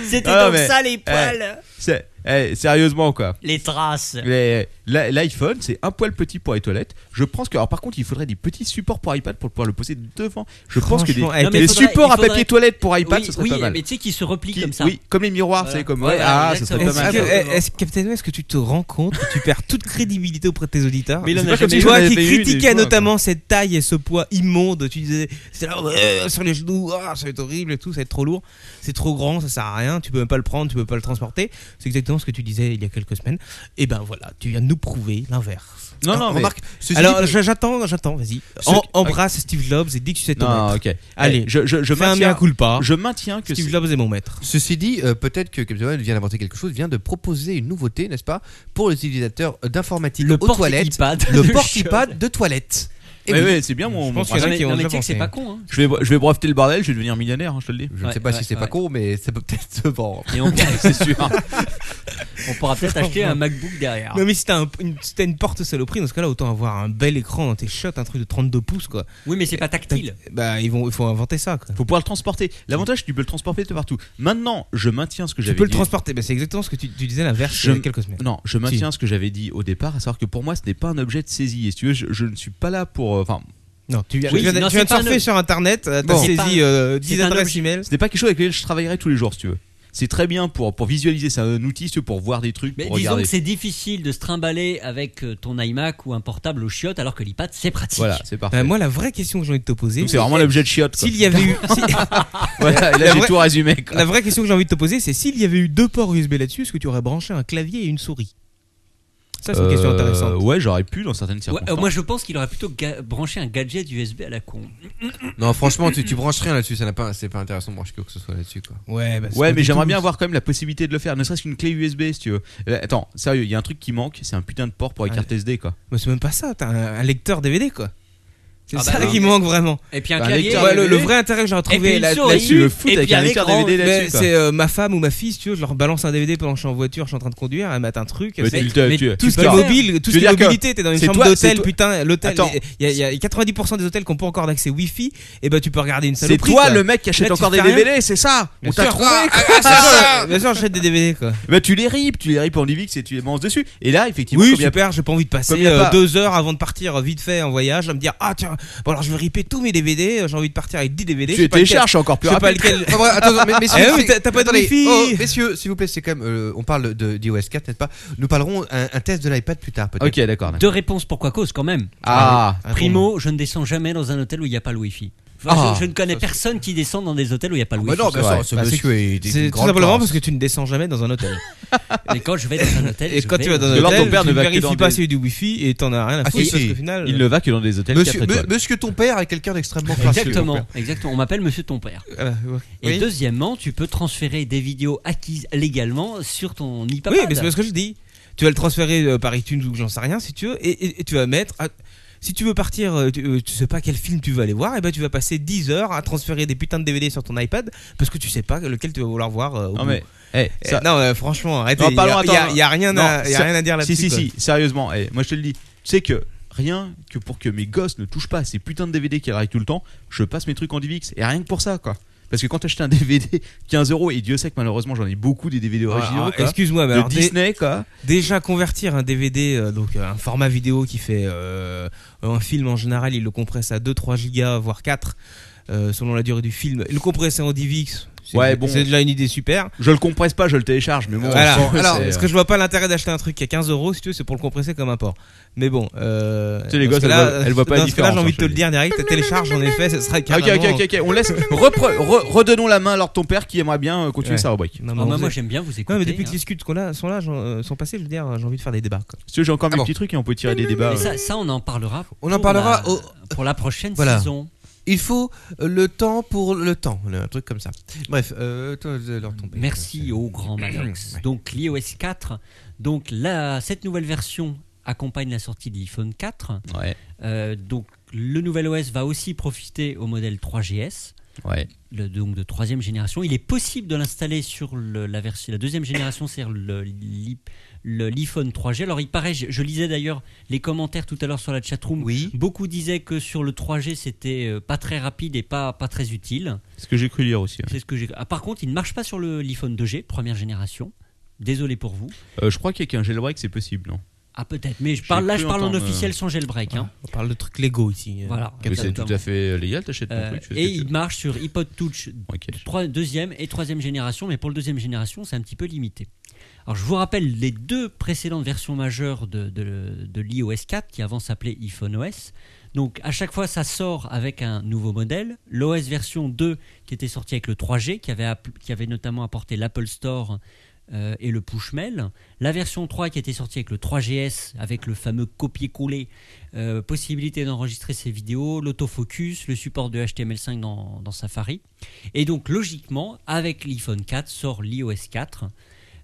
C'était
Ah,
donc
mais-
ça les poils
C'est, eh, sérieusement quoi.
Les traces
Mais l'i- L'iPhone, c'est un poil petit pour les toilettes. Je pense que, alors par contre, il faudrait des petits supports pour iPad pour pouvoir le poser devant. Je pense que des,
Franchement, eh,
Non,
des
mais il faudrait-
supports
il
à
faudrait-
papier toilette pour iPad,
oui,
ce serait
oui,
pas mal.
mais tu sais qui se replie
Qui-
comme ça.
Oui, comme les miroirs,
Voilà.
vous savez, comme.
Voilà,
ah, ce serait
exactement.
pas
Est-ce
mal.
que,
Ah,
eh,
bon.
est-ce que, Captain Web, est-ce que tu te rends compte que tu perds toute crédibilité auprès de tes auditeurs
Mais il en
C'est
a
pas comme
jamais
si
eu.
j'en
Toi
avais
qui
eu des
critiquais
fois, quoi.
notamment cette taille et ce poids immonde, tu disais, c'est là, ouais, sur les genoux, ah, ça va être horrible et tout, ça va être trop lourd, c'est trop grand, ça sert à rien, tu peux même pas le prendre, tu peux pas le transporter. C'est exactement ce que tu disais il y a quelques semaines. Et ben voilà, tu viens de nous prouver l'inverse.
Non, non, mais-
Remarque, ceci
Alors
dit,
j'a- j'attends, j'attends, vas-y.
Ce-
En- embrasse Steve Jobs et dis que tu sais ton
Non,
maître.
ok.
Allez,
Allez, je, je, je
Fais un mea
maintiens,
culpa.
je maintiens que
Steve
c'est-
Jobs est mon maître.
Ceci dit, euh, peut-être que Captain Web vient d'inventer quelque chose, vient de proposer une nouveauté, n'est-ce pas, pour les utilisateurs d'informatique
Le
aux toilettes,
porte-iPad. *laughs*
le
de
porte-iPad de toilette. Eh
Ouais,
oui.
ouais, c'est bien mon. mon
Je pense
Sean.
qu'il y
principe.
en a
Non, mais,
qui ont
non, mais
déjà
tu sais que c'est
pensé.
pas con. Hein.
Je vais, je vais breveter le bordel, je vais devenir millionnaire, hein, je te le dis.
Je ne sais
Ouais,
pas
ouais,
si c'est
ouais.
pas con, mais ça peut peut-être se vendre.
Et on,
C'est sûr.
on pourra peut-être acheter un MacBook derrière.
Ah.
Non mais si t'as un- une, si t'as une porte saloperie, dans ce cas-là, autant avoir un bel écran dans tes shots, un truc de 32 pouces quoi.
Oui, mais c'est pas tactile.
Bah ils vont, il faut inventer ça quoi.
*laughs* Faut pouvoir le transporter. L'avantage, c'est que tu peux le transporter de partout. Maintenant, je maintiens ce que
Tu
j'avais
peux le
dit.
transporter, Bah, c'est exactement ce que tu, tu disais l'inverse
Je-
il y a quelques semaines.
Non, je maintiens ce que j'avais dit au départ, à savoir que pour moi, ce n'est pas un objet de saisie. Et si tu veux, je, je ne suis pas là pour. euh, Enfin,
Non, tu viens,
Oui,
tu viens de-
non,
tu viens de
c'est un
surfer
ob-
sur internet, euh, t'as
Bon. C'est
saisi
pas-
euh, 10
c'est un
adresses
objet.
email.
ce n'est pas quelque chose avec lequel je travaillerai tous les jours, si tu veux. C'est très bien pour, pour visualiser, c'est un outil, si tu veux, pour voir des trucs,
*laughs* Mais
pour
disons
regarder.
que c'est difficile de se trimballer avec euh, ton iMac ou un portable au chiottes alors que l'iPad c'est pratique.
Voilà, c'est parfait.
Bah, moi, la vraie question que j'ai envie de te poser,
Donc c'est vraiment l'objet de chiotte. quoi.
s'il y avait eu, si-
*laughs* Voilà, et
La
là j'ai
vraie-
tout résumé. quoi.
la vraie question que j'ai envie de te poser, c'est s'il y avait eu deux ports USB là-dessus, est-ce que tu aurais branché un clavier et une souris Ça, c'est une question
Euh,
intéressante.
Ouais, j'aurais pu dans certaines
Ouais,
circonstances.
euh, moi je pense qu'il aurait plutôt ga- branché un gadget USB à la con.
Non, franchement, tu, tu branches rien là-dessus, ça n'a pas, c'est pas intéressant de brancher quoi que ce soit là-dessus, quoi.
Ouais, bah, c'est
Ouais,
pas
mais
du
j'aimerais
tout-
bien avoir quand même la possibilité de le faire, ne serait-ce qu'une clé USB si tu veux. Euh, Attends, sérieux, il y a un truc qui manque, c'est un putain de port pour les
Ouais.
cartes SD quoi.
Mais c'est même pas ça, t'as un, un lecteur DVD quoi. C'est
Ah bah
ça
non,
qui me manque vraiment.
Et puis un
Bah,
clavier. euh,
lecteur
Ouais, le,
et
le vrai intérêt que j'ai retrouvé
une
là-
souris.
Tu
là-dessus,
le fous
Et
avec
puis
un
un
lecteur
écran.
DVD
mais
là-dessus quoi.
c'est euh, ma femme ou ma fille, si tu veux, je leur balance un DVD pendant que je suis en voiture, je suis en train de conduire, elle m'attend un truc.
Mais
c'est-
tu le-
mais
tu-
tout
tu
ce qui est
pars.
mobile, tout
Je
ce
veux
qui est
dire que
mobilité, t'es dans une
c'est
chambre
toi- c'est
d'hôtel,
toi-
putain, l'hôtel,
Attends.
il y, a- il y a il y a 90% des hôtels qui n'ont pas encore d'accès Wi-Fi, et ben tu peux regarder une
C'est
saloperie.
toi
quoi.
le mec qui achète
Là, tu
encore
fais
des
rien.
DVD, c'est ça
Bien
On t'a
sûr.
trouvé quoi.
Bien sûr, j'achète des DVD quoi.
Bah tu les ripes, tu les ripes en Livix et tu les manges dessus. Et là, effectivement,
oui,
comme il y a-
super, j'ai pas envie de passer
comme il y a
euh,
pas-
deux heures avant de partir euh, vite fait en voyage à me dire Ah tiens, bon alors je vais riper tous mes DVD, euh, j'ai envie de partir avec 10 DVD.
tu
je sais
les
pas lequel-
télécharges encore
Je
plus
sais pas
*laughs*
rapide.
lequel.
Enfin, voilà, attends, mais, messieurs,
*laughs* Eh oui, mais
c'est-
t'as- t'as pas de
attendez.
wifi.
Oh, messieurs, s'il vous plaît, c'est quand même, euh, on parle de d'iOS 4, n'est-ce pas Nous parlerons un, un test de l'iPad plus tard, peut-être.
Ok, d'accord. d'accord.
Deux réponses pour quoi cause quand même.
Ah,
Ah, bon.
Primo, je ne descends jamais dans un hôtel où il n'y a pas le Wi-Fi. Enfin,
Ah.
je, je ne connais personne qui descend dans des hôtels où il n'y a pas
Ah
le
Bah
wifi.
non, mais
c'est
ça,
vrai.
ce
Bah, c'est-
monsieur est d'une
C'est tout
grande
simplement
classe.
parce que tu ne descends jamais dans un hôtel.
Mais quand je vais dans un hôtel,
Et
je
quand
vais
tu vas dans
dans-
Là,
un
ton
hôtel,
père
tu
ne va que
vérifies
dans
pas
des-
s'il y a du wifi et t'en as rien à
Ah,
foutre
si,
parce
si.
qu'au final.
Il ne va que dans des hôtels 4
Monsieur,
étoiles.
me- monsieur ton père est quelqu'un
*laughs*
d'extrêmement classe.
Exactement, exactement. On m'appelle Monsieur ton père.
Euh, ouais.
Et
Oui.
deuxièmement, tu peux transférer des vidéos acquises légalement sur ton iPad.
Oui, mais c'est ce que je dis. Tu vas le transférer euh, par iTunes ou j'en sais rien si tu veux, et, et- et tu vas mettre. à- Si tu veux partir, euh, tu, euh, tu sais pas quel film tu veux aller voir, et ben tu vas passer 10 heures à transférer des putains de DVD sur ton iPad parce que tu sais pas lequel tu vas vouloir voir. euh, au
Non
bout.
mais, eh,
Eh,
ça-
non, euh, franchement, arrêtez.
Non,
Il
parlons,
y, a-
attends.
il y a rien
Non,
à- il y a
ça-
rien à dire là-dessus.
si si
quoi.
si, sérieusement, eh, moi je te le dis, tu sais que rien que pour que mes gosses ne touchent pas à ces putains de DVD qui arrivent tout le temps, je passe mes trucs en DivX et rien que pour ça quoi. Parce que quand t'achètes un *laughs* DVD 15 euros et Dieu sait que malheureusement j'en ai beaucoup des DVD
Alors,
originaux
alors,
quoi,
Excuse-moi,
de
mais alors, dé-
Disney quoi.
déjà convertir un DVD, euh, donc euh, un format vidéo qui fait euh, un film en général, il le compresse à 2-3 gigas, voire 4 euh, selon la durée du film. Le compresser en DivX, c'est-
Ouais, bon.
c'est déjà une idée super.
Je le compresse pas, je le télécharge, mais bon.
Voilà.
on s'en-
Alors,
c'est- euh.
parce que je vois pas l'intérêt d'acheter un truc à 15 euros si tu veux, c'est pour le compresser comme un port. Mais bon, euh,
Tu sais, les
dans
gosses,
ce
elles
cas-là,
voient- elles voient pas la
euh, dans ce cas-là,
différence,
J'ai envie
hein,
de te
je
le
te
dire direct, télécharge en effet, ce sera
Ah, *laughs* ok,
carrément.
ok, ok, ok, on laisse. repre- re- redonnons la main à Lord ton père qui aimerait bien euh, continuer
Ouais.
sa rubrique.
Non,
Ah,
mais, on
bah,
faisait-
moi, j'aime bien vous écouter.
Non, mais depuis que
hein.
les scouts qu'on a sont là, j'en- euh, sont passés, je veux dire, j'ai envie de faire des débats. quoi.
Si tu veux, j'ai encore
Ah
mes
bon.
petits trucs et on peut tirer des débats.
Mais ça, ça, on en parlera.
On en
pour
parlera
la-
au-
pour la prochaine
Voilà.
saison.
Il faut euh, le temps pour le temps, le- un truc comme ça. Bref, euh, toi, euh, leur tomber.
Merci au grand Manox.
Ouais.
Donc Clio S4. Donc la- cette nouvelle version accompagne la sortie de l'iPhone 4.
Ouais,
Euh, donc le nouvel OS va aussi profiter au modèle 3GS.
ouais.
le- donc de troisième génération. Il est possible de l'installer sur le- la, version, la deuxième génération, c'est-à-dire le- l'i- le- l'iPhone 3G. Alors il paraît, je, je lisais d'ailleurs les commentaires tout à l'heure sur la chatroom.
Oui.
Beaucoup disaient que sur le 3G c'était euh, pas très rapide et pas, pas très utile.
euh, Ce que j'ai cru lire aussi. hein. ouais.
C'est ce que j'ai. Ah, par contre, il ne marche pas sur le- l'iPhone 2G, première génération. Désolé pour vous.
Euh, je crois qu'avec un jailbreak, c'est possible, non
Ah peut-être, mais je parle, là
cru
je parle en
entendre, euh,
officiel sans jailbreak. hein.
On parle de trucs Lego ici. euh.
Voilà.
Mais c'est tout à fait légal, t'achètes ton
Euh,
truc. tu fais
et
ce que tu
il marche sur iPod Touch
veux. Ok.
Trois- deuxième et troisième génération, mais pour le deuxième génération, c'est un petit peu limité. Alors, je vous rappelle les deux précédentes versions majeures de, de, de l'iOS 4, qui avant s'appelait iPhone OS. Donc, à chaque fois, ça sort avec un nouveau modèle. L'OS version 2, qui était sorti avec le 3G, qui avait, app- qui avait notamment apporté l'Apple Store euh, et le push mail. La version 3, qui était sortie avec le 3GS, avec le fameux copier-coller, euh, possibilité d'enregistrer ses vidéos, l'autofocus, le support de HTML5 dans, dans Safari. Et donc logiquement, avec l'iPhone 4 sort l'iOS 4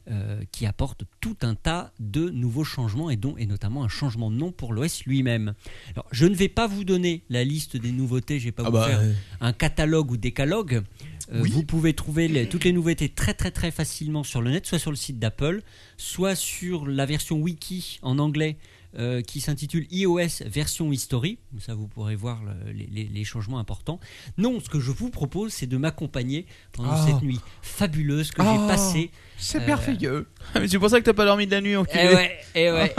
euh, qui apporte tout un tas de nouveaux changements et dont et notamment un changement de nom pour l'OS lui-même. Alors je ne vais pas vous donner la liste des nouveautés, je vais pas
Ah
vous
bah,
faire
euh,
un catalogue ou décalogue. Euh, Vous pouvez trouver les- toutes les nouveautés très très très facilement sur le net, soit sur le site d'Apple, soit sur la version wiki en anglais euh, qui s'intitule iOS version history. Ça vous pourrez voir le- les, les- les changements importants. Non, ce que je vous propose, c'est de m'accompagner pendant
Ah.
cette nuit fabuleuse que
Ah.
j'ai passée.
C'est
Euh,
merveilleux.
*laughs* Mais c'est pour ça que t'as pas dormi de la nuit,
Eh
enculé.
ouais,
*laughs*
eh ouais.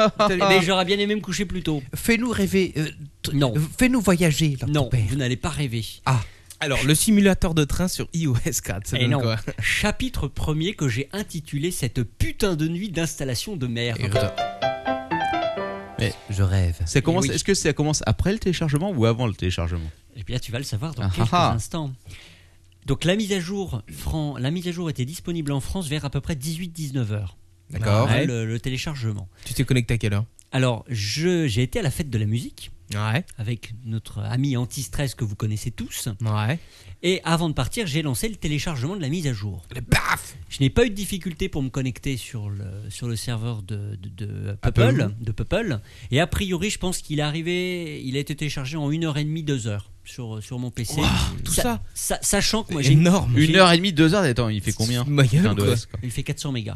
Mais j'aurais bien aimé me coucher plus tôt.
Fais-nous rêver. euh, t-
Non.
Fais-nous voyager, leur
Non,
père. Ah,
vous n'allez pas rêver.
Alors, le simulateur de train sur iOS 4, ça
Eh
donne
non.
quoi
Chapitre premier que j'ai intitulé Cette putain de nuit d'installation de merde.
Et re- Mais je rêve.
Ça commence.
Eh oui.
Est-ce que ça commence après le téléchargement ou avant le téléchargement
Eh bien, tu vas le savoir dans
Ah,
quelques
ah, ah.
instants. Donc la mise à jour, Fran- la mise à jour était disponible en France vers à peu près 18-19 heures.
D'accord.
Ouais, le, le téléchargement.
Tu t'es connecté à quelle heure
Alors, je- j'ai été à la fête de la musique
Ouais.
avec notre ami anti-stress que vous connaissez tous.
Ouais.
Et avant de partir, j'ai lancé le téléchargement de la mise à jour.
Le baf
Je n'ai pas eu de difficulté pour me connecter sur le, sur le serveur de, de, de
Apple.
Purple, de Purple. Et a priori, je pense qu'il est arrivé, il a été téléchargé en 1h30, 2h sur, sur mon PC.
tout
Sa-
ça
sa- Sachant que moi, j'ai
Énorme.
Une heure et demie, deux heures. Attends, il fait combien
Ma gueule,
Putain
quoi.
d'OS, quoi.
Il fait 400 mégas.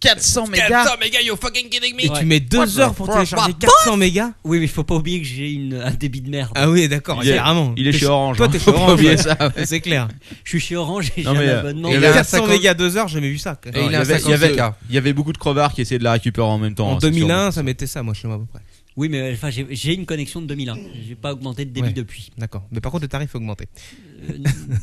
400 mégas.
Et
Ouais.
tu mets deux heures pour télécharger 400 mégas
Oui, mais faut pas oublier que j'ai une- un débit de merde.
Ah oui, d'accord,
Il est-
carrément.
Il est
T'es-
chez Orange.
Toi,
hein.
t'es chez
Faut pas
Orange.
oublier
ouais.
ça.
C'est clair.
Je suis chez Orange et j'ai
Non, mais,
un
euh,
abonnement.
il y
avait-
400
50.
mégas, deux heures, j'ai jamais vu ça. quoi.
Et il
il, y
a un
avait, il y
50
avait-
mégas.
il y avait beaucoup de crevards qui essayaient de la récupérer en même temps.
En
hein, c'est
2001, ça mettait ça, moi, chez moi, à peu près.
Oui, mais enfin, j'ai j'ai une connexion de 2001. J'ai pas augmenté de débit
Ouais.
depuis.
D'accord. Mais par contre, le tarif a augmenté.
Euh,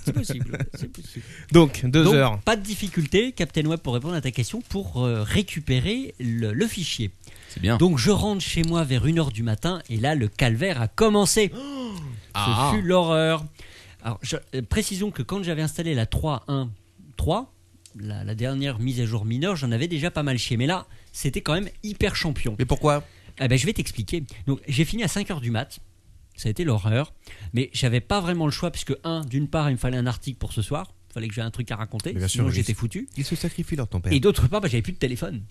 c'est possible. C'est possible.
Donc, deux
Donc,
heures.
Pas de difficulté, Captain Web, pour répondre à ta question, pour euh, récupérer le, le fichier.
sûr. C'est
Ah.
bien.
Donc je rentre chez moi
Ah.
Ah.
vers 1h du matin et là, le calvaire a commencé. Ce fut l'horreur. Alors, je- euh, précisons que quand j'avais installé la 3.1.3, la, la dernière mise à jour mineure, j'en avais déjà pas mal chier. Mais là, c'était quand même hyper champion.
Mais pourquoi
Ah ben, je vais t'expliquer. Donc, j'ai fini à 5h du mat. Ça a été l'horreur. Mais j'avais pas vraiment le choix, puisque, un, d'une part, il me fallait un article pour ce soir. Il fallait que j'ai un truc à raconter.
Mais bien sûr,
sinon,
oui.
j'étais foutu.
Ils se sacrifient leur ton père.
Et d'autre part, bah, j'avais plus de téléphone.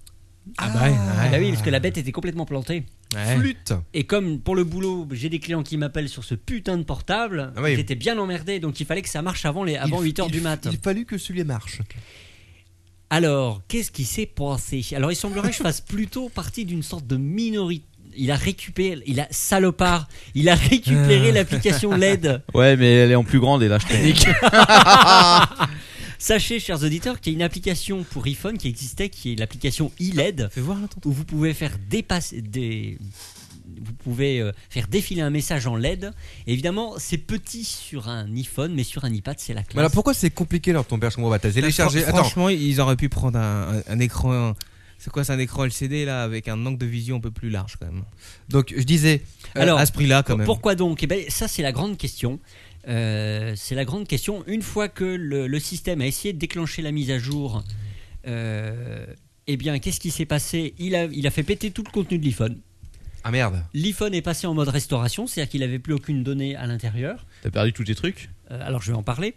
Ah, bah, ouais,
Ah,
ouais,
bah oui, parce que la bête était complètement plantée.
Ouais. Flûte
Et comme pour le boulot, j'ai des clients qui m'appellent sur ce putain de portable,
Ah oui.
j'étais bien emmerdé, donc il fallait que ça marche avant, les, avant
Il-
8h
il-
du mat.
Il fallut que celui marche.
Alors, qu'est-ce qui s'est passé Alors, il semblerait que
*laughs*
je fasse plutôt partie d'une sorte de minorité. Il a récupéré, il a salopard, il a récupéré
Ah. *laughs*
l'application E LED.
Ouais, mais elle est en plus grande et là je t'ai
Sachez, chers auditeurs, qu'il y a une application pour iPhone qui existait, qui est l'application E eLED,
Fais voir là, tonton.
où vous pouvez faire dépasser des vous pouvez euh, faire défiler un message en LED. Et évidemment, c'est petit sur un iPhone, mais sur un iPad, c'est la classe.
Mais alors pourquoi c'est compliqué leur ton père Je comprends pas. T'as téléchargé.
Fran-
Attends.
Franchement, ils auraient pu prendre un, un- un écran. C'est quoi, c'est un écran LCD là avec un angle de vision un peu plus large quand même.
Donc je disais. euh,
Alors,
à ce prix-là quand même.
Pourquoi donc Eh ben, ça c'est la grande question. Euh, c'est la grande question. Une fois que le, le système a essayé de déclencher la mise à jour, euh, eh bien, qu'est-ce qui s'est passé il a, il a fait péter tout le contenu de l'iPhone.
Ah merde.
L'iPhone est passé en mode restauration, c'est-à-dire qu'il n'avait plus aucune donnée à l'intérieur.
T'as perdu tous tes trucs
Euh, alors, je vais en parler.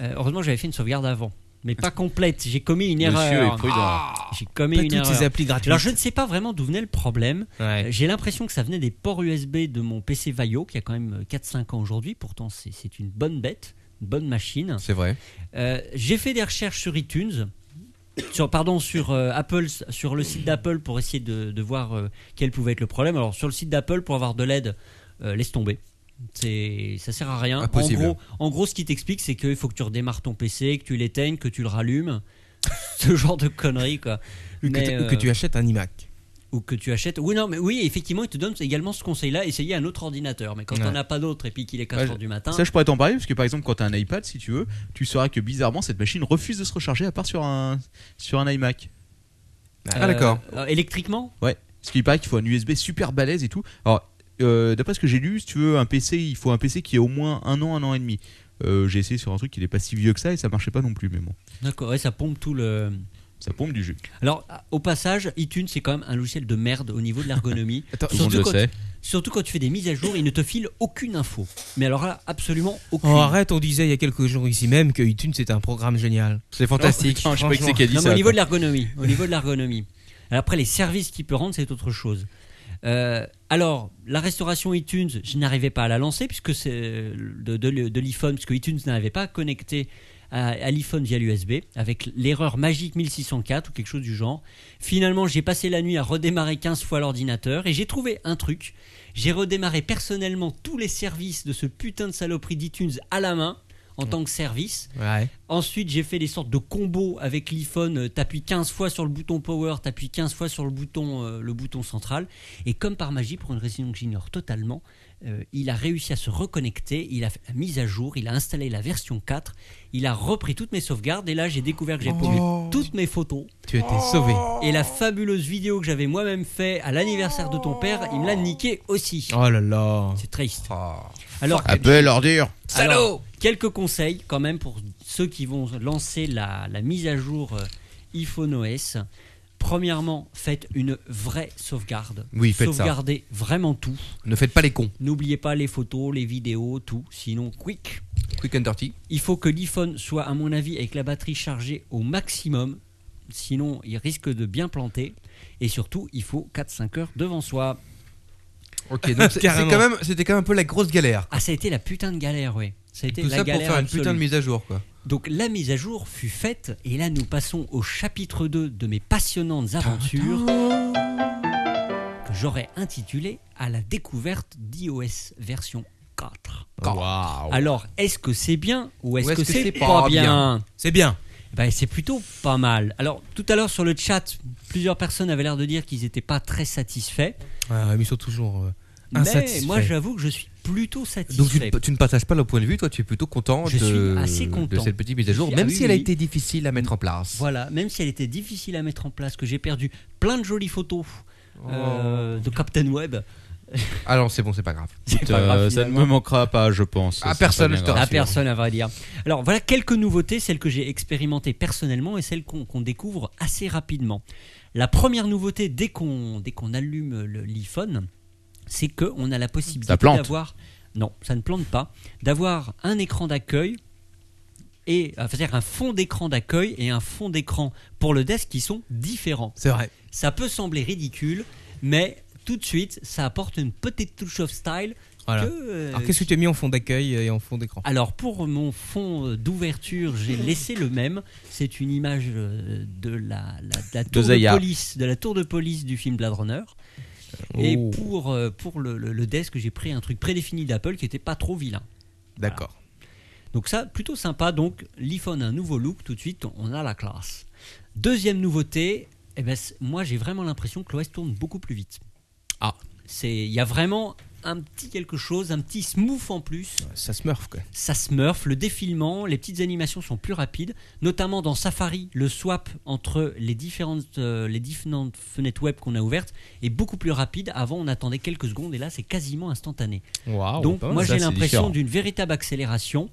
Euh, heureusement, j'avais fait une sauvegarde avant, mais pas complète. J'ai commis une erreur. Ah.
est prudent.
J'ai commis
Pas
une
toutes
erreur.
ces applis gratuites.
Alors, je ne sais pas vraiment d'où venait le problème.
Ouais.
Euh, J'ai l'impression que ça venait des ports USB de mon PC Vaio, qui a quand même euh, 4-5 ans aujourd'hui. Pourtant, c'est- c'est une bonne bête, une bonne machine.
C'est vrai.
Euh, J'ai fait des recherches sur iTunes, sur, pardon, sur euh, Apple, sur le site d'Apple pour essayer de, de voir euh, quel pouvait être le problème. Alors, sur le site d'Apple, pour avoir de l'aide, euh, laisse tomber. C'est- Ça sert à rien. En
Impossible.
gros, en gros, ce qui t'explique, c'est qu'il faut que tu redémarres ton PC, que tu l'éteignes, que tu le rallumes. *laughs* Ce genre de conneries, quoi.
Ou que,
Mais,
tu- ou
euh,
que tu achètes un iMac.
ou que tu achètes. Oui, non, mais oui, effectivement, il te donne également ce conseil-là, essayer un autre ordinateur. Mais quand
Ouais.
t'en as pas d'autre et puis qu'il est 4
Ouais, je-
heures du matin,
Ça, je pourrais t'en parler parce que par exemple, quand t'as un iPad, si tu veux, tu sauras que bizarrement cette machine refuse de se recharger à part sur un sur un iMac.
Ah d'accord.
euh, électriquement,
Ouais. Parce qu'il paraît qu'il faut un USB super balèze et tout. Alors, euh, d'après ce que j'ai lu, si tu veux un PC, il faut un PC qui ait au moins un an, un an et demi. Euh, j'ai essayé sur un truc qui n'est pas si vieux que ça et ça marchait pas non plus, mais bon,
d'accord, ouais, ça pompe tout le.
ça pompe du jus.
Alors, à- au passage, iTunes, c'est quand même un logiciel de merde au niveau de l'ergonomie.
Attends,
Tout le monde le
quand,
sait.
surtout quand tu fais des mises à jour, il ne te file aucune info. Mais alors là, absolument aucune.
Oh, arrête, on disait il y a quelques jours ici même que iTunes c'était un programme génial.
C'est fantastique.
Putain, je sais pas qui c'est qui a dit
Non, mais
ça.
au niveau de l'ergonomie, au niveau de l'ergonomie. Alors Après, les services qu'il peut rendre, c'est autre chose. Euh, alors, la restauration iTunes, je n'arrivais pas à la lancer puisque c'est euh, de, de, de l'iPhone, puisque iTunes n'arrivait pas à connecter à, à l'iPhone via l'USB avec l'erreur magique 1604 ou quelque chose du genre. Finalement, j'ai passé la nuit à redémarrer 15 fois l'ordinateur et j'ai trouvé un truc. J'ai redémarré personnellement tous les services de ce putain de saloperie d'iTunes à la main en tant que service.
Ouais.
Ensuite, j'ai fait des sortes de combos avec l'iPhone. Euh, T'appuies 15 fois sur le bouton power, t'appuies 15 fois sur le bouton, euh, le bouton central. Et comme par magie, pour une raison que j'ignore totalement, euh, il a réussi à se reconnecter. Il a fait la mise à jour, il a installé la version 4, il a repris toutes mes sauvegardes. Et là, j'ai découvert que j'ai posté toutes mes photos.
Tu as été sauvé.
Et la fabuleuse vidéo que j'avais moi-même fait à l'anniversaire de ton père, il me l'a niqué aussi.
Oh là là.
C'est triste. Alors,
Apple ordure.
alors, quelques conseils quand même pour ceux qui vont lancer la, la mise à jour euh, iPhone OS. Premièrement, faites une vraie sauvegarde.
Oui, faites ça.
Sauvegardez vraiment tout.
Ne faites pas les cons.
N'oubliez pas les photos, les vidéos, tout. Sinon, quick.
Quick and dirty.
Il faut que l'iPhone soit, à mon avis, avec la batterie chargée au maximum. Sinon, il risque de bien planter. Et surtout, il faut 4-5 heures devant soi.
Ok. Donc c'est- c'est
Carrément.
quand même. C'était quand même un peu la grosse galère.
Ah, ça a été la putain de galère, ouais. Ça a été
Tout
la
ça pour
galère
faire une
absolue.
putain de mise à jour quoi.
Donc la mise à jour fut faite et là nous passons au chapitre 2 de mes passionnantes aventures que j'aurais intitulé à la découverte d'iOS version 4. Alors est-ce que c'est bien ou est-ce que, c'est pas, bien,
C'est bien.
Ben, C'est plutôt pas mal. Alors tout à l'heure sur le chat, plusieurs personnes avaient l'air de dire qu'ils n'étaient pas très satisfatsfaits.
Ouais, mais ils sont toujours euh,
Mais
insatisfaits.
moi j'avoue que je suis plutôt
Donc tu,
satisfait.
ne- tu ne partages pas le point de vue, toi tu es plutôt content
Je
de,
suis assez content.
de cette petite mise à jour,
Ah
même
oui,
si elle a
oui.
été difficile à mettre en place.
Voilà, même si elle était Oh. difficile à mettre en place, que j'ai perdu plein de jolies photos euh, de Captain Web.
Ah non, Oh. c'est bon, c'est pas grave.
C'est pas grave,
Euh, ça ne
finalement.
me manquera pas, je pense.
À
C'est
personne,
pas bien
je te
grave.
À personne, à vrai dire. Alors voilà quelques nouveautés, celles que j'ai expérimentées personnellement et celles qu'on qu'on découvre assez rapidement. La première nouveauté, dès qu'on dès qu'on allume le- l'iPhone, c'est qu'on a la possibilité
Ça plante.
d'avoir. Non, ça ne plante pas. D'avoir un écran d'accueil et. Enfin, c'est-à-dire un fond d'écran d'accueil et un fond d'écran pour le desk qui sont différents.
C'est vrai.
Ça peut sembler ridicule, mais tout de suite, ça apporte une petite touche of style.
Voilà.
que, euh,
Alors qu'est-ce que tu as mis en fond d'accueil et en fond d'écran
alors pour mon fond d'ouverture,
*laughs*
j'ai laissé le même. C'est une image euh, de la, la- de la tour de
Zaya.
police, de la tour de police du film Blade Runner. Et
Oh.
pour, euh, pour le, le- le desk, j'ai pris un truc prédéfini d'Apple qui était pas trop vilain.
D'accord.
Donc ça, plutôt sympa. Donc l'iPhone a un nouveau look tout de suite, on a la classe. Deuxième nouveauté, eh ben, c'est- moi j'ai vraiment l'impression que l'OS tourne beaucoup plus vite.
Ah.
C'est- Il y a vraiment un petit quelque chose, un petit smooth en plus
Ça se meurt quoi.
ça smurf, le défilement, les petites animations sont plus rapides, notamment dans Safari, le swap entre les différentes, euh, les différentes fenêtres web qu'on a ouvertes est beaucoup plus rapide. Avant, on attendait quelques secondes et là, c'est quasiment instantané.
Waouh.
Donc, moi,
hein. Ça,
j'ai
c'est
l'impression
différent.
d'une véritable accélération.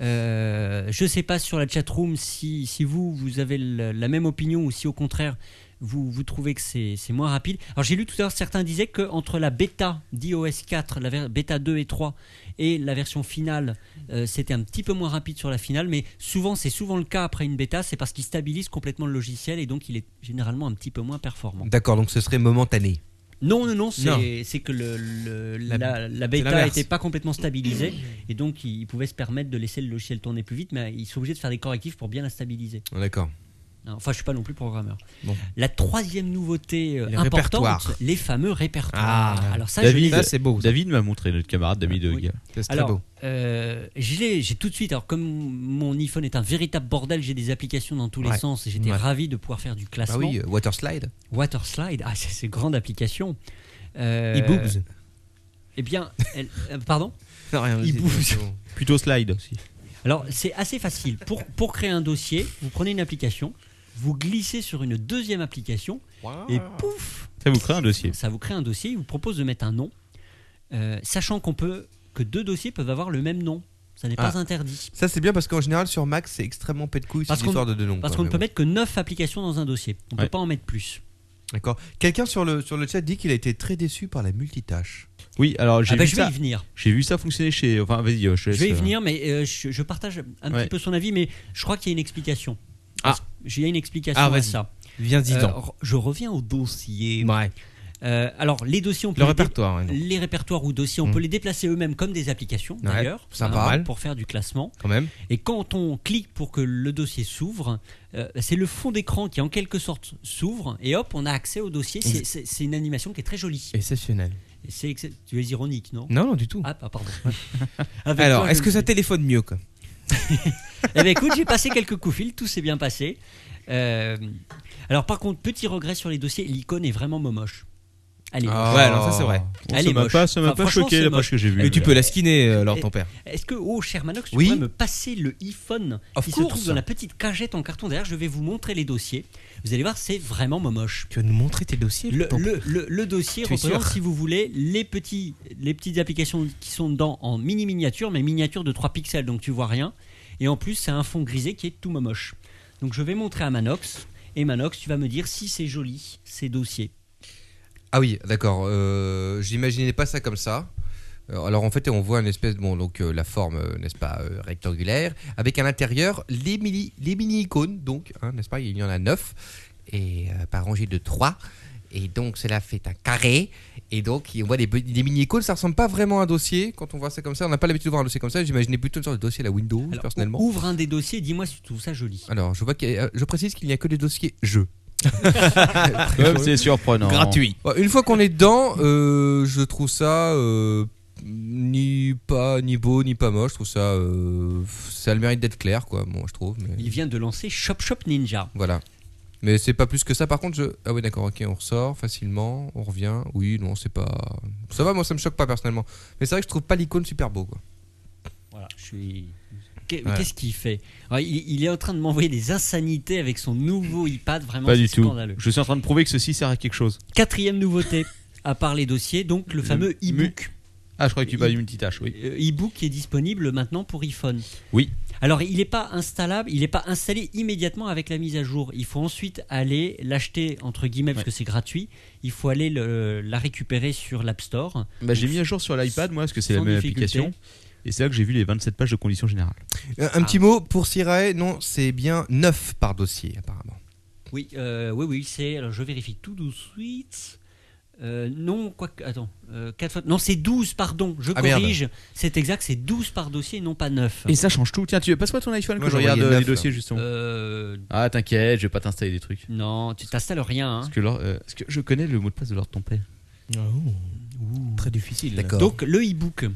Euh, je ne sais pas sur la chatroom si, si vous, vous avez le- la même opinion ou si au contraire vous, vous trouvez que c'est c'est moins rapide. Alors j'ai lu tout à l'heure, certains disaient qu'entre la bêta d'iOS 4, la ver- bêta 2 et 3 et la version finale, euh, c'était un petit peu moins rapide sur la finale, mais souvent c'est souvent le cas après une bêta, c'est parce qu'il stabilise complètement le logiciel et donc il est généralement un petit peu moins performant.
D'accord, donc ce serait momentané.
Non, non, non,
Non.
c'est c'est que le, le-
La-
la, la, bêta
l'inverse. Mmh.
n'était pas complètement stabilisée et donc ils pouvaient se permettre de laisser le logiciel tourner plus vite, mais ils sont obligés de faire des correctifs pour bien la stabiliser.
D'accord.
Enfin, je suis pas non plus programmeur.
Bon.
La troisième nouveauté euh,
Les
importante,
répertoires.
les fameux répertoires.
Ah,
Alors ça, je
David,
les ai-
Ça, c'est beau. ça.
David m'a montré notre camarade David de
Oui.
C'est très
alors,
beau.
euh, je l'ai- j'ai tout de suite. Alors, comme mon iPhone est un véritable bordel, j'ai des applications dans tous les
Ouais.
sens. et J'étais
Ouais.
ravi de pouvoir faire du
Bah
classement.
oui, euh, water slide.
Waterslide, ah, c'est c'est une grande application. Euh,
Et boobs.
Eh bien, elle- euh, pardon.
Non, rien,
il
c'est-
bouge.
c'est bon.
Plutôt slide aussi.
Alors, c'est assez facile. Pour, pour créer un dossier, vous prenez une application, vous glissez sur une deuxième application, et pouf,
Ça vous crée un dossier.
ça vous crée un dossier. Il vous propose de mettre un nom, euh, sachant qu'on peut que deux dossiers peuvent avoir le même nom. Ça n'est pas interdit.
Ça, c'est bien parce qu'en général, sur Mac, c'est extrêmement pète couille cette
Parce qu'on-
histoire de deux noms.
Parce
quoi,
qu'on ne
mais
peut
bon.
mettre que neuf applications dans un dossier. On ne
Ouais.
peut pas en mettre plus.
D'accord. Quelqu'un sur le, sur le chat dit qu'il a été très déçu par la multitâche.
Oui, alors j'ai
Ah ben,
vu,
je vais
ça-
y venir.
j'ai vu ça fonctionner chez. Enfin, vas-y, euh, je te
Je vais y
laisse, euh,
venir, mais euh, je, je partage un
Ouais.
petit peu son avis, mais je crois qu'il y a une explication.
Ah.
J'ai une explication
Ah,
à
vas-y.
ça.
Viens,
Euh, re- je reviens au dossier.
Ouais.
Euh, alors, les dossiers, on peut
Le
les dé-
répertoire. hein, donc,
les répertoires ou dossiers, on
Mm.
peut les déplacer eux-mêmes comme des applications d'ailleurs, hein,
sympa.
pour faire du classement.
Quand même.
Et quand on clique pour que le dossier s'ouvre, euh, c'est le fond d'écran qui en quelque sorte s'ouvre et hop, on a accès au dossier. C'est- C'est c'est une animation qui est très jolie.
Exceptionnel.
C'est ex- tu es ironique, non
Non, non, du tout.
Ah, pas- pardon.
*laughs*
Avec
Alors,
toi,
est-ce
je
que
le
ça
dis.
téléphone mieux quoi
Eh bien, écoute, j'ai passé quelques coups fil, tout s'est bien passé. Euh, alors, par contre, petit regret sur les dossiers, l'icône est vraiment momoche. Allez,
Ouais, alors ça, c'est vrai.
Bon,
Elle
ça
est
m'a
moche.
pas, ça m'a
Enfin,
pas
franchement,
choqué
c'est
d'après
moche.
ce que j'ai vu.
Mais tu peux la skinner, euh, alors
Et-
ton père.
Est-ce que, oh, cher Manox, tu
Oui.
pourrais me passer le iPhone
Of
qui
course.
se trouve dans la petite cagette en carton derrière Je vais vous montrer les dossiers. Vous allez voir, c'est vraiment momoche.
Tu vas nous montrer tes dossiers
Le, le- le- le dossier
Tu es
représente,
sûr
si vous voulez, les, petits, les petites applications qui sont dedans en mini-miniature, mais miniature de 3 pixels, donc tu vois rien. Et en plus, c'est un fond grisé qui est tout momoche. Donc je vais montrer à Manox. Et Manox, tu vas me dire si c'est joli, ces dossiers.
Ah oui, d'accord. Euh, J'imaginais pas ça comme ça. Euh, Alors en fait, on voit une espèce de bon donc euh, la forme euh, n'est-ce pas euh, rectangulaire avec à l'intérieur les mini les mini icônes donc hein, n'est-ce pas il y en a neuf et euh, par rangée de trois et donc cela fait un carré et donc on voit des, be- des mini icônes ça ressemble pas vraiment à un dossier quand on voit ça comme ça on n'a pas l'habitude de voir un dossier comme ça j'imaginais plutôt une sorte de dossier à la Windows
Alors,
personnellement
Ouvre un des dossiers, dis-moi si tu trouves ça joli.
alors je vois qu'il y a- euh, je précise qu'il n'y a que des dossiers jeux
Comme Ah, c'est surprenant.
Bon, Bah, une fois qu'on est dedans, euh, je trouve ça euh, ni pas ni beau ni pas moche. Je trouve ça, euh, ça a le mérite d'être clair, quoi. Moi, je trouve. mais
Il vient de lancer Shop Shop Ninja.
Voilà. Mais c'est pas plus que ça. Par contre, je ah oui, d'accord, ok, on ressort facilement, on revient. Oui, non, c'est pas. Ça va, moi, ça me choque pas personnellement. Mais c'est vrai que je trouve pas l'icône super beau, quoi.
Voilà, je suis. Qu'est-
Ouais.
Qu'est-ce qu'il fait Alors, il, il est en train de m'envoyer des insanités avec son nouveau iPad, vraiment
Pas
c'est
du tout.
scandaleux.
Je suis en train de prouver que ceci sert à quelque chose.
Quatrième nouveauté. à part les dossiers, donc le fameux e-book.
Ah, je crois que tu parles du multitâche, oui.
Euh, e-book qui est disponible maintenant pour iPhone.
Oui.
Alors, il n'est pas installable, il n'est pas installé immédiatement avec la mise à jour. Il faut ensuite aller l'acheter, entre guillemets, parce que c'est gratuit. Il faut aller le- la récupérer sur l'App Store.
Bah, j'ai mis à jour sur l'iPad, moi, parce que c'est la
Sans
même
difficulté.
application. Et c'est là que j'ai vu les 27 pages de conditions générales.
Euh, Un, un petit mot pour Sirae, non, c'est bien 9 par dossier apparemment.
Oui, euh, oui, oui, c'est. Alors, je vérifie tout de suite. Euh, non, quoi que- Attends. euh, quatre fois- non, c'est 12, pardon. Je
Ah, merde.
corrige. C'est exact, c'est 12 par dossier, non pas 9.
Et ça change tout. Tiens, tu passe-moi ton iPhone
Moi,
que je
j'en
regarde
voyais
euh, les
neuf, là.
dossiers, justement. Hein
Euh,
Ah, t'inquiète, je vais pas t'installer des trucs.
non, tu t'installes rien. hein.
Parce que, leur- euh, parce que je connais le mot de passe de l'ordre de ton père.
Très difficile.
D'accord.
Donc le e-book,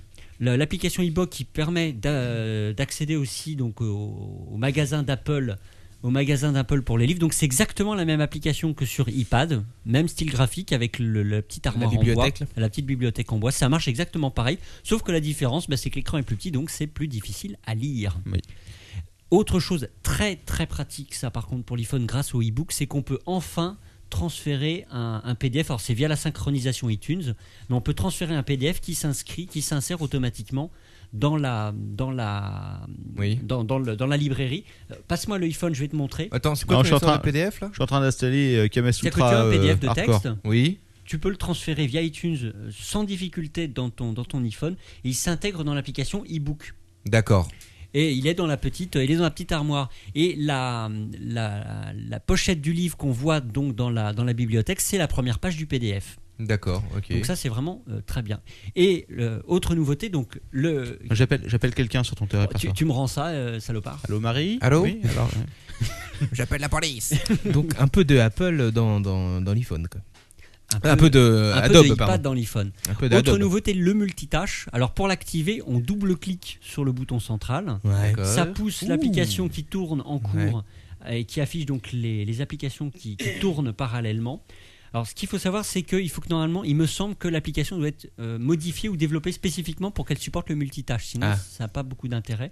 la- l'application e-book qui permet d'a- d'accéder aussi donc au, au magasin d'Apple, au magasin d'Apple pour les livres. Donc c'est exactement la même application que sur iPad, même style graphique avec le, le petit armoire
bibliothèque,
en
là.
bois, la petite bibliothèque en bois. Ça marche exactement pareil, sauf que la différence, bah, c'est que l'écran est plus petit, donc c'est plus difficile à lire.
Oui.
Autre chose très très pratique, ça par contre pour l'iPhone grâce au e-book, c'est qu'on peut enfin transférer un, un PDF. Alors c'est via la synchronisation iTunes, mais on peut transférer un PDF qui s'inscrit, qui s'insère automatiquement dans la dans la
Oui. Bah,
dans, dans le- dans la librairie. Euh, Passe-moi le iPhone, je vais te montrer.
Attends, c'est quoi
Non,
ton
je suis en
histoire
train-
de PDF là
Je suis en train d'installer euh,
C'est-à-dire que
Kamasutra.
tu as un
euh,
PDF de
hardcore.
texte,
Oui.
tu peux le transférer via iTunes euh, sans difficulté dans ton dans ton iPhone et il s'intègre dans l'application e-book.
D'accord.
et il est dans la petite, euh, il est dans la petite armoire. Et la, la, la pochette du livre qu'on voit donc dans la, dans la bibliothèque, c'est la première page du PDF.
D'accord, ok.
Donc ça, c'est vraiment euh, très bien. Et euh, autre nouveauté, donc le,
J'appelle, j'appelle quelqu'un sur ton
Oh, tu,
téléphone.
tu me rends ça, euh, salopard.
Allô Marie
Allô
Oui, alors, ouais.
J'appelle la *laughs* police.
Donc un peu de Apple dans, dans, dans l'iPhone. quoi. Un, peu
peu-
de euh,
un peu
Adobe,
de iPad
pardon.
dans l'iPhone.
Un peu
Autre
d'Adobe.
nouveauté, le multitâche. Alors pour l'activer, on double-clique sur le bouton central.
Ouais.
D'accord.
Ça pousse
Ouh.
l'application qui tourne en cours et qui affiche donc les, les applications qui,
*coughs*
qui tournent parallèlement. Alors, ce qu'il faut savoir, c'est qu'il faut que normalement, il me semble que l'application doit être euh, modifiée ou développée spécifiquement pour qu'elle supporte le multitâche. Sinon,
Ah.
ça n'a pas beaucoup d'intérêt.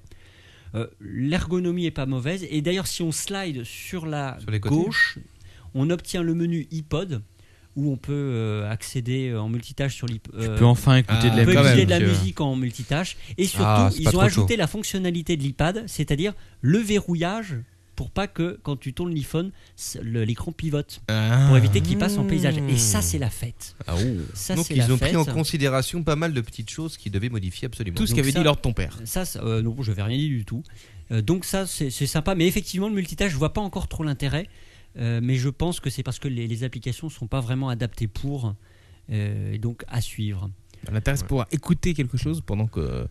Euh, L'ergonomie est pas mauvaise. Et d'ailleurs, si on slide sur la
Sur les côtés.
gauche, on obtient le menu iPod où on peut euh, accéder en multitâche sur euh, l'iPod.
Tu peux enfin écouter de
Ah,
On
la
peut
musique.
utiliser de la
euh,
musique en multitâche. Et surtout,
Ah, c'est pas
ils ont
trop
ajouté la fonctionnalité de l'iPad, c'est-à-dire le verrouillage pour pas que quand tu tournes l'iPhone, c- le- l'écran pivote
Euh,
pour éviter qu'il passe en paysage. Et ça, c'est la fête.
Ah, ouh.
Ça,
Donc
c'est
ils
la
ont
fête.
pris en considération pas mal de petites choses qu'ils devaient modifier absolument.
Tout ce
Donc
qu'avait
ça-
dit l'ordre de ton père.
Ça, ça- euh, non, je vais rien dire du tout. Euh, donc ça, c'est c'est sympa. Mais effectivement, le multitâche, je vois pas encore trop l'intérêt. Euh, mais je pense que c'est parce que les, les applications sont pas vraiment adaptées pour. euh, et donc à suivre.
L'intérêt, c'est pouvoir écouter quelque chose pendant que,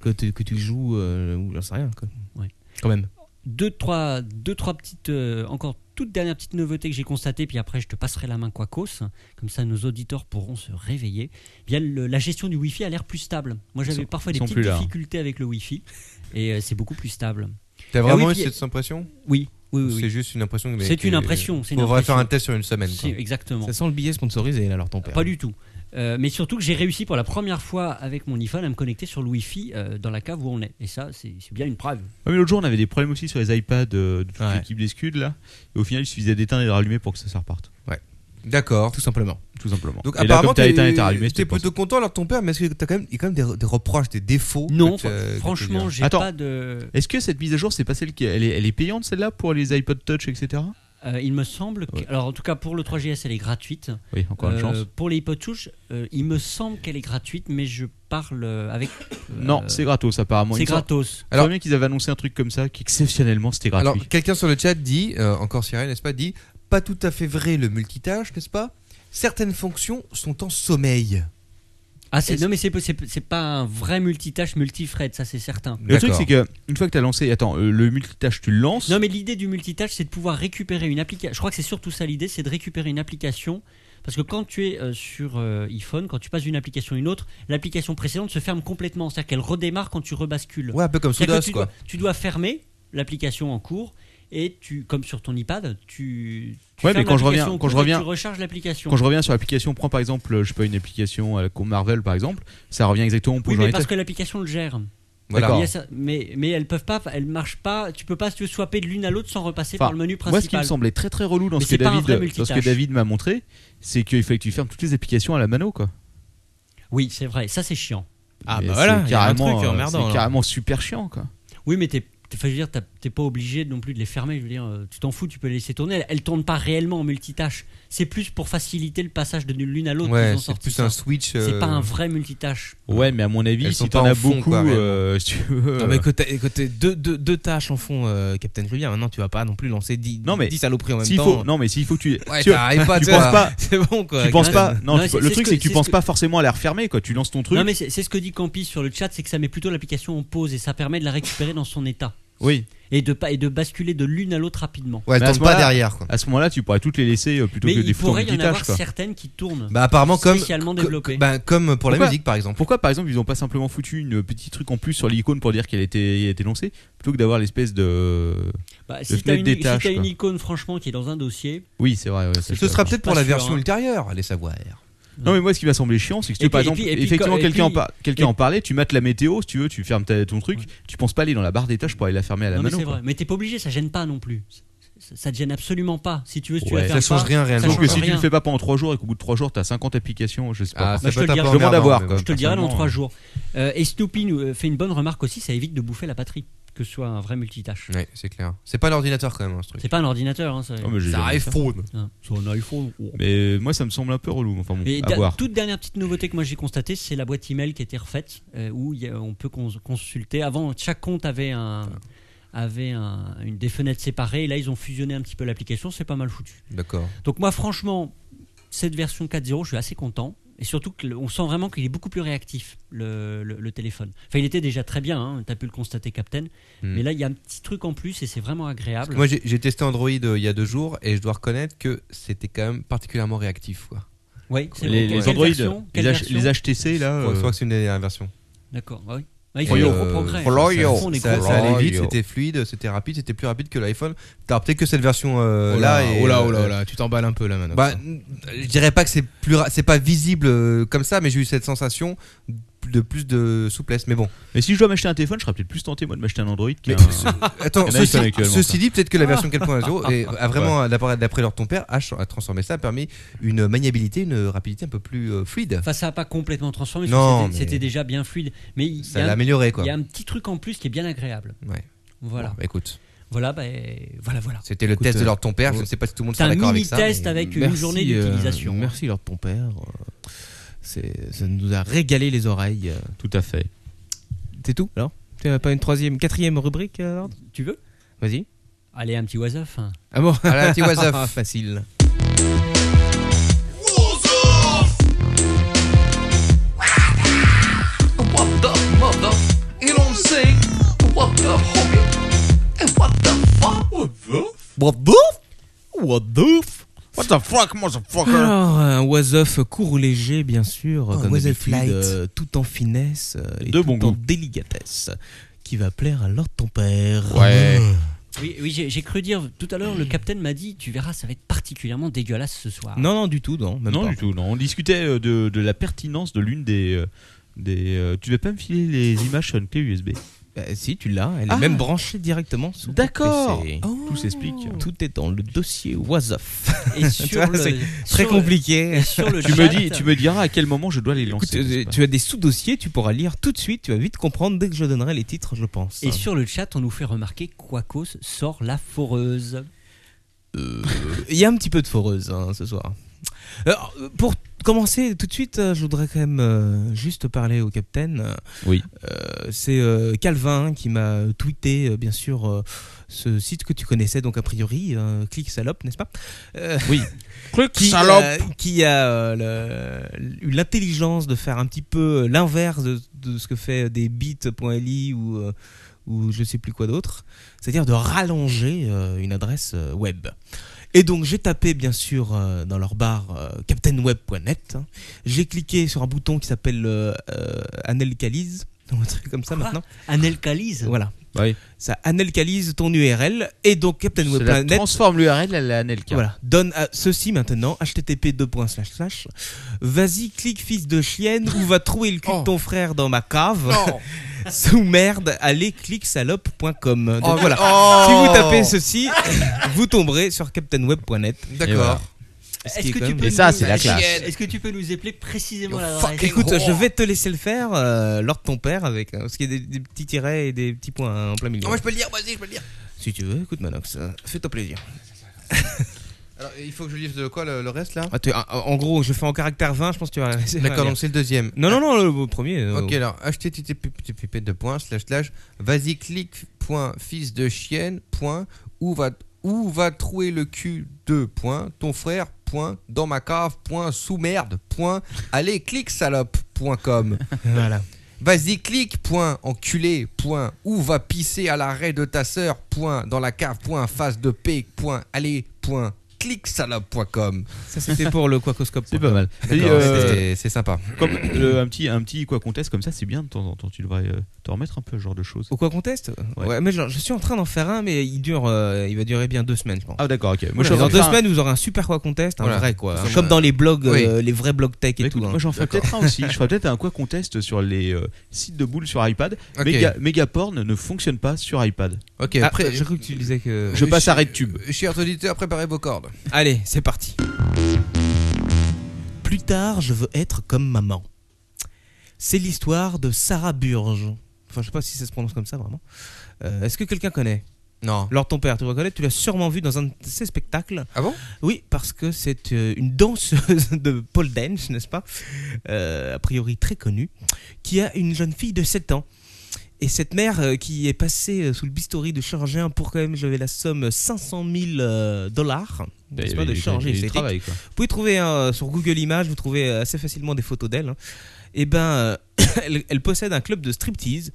que, tu, que tu joues, euh, ou j'en sais rien. Quoi.
Ouais.
Quand même.
deux trois, deux, trois petites, euh, encore toute dernière petite nouveauté que j'ai constatée, puis après je te passerai la main Quacos, comme ça nos auditeurs pourront se réveiller. Bien, le- la gestion du Wi-Fi a l'air plus stable. Moi
Ils
j'avais
sont-
parfois
ils
des
sont
petites
plus là, hein.
difficultés avec le Wi-Fi, et euh, c'est beaucoup plus stable.
T'as
Ah oui,
vraiment eu
puis-
cette impression
Oui, oui,
Ou
oui.
C'est
oui.
juste une impression que
C'est une impression. C'est une
euh, On va
impression.
faire un test sur une semaine.
C'est-
quoi.
Exactement.
Ça sent le billet sponsorisé, là, l'ordre de ton père.
Pas du tout. Euh, mais surtout que j'ai réussi pour la première fois avec mon iPhone à me connecter sur le Wi-Fi euh, dans la cave où on est. Et ça, c'est c'est bien une preuve.
Ah, mais l'autre jour, on avait des problèmes aussi sur les iPads euh, de toute
Ouais.
l'équipe des Scuds, là. Et au final, il suffisait d'éteindre et de rallumer pour que ça, ça reparte.
D'accord.
Tout simplement.
Tout simplement.
Donc
et là,
apparemment
comme t'as
t'es-
éteint et t'as rallumé,
t'es
c'était
plutôt content alors de ton père, mais est-ce que t'as quand même, il y a quand même des, des reproches, des défauts
Non,
que tu- que tu
franchement,
viens-
j'ai
Attends.
pas de.
Est-ce que cette mise à jour, c'est pas celle qui elle est, elle est payante celle-là pour les iPod Touch, etc.
Euh, il me semble que. Alors, en tout cas, pour le 3GS, elle est gratuite.
Oui, encore une
Euh,
chance.
Pour les iPod Touch, euh, il me semble qu'elle est gratuite, mais je parle euh, avec.
non,
euh,
c'est gratos apparemment.
c'est
Il me semble-
gratos.
Alors, je crois bien qu'ils avaient annoncé un truc comme ça, qu'exceptionnellement c'était gratuit.
Alors, quelqu'un sur le chat dit, euh, encore Cyril, n'est-ce pas, dit pas tout à fait vrai le multitâche, n'est-ce pas Certaines fonctions sont en sommeil.
Ah, c'est- non, mais c'est c'est- c'est pas un vrai multitâche multifred, ça c'est certain.
le truc, c'est que une fois que t'as lancé, attends, euh, le multitâche, tu le lances.
Non, mais l'idée du multitâche, c'est de pouvoir récupérer une application. Je crois que c'est surtout ça l'idée, c'est de récupérer une application. Parce que quand tu es euh, sur euh, iPhone, quand tu passes d'une application à une autre, l'application précédente se ferme complètement. C'est-à-dire qu'elle redémarre quand tu rebascules.
Ouais, un peu comme
C'est-à-dire
Sodos,
que tu,
quoi.
Dois, tu dois fermer l'application en cours et tu, comme sur ton iPad, tu. tu
Ouais, mais
fermes
quand je reviens-
l'application en
quand je
cours et
reviens-
tu recharges l'application.
Quand je reviens sur l'application, prends par exemple, euh, je sais pas, une application euh, comme Marvel par exemple, ça revient exactement pour
Oui,
j'en
mais
étais.
parce que l'application le gère.
Voilà.
D'accord.
Il y a ça- mais, mais elles peuvent pas, elles marchent pas. Tu peux pas si tu veux, swapper de l'une à l'autre sans repasser
Enfin,
par le
Moi,
menu
ce qui
principal.
me semblait très très relou dans
Mais
ce, que
c'est pas un vrai
David, dans ce que
multitâche.
David m'a montré, c'est qu'il fallait que tu fermes toutes les applications à la mano, quoi.
oui, c'est vrai, ça c'est chiant.
Ah
Et
bah voilà,
c'est
il y a un
carrément,
truc
euh,
emmerdant,
c'est
alors.
carrément super chiant, quoi.
Oui, mais t'es t'es- enfin, je veux dire, t'as- t'es pas obligé non plus de les fermer. Je veux dire, euh, tu t'en fous, tu peux les laisser tourner. Elles, elles tournent pas réellement en multitâche. C'est plus pour faciliter le passage de l'une à l'autre qu'ils
Ouais,
ont
c'est
sorti
plus
ça.
un switch.
C'est
euh,
pas un vrai multitâche.
Ouais, mais à mon avis,
Elles
si
sont
t'en
pas
as
en fond,
beaucoup,
quoi, réellement.
euh, si tu veux.
Non mais côté, côté deux, deux, deux tâches en fond, euh, Captain Rivière, maintenant tu vas pas non plus lancer 10,
Non, mais
saloperies en même
S'il
temps.
faut, non mais s'il faut que tu,
Ouais,
tu,
t'arrives pas,
tu
tu
penses
vois.
pas,
C'est bon quoi.
tu penses
non,
pas, non,
non,
tu-
c'est-
le
c'est
truc
ce
c'est
que-
que tu
c'est
penses
ce que-
pas forcément à la refermer quoi, tu lances ton truc,
Non, mais c'est c'est ce que dit Campi sur le chat, c'est que ça met plutôt l'application en pause et ça permet de la récupérer dans son état
oui,
et de pas et de basculer de l'une à l'autre rapidement.
Ouais,
Mais à
elle
ce
tombe pas
moment-là-
derrière quoi.
à ce moment-là tu pourrais toutes les laisser euh, plutôt
Mais
que
il
des foutons
pourrait y en avoir
multitâches quoi.
certaines qui tournent.
Bah apparemment comme
Spécialement
co-
développé.
bah, comme pour la
Pourquoi
musique par exemple.
Pourquoi par exemple ils ont pas simplement foutu une petit truc en plus sur l'icône pour dire qu'elle était, elle était lancée plutôt que d'avoir l'espèce de,
Bah,
Le
si t'as
fenêtre
une,
des
si
tâches,
t'as une
quoi.
icône franchement qui est dans un dossier,
oui c'est vrai, ouais, ça,
Ce
je-
sera peut-être
pas
pour la
sûr,
version
hein.
ultérieure, allez savoir.
Non mais moi ce qui m'a semblé chiant c'est que si
Et
tu, par
puis- et
exemple
puis- et puis
effectivement
quand- et
quelqu'un en,
puis-
par- quelqu'un en parlait, tu mates la météo si tu veux, tu fermes ta- ton truc, tu penses pas aller dans la barre des tâches pour aller la fermer à la
non mais
mano.
c'est
quoi.
vrai. Mais t'es pas obligé, ça gêne pas non plus. Ça, ça te gêne absolument pas. Si tu veux, si tu
Ouais.
la
Ça
fermes
change
pas,
rien
ça
Je trouve
réellement.
change
que si tu
rien.
le fais pas pendant 3 jours et qu'au bout de 3 jours t'as 50 applications, je sais pas.
Ah,
Bah,
ça
je
peut
te
être
le
un
dirai.
peu
Je demande à
emmerdant,
voir,
mais
quoi.
bon.
Je te le dirai dans
Personnellement,
trois
euh,
jours. Euh, et Snoopy nous euh, fait une bonne remarque aussi, ça évite de bouffer la batterie, que ce soit un vrai multitâche.
Ouais, c'est clair. C'est pas l'ordinateur quand même, hein, ce truc.
C'est pas un ordinateur, hein, ça.
Non, mais j'ai
Ça
jamais-
arrive faune.
Hein, sur un iPhone. oh.
Mais euh, moi, ça me semble un peu relou. Enfin bon,
Et
Mm. à
da-
voir.
toute dernière petite nouveauté que moi j'ai constatée, c'est la boîte email qui a été refaite, euh, où il y a- on peut cons- consulter. Avant, chaque compte avait un avait un- une des fenêtres séparées et là ils ont fusionné un petit peu l'application c'est pas mal foutu
D'accord.
donc moi franchement cette version 4.0 je suis assez content et surtout que le- on sent vraiment qu'il est beaucoup plus réactif le, le- le téléphone enfin il était déjà très bien hein, t'as pu le constater Captain
Mm.
mais là il y a un petit truc en plus et c'est vraiment
Hmm. Parce que
agréable
Moi j'ai j'ai testé Android euh, il y a deux jours et je dois reconnaître que c'était quand même particulièrement réactif quoi.
Ouais, c'est
Les,
bon.
les
Quelle
Android,
version Quelle
les, H-
version
les HTC là.
Faut-
euh,
faut que c'est une dernière version.
D'accord, ah oui. Ah, ils
Et,
font des
euh,
gros progrès.
Froyo.
Ils font des
Ça,
gros
ça allait vite,
Froyo.
c'était fluide, c'était rapide, c'était plus rapide que l'iPhone. Alors peut-être que cette version euh,
Oh
là
là,
est-
oh là, oh là, oh là, tu t'emballes un peu là maintenant.
Bah, n- je dirais pas que c'est plus, ra- c'est pas visible euh, comme ça, mais j'ai eu cette sensation de plus de souplesse. Mais
*laughs*
bon.
Mais si je dois m'acheter un téléphone, je serais peut-être plus tenté moi de m'acheter un Android qu'un.
Mais- Attends,
Il y en a
ceci,
qui sont actuellement,
ceci
ça.
dit, peut-être que la
*laughs*
version 4.0 est- a vraiment, d'après d'après leur ton père, a, ch- a transformé ça, a permis une maniabilité, une rapidité un peu plus euh, fluide.
Enfin, ça n'a pas complètement transformé.
Non,
parce que c'était-
mais-
C'était déjà bien fluide. Mais il y,
Ça
a
l'a
un-
amélioré quoi.
il y a un petit truc en plus qui est bien agréable.
Ouais.
Voilà.
Bon, bah, écoute,
Voilà, ben, voilà, voilà.
c'était le
Écoute,
test de
euh,
leur ton père.
ouais.
Je ne sais pas si tout le monde
oh. C'est
sera
un
d'accord avec
mini
ça.
test
mais-
avec une
Merci,
journée
euh,
d'utilisation.
merci Lord ton père. euh, c'est- Ça nous a régalé les oreilles. euh.
*laughs* Tout à fait.
C'est tout alors T'as pas une troisième, quatrième rubrique euh, Lord
Tu veux
Vas-y.
Allez, un petit was-off. hein.
Ah bon
Ah là, petit
*laughs*
was-up.
Facile.
What the mother? You don't say what the hobby? And what the fuck?
What the What
What the fuck, motherfucker
Alors, un was-off court ou léger, bien sûr,
Un
Oh,
comme
was-off
d'habitude,
light.
euh, tout en finesse euh, et
De
tout
bon
en
goût.
délicatesse, qui va plaire à Lord ton père.
Ouais.
Oui, oui j'ai j'ai cru dire tout à l'heure, le capitaine m'a dit Tu verras, ça va être particulièrement dégueulasse ce soir.
Ah. Non, non, du tout, non. Même
non
pas.
du tout. Non, on discutait euh, de, de la pertinence de l'une des. euh, Des, euh, tu devais pas me filer les images sur une clé USB.
Bah, si, tu l'as. Elle
Ah.
est même branchée directement sur ton
D'accord. Oh.
PC.
Tout s'explique.
Tout est dans le dossier was-off.
*laughs*
Et
Tu
sur
vois,
le-
c'est
sur
Très
le-
compliqué.
et sur le
Tu me
chat-
dis, tu me diras à quel moment je dois les
Écoute,
lancer.
euh,
n'est-ce pas
tu as des sous-dossiers, tu pourras lire tout de suite, tu vas vite comprendre dès que je donnerai les titres, je pense.
Et sur le chat, on nous fait remarquer Quacos sort la foreuse.
Il y a un petit peu de foreuse hein, ce soir. Alors, euh, pour commencer tout de suite, euh, je voudrais quand même euh, juste parler au capitaine. Euh,
Oui.
euh, c'est euh, Calvin qui m'a tweeté, euh, bien sûr, euh, ce site que tu connaissais, donc a priori, euh, Click Salope, n'est-ce pas Euh,
Oui.
qui,
Salope.
euh, qui a euh, le- eu l'intelligence de faire un petit peu euh, l'inverse de, de ce que fait euh, des bits.li ou, euh, ou je sais plus quoi d'autre, c'est-à-dire de rallonger euh, une adresse euh, web. Et donc j'ai tapé bien sûr euh, dans leur barre euh, hein. captainweb.net. J'ai cliqué sur un bouton qui s'appelle euh, euh, Analyse, ou un truc comme ça maintenant.
Un alcalise
Voilà.
Oui.
Ça analcalise ton URL et donc Captain Web
Cela
Planet
transforme l'URL à la Nelka.
Voilà, donne à ceci maintenant, http 2. slash, slash. Vas-y, clique fils de chienne ou va trouver le cul de ton frère dans ma cave. *laughs* Sous merde, allez clique salope.com. Donc
Oh,
voilà. Si vous tapez ceci, *laughs* vous tomberez sur captainweb.net.
Et voilà.
D'accord.
Ce
Est-ce
qui est
que,
quand
tu
même-
peux
Et ça,
nous-
c'est la classe.
Est-ce que tu peux nous épeler précisément
Yo,
l'adresse
Écoute, je vais te laisser le faire euh, lors de ton père avec euh, parce qu'il y a des, des petits tirets et des petits points hein, en plein milieu.
Non, moi je peux le dire, vas-y, je peux le dire.
Si tu veux, écoute Manox, euh, fais-toi plaisir.
Alors, il faut que je lise de quoi le, le reste là
Ah, tu- en- en gros, je fais en caractère 20, je pense que tu vas *laughs* réussir à
D'accord,
lire.
donc c'est le deuxième.
Non, non, non, le premier. euh,
Ok, alors http de points slash slash vas-y clique point fils de chienne point où va où va trouver le cul de point ton frère point dans ma cave point sous merde point allez clique salope point com
Voilà.
vas-y clique point enculé point où va pisser à l'arrêt de ta sœur point dans la cave point face de paix point allez point clique salope point com
Ça, c'était pour le Quacoscope.
C'est pas mal. Et,
D'accord,
euh,
c'est- c'est sympa
comme le- un petit, un petit quoi conteste comme ça, c'est bien de temps en temps. Tu devrais euh, te remettre un peu ce genre de choses.
Au quoi conteste
Ouais.
ouais. mais genre, je suis en train d'en faire un, mais il dure, euh, il va durer bien deux semaines, je pense.
Ah d'accord, ok. Moi
moi,
j'en
dans
fais
deux
un-
semaines, vous aurez un super quoi conteste, un
Voilà.
vrai quoi.
Faisons
Comme
un-
dans les blogs, euh, les vrais blogs tech et
Bah,
tout.
écoute,
hein.
moi j'en fais peut-être un aussi. Je ferai peut-être un quoi conteste sur les euh, sites de boules sur iPad.
Ok.
Méga, Megaporn ne fonctionne pas sur iPad.
ok
Ah,
après
j'ai cru que tu disais que.
Je passe à RedTube.
chers auditeurs préparez vos cordes
Allez, c'est parti. Plus tard, je veux être comme maman. C'est l'histoire de Sarah Burge. Enfin, je sais pas si ça se prononce comme ça vraiment. Euh, Est-ce que quelqu'un connaît
non
Lors ton père, tu le reconnais, tu l'as sûrement vu dans un de ses spectacles.
ah bon
Oui, parce que c'est euh, une danseuse *laughs* de Paul dance, n'est-ce pas Euh, A priori très connue, qui a une jeune fille de 7 ans. Et cette mère euh, qui est passée euh, sous le bistouri de chirurgien pour quand même, j'avais la somme 500 000 euh, dollars,
Eh
Bah,
n'est-ce pas, de chirurgien
du
esthétique.
travail quoi.
Vous pouvez trouver hein, sur Google Images, vous trouvez euh, assez facilement des photos d'elle. hein. Et ben, euh, *coughs* elle, elle possède un club de striptease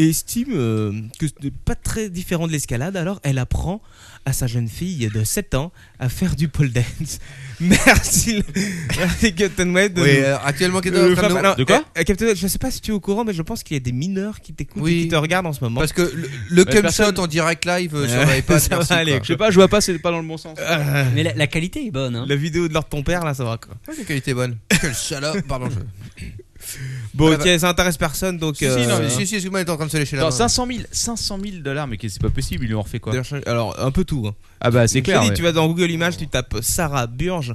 et estime euh, que ce n'est pas très différent de l'escalade. Alors, elle apprend à sa jeune fille de 7 ans à faire du pole dance. *laughs* Merci, merci Captain Web. de
Oui,
nous-
euh, actuellement, qu'est-ce
Euh,
que
enfin,
nous-
alors,
De quoi
euh, euh, Captain Web, je ne sais pas si tu es au courant, mais je pense qu'il y a des mineurs qui t'écoutent
Oui.
et qui te regardent en ce moment.
Parce que le, le
Ouais,
cum
personne-
shot en direct live euh, *laughs* sur l'iPad,
Ça va
merci.
aller,
Allez,
Je sais pas, je vois pas, c'est pas dans le bon sens.
Euh,
Mais la, la qualité est bonne. hein.
la vidéo de leur ton père, là, ça va quoi.
la qualité est bonne. Quel salope, pardon. Je...
Bon,
Ah bah-
tiens, ça intéresse personne, donc.
Si, si, non, mais si, si, excuse-moi, il est en train de se lécher la
Attends,
main.
500 000, 500 000 dollars, mais qu'est-ce- c'est pas possible, ils lui ont refait quoi
D'ailleurs, je- Alors, un peu tout. hein.
Ah bah c'est
Je
clair.
dis,
ouais.
Tu vas dans Google Images, tu tapes Sarah Burge,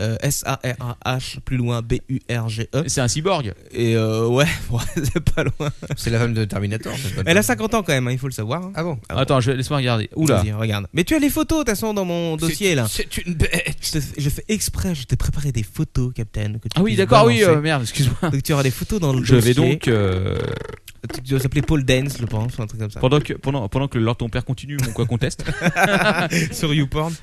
euh, S-A-R-A-H, plus loin B-U-R-G-E.
C'est un cyborg.
E. Et euh, ouais, *laughs* ouais, c'est pas loin.
C'est la femme de Terminator. cette bonne
Elle a
femme.
50 ans quand même, hein, il faut le savoir. hein.
Ah bon
Ah bon.
Attends, je laisse-moi regarder. Oula.
Vas-y, regarde. Mais tu as les photos, de toute façon, dans mon dossier là.
C'est une bête.
Je, te- je fais exprès, je t'ai préparé des photos, Captain. que tu
Ah oui,
puisses
d'accord, oui,
balancer.
euh, merde, excuse-moi.
Donc tu auras des photos dans le
Je vais
dossier.
donc euh,
Tu dois s'appeler Paul Dance, je pense, ou un truc comme ça.
pendant que pendant pendant que Lord ton père continue mon quoi *laughs* conteste.
Sur YouPorn.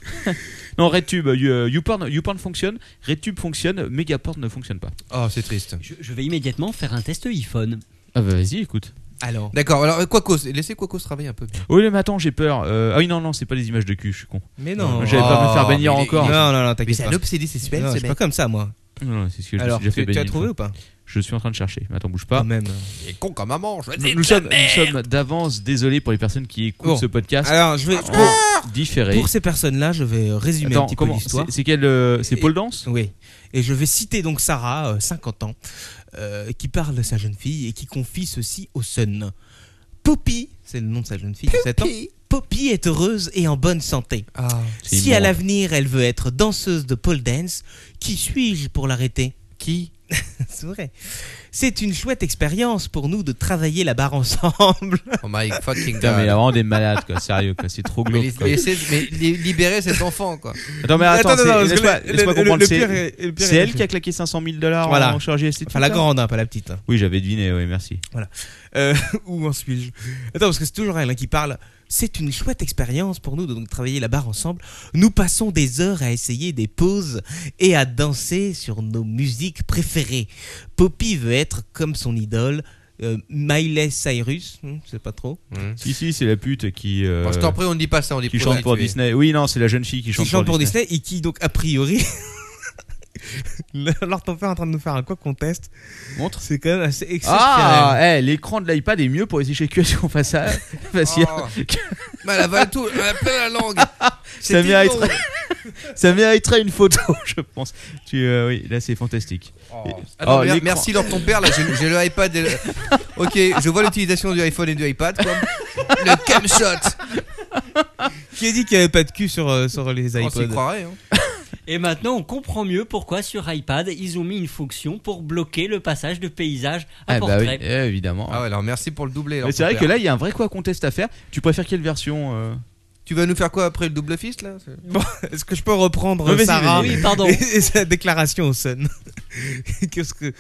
Non, RedTube, You- euh, YouPorn, YouPorn fonctionne, RedTube fonctionne, Megaporn ne fonctionne pas.
Oh, c'est triste.
Je, je vais immédiatement faire un test iPhone.
Ah bah vas-y, écoute.
Alors.
D'accord, alors, euh, Quacos, laissez Quacos travailler un peu.
Oui, mais attends, j'ai peur. Euh, ah oui, non, non, c'est pas les images de cul, je suis con.
Mais non. Ah.
J'allais pas me faire
Oh,
bannir
mais il est-
encore.
Non, non, non, t'inquiète pas.
obsédé sexuel,
Non, je suis pas comme ça, moi.
Non, non, c'est ce que je me
Alors,
suis déjà fait
tu, tu as
bannir une
trouvé
fois.
ou pas
Je suis en train de chercher, mais attends, bouge
Quand
pas.
même.
Il est con comme maman, je le
Nous,
dis.
nous sommes, nous sommes d'avance, désolé pour les personnes qui écoutent
Bon.
ce podcast.
Alors, je vais.
pour différer.
Ah, Pour ces personnes-là, je vais euh, résumer
Attends,
un petit peu
comment
l'histoire.
c'est- C'est quel euh, C'est
Et-
Paul Dance
Oui. Et je vais citer donc Sarah, euh, 50 ans, euh, qui parle de sa jeune fille et qui confie ceci au Sun. Poppy, c'est le nom de sa jeune fille de 7 ans. Poppy est heureuse et en bonne santé.
Ah,
C'est
Si à
immonde.
l'avenir elle veut être danseuse de pole dance, qui suis-je pour l'arrêter
qui
*laughs* C'est vrai. C'est une chouette expérience pour nous de travailler la barre ensemble.
Oh my fucking
Putain, mais il y a
god.
Euh,
vraiment des malades, quoi, sérieux, quoi, c'est trop
Mais,
glauque.
laissez-
quoi.
mais laissez- mais li- libérez cet enfant, quoi.
Attends, mais attends,
Attends,
c'est-
attends, parce que
laisse-moi
le-
laisse-moi
le- le-
comprendre,
le
c'est-
pire est- le pire
c'est
est-
elle qui a claqué 500 000 dollars
Voilà.
en chirurgie esthétique.
Enfin, la
ça
grande, hein, pas la petite. hein.
Oui, j'avais deviné, oui, merci.
Euh, *laughs* où en suis-je Attends, parce que c'est toujours elle hein, qui parle. C'est une chouette expérience pour nous de donc travailler la barre ensemble. Nous passons des heures à essayer des pauses et à danser sur nos musiques préférées. Poppy veut être comme son idole, euh, Miley Cyrus, hmm, je sais pas trop,
Si, si, c'est la pute qui, euh,
Parce qu'après, on ne dit pas ça, on dit
qui chante pour
prostituée.
Disney. Oui, non, c'est la jeune fille qui
qui
chante,
*laughs* chante pour Disney et qui donc a priori alors ton père est en train de nous faire un quoi qu'on teste.
Montre.
C'est quand même assez exceptionnel.
Ah, eh, l'écran de l'iPad est mieux pour les échecs si on face
*laughs*
à facile.
Oh.
Oh.
*laughs*
Mais elle avale tout, elle a plein la langue.
ça
C'était
mériterait, *laughs* ça mériterait une photo, *laughs* je pense. Tu, euh, oui, là c'est fantastique.
Ah non,
Oh,
mer-
l'écran.
merci Lord ton père là, j'ai j'ai le iPad. et le- Ok, je vois l'utilisation du iPhone et du iPad quoi. Le cam shot.
*laughs*
Qui a dit qu'il n'y avait pas de cul sur, euh, sur les
On s'y
iPods
croirait. Hein.
Et maintenant, on comprend mieux pourquoi sur iPad, ils ont mis une fonction pour bloquer le passage de paysage
Ah
à
bah
portrait.
oui, eh, évidemment.
Ah ouais, alors merci pour le doublé. Lord
Mais c'est vrai
ton
que
père.
là il y a un vrai quoi qu'on teste à faire. Tu préfères quelle version euh
Tu vas nous faire quoi après le double fist là C'est-
Est-ce que je peux reprendre
Ouais, vas-y,
Sarah
vas-y. *laughs*
Ah Oui, pardon.
et, et sa déclaration au Sun *laughs* Qu'est-ce que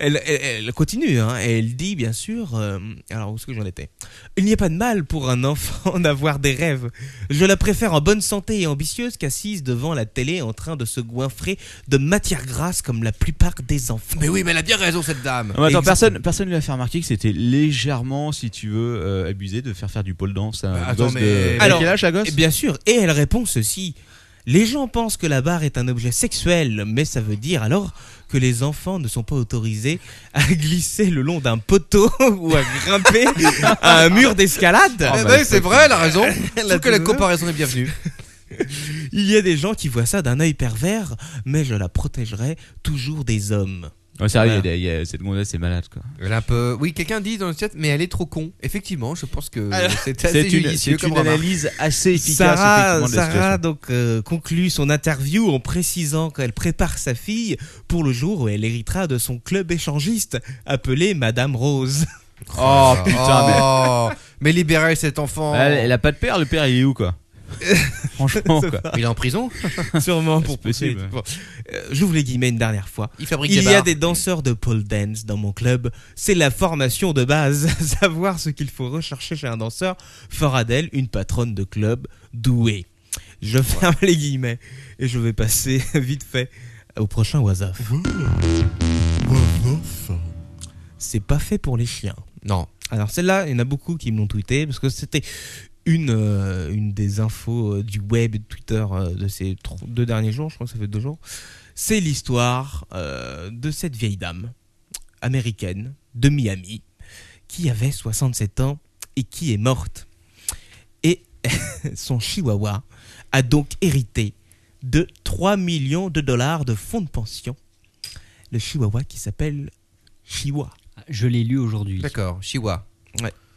elle, elle- elle continue hein, et elle dit bien sûr. euh, alors où est-ce que j'en étais Il n'y a pas de mal pour un enfant *laughs* d'avoir des rêves. Je la préfère en bonne santé et ambitieuse qu'assise devant la télé en train de se goinfrer de matière grasse comme la plupart des enfants.
Mais oui, mais elle a bien raison cette dame.
Ah, mais attends,
Exactement.
personne, personne lui a fait remarquer que c'était légèrement, si tu veux, euh, abusé de faire faire du pole dance à un
Bah, attends,
gosse de- eh
mais-
T'as
Alors-
quel âge, à gosse
Et bien sûr, et elle répond ceci. Les gens pensent que la barre est un objet sexuel, mais ça veut dire alors que les enfants ne sont pas autorisés à *laughs* glisser le long d'un poteau *laughs* ou à
*laughs*
grimper à un mur
Ah
d'escalade.
bah,
Eh ben, c'est vrai, elle a
*laughs*
raison. Je
Elle a
trouve que la
toujours-
comparaison est bienvenue.
Il y a des gens qui voient ça d'un œil pervers, mais je la protégerai toujours des hommes.
Ouais, sérieux,
Voilà.
il y a des- il y a- cette gonzesse, c'est malade quoi.
Elle est un peu. Oui, quelqu'un dit dans le chat, mais elle est trop con. Effectivement, je pense que
Ah,
c'est assez
C'est une,
judicieux
c'est
comme
une
remarque.
analyse assez efficace
Sarah,
effectivement, de la
Sarah
situation.
donc euh, conclut son interview en précisant qu'elle prépare sa fille pour le jour où elle héritera de son club échangiste appelé Madame Rose.
Oh putain, mais
Oh, mais libérez cet enfant.
Ah,
elle, elle a pas de père, le père il est où quoi Franchement quoi.
Il est en prison.
Sûrement
C'est
pour
possible.
pousser. Bon. Euh, J'ouvre les guillemets une dernière fois.
Il fabrique
Il
des
y a
barres.
des danseurs de pole dance dans mon club. C'est la formation de base. *laughs* Savoir ce qu'il faut rechercher chez un danseur fera d'elle une patronne de club douée. Je ferme les guillemets et je vais passer *laughs* vite fait au prochain Wasaf. C'est pas fait pour les chiens.
Non.
Alors celle-là, il y en a beaucoup qui me l'ont tweeté parce que c'était une, euh, une des infos euh, du web et de Twitter euh, de ces tro- deux derniers jours, je crois que ça fait deux jours. C'est l'histoire euh, de cette vieille dame américaine de Miami qui avait 67 ans et qui est morte. Et *laughs* son chihuahua a donc hérité de 3 millions de dollars de fonds de pension. Le chihuahua qui s'appelle Chihuahua.
Je l'ai lu aujourd'hui.
D'accord, Chihuahua.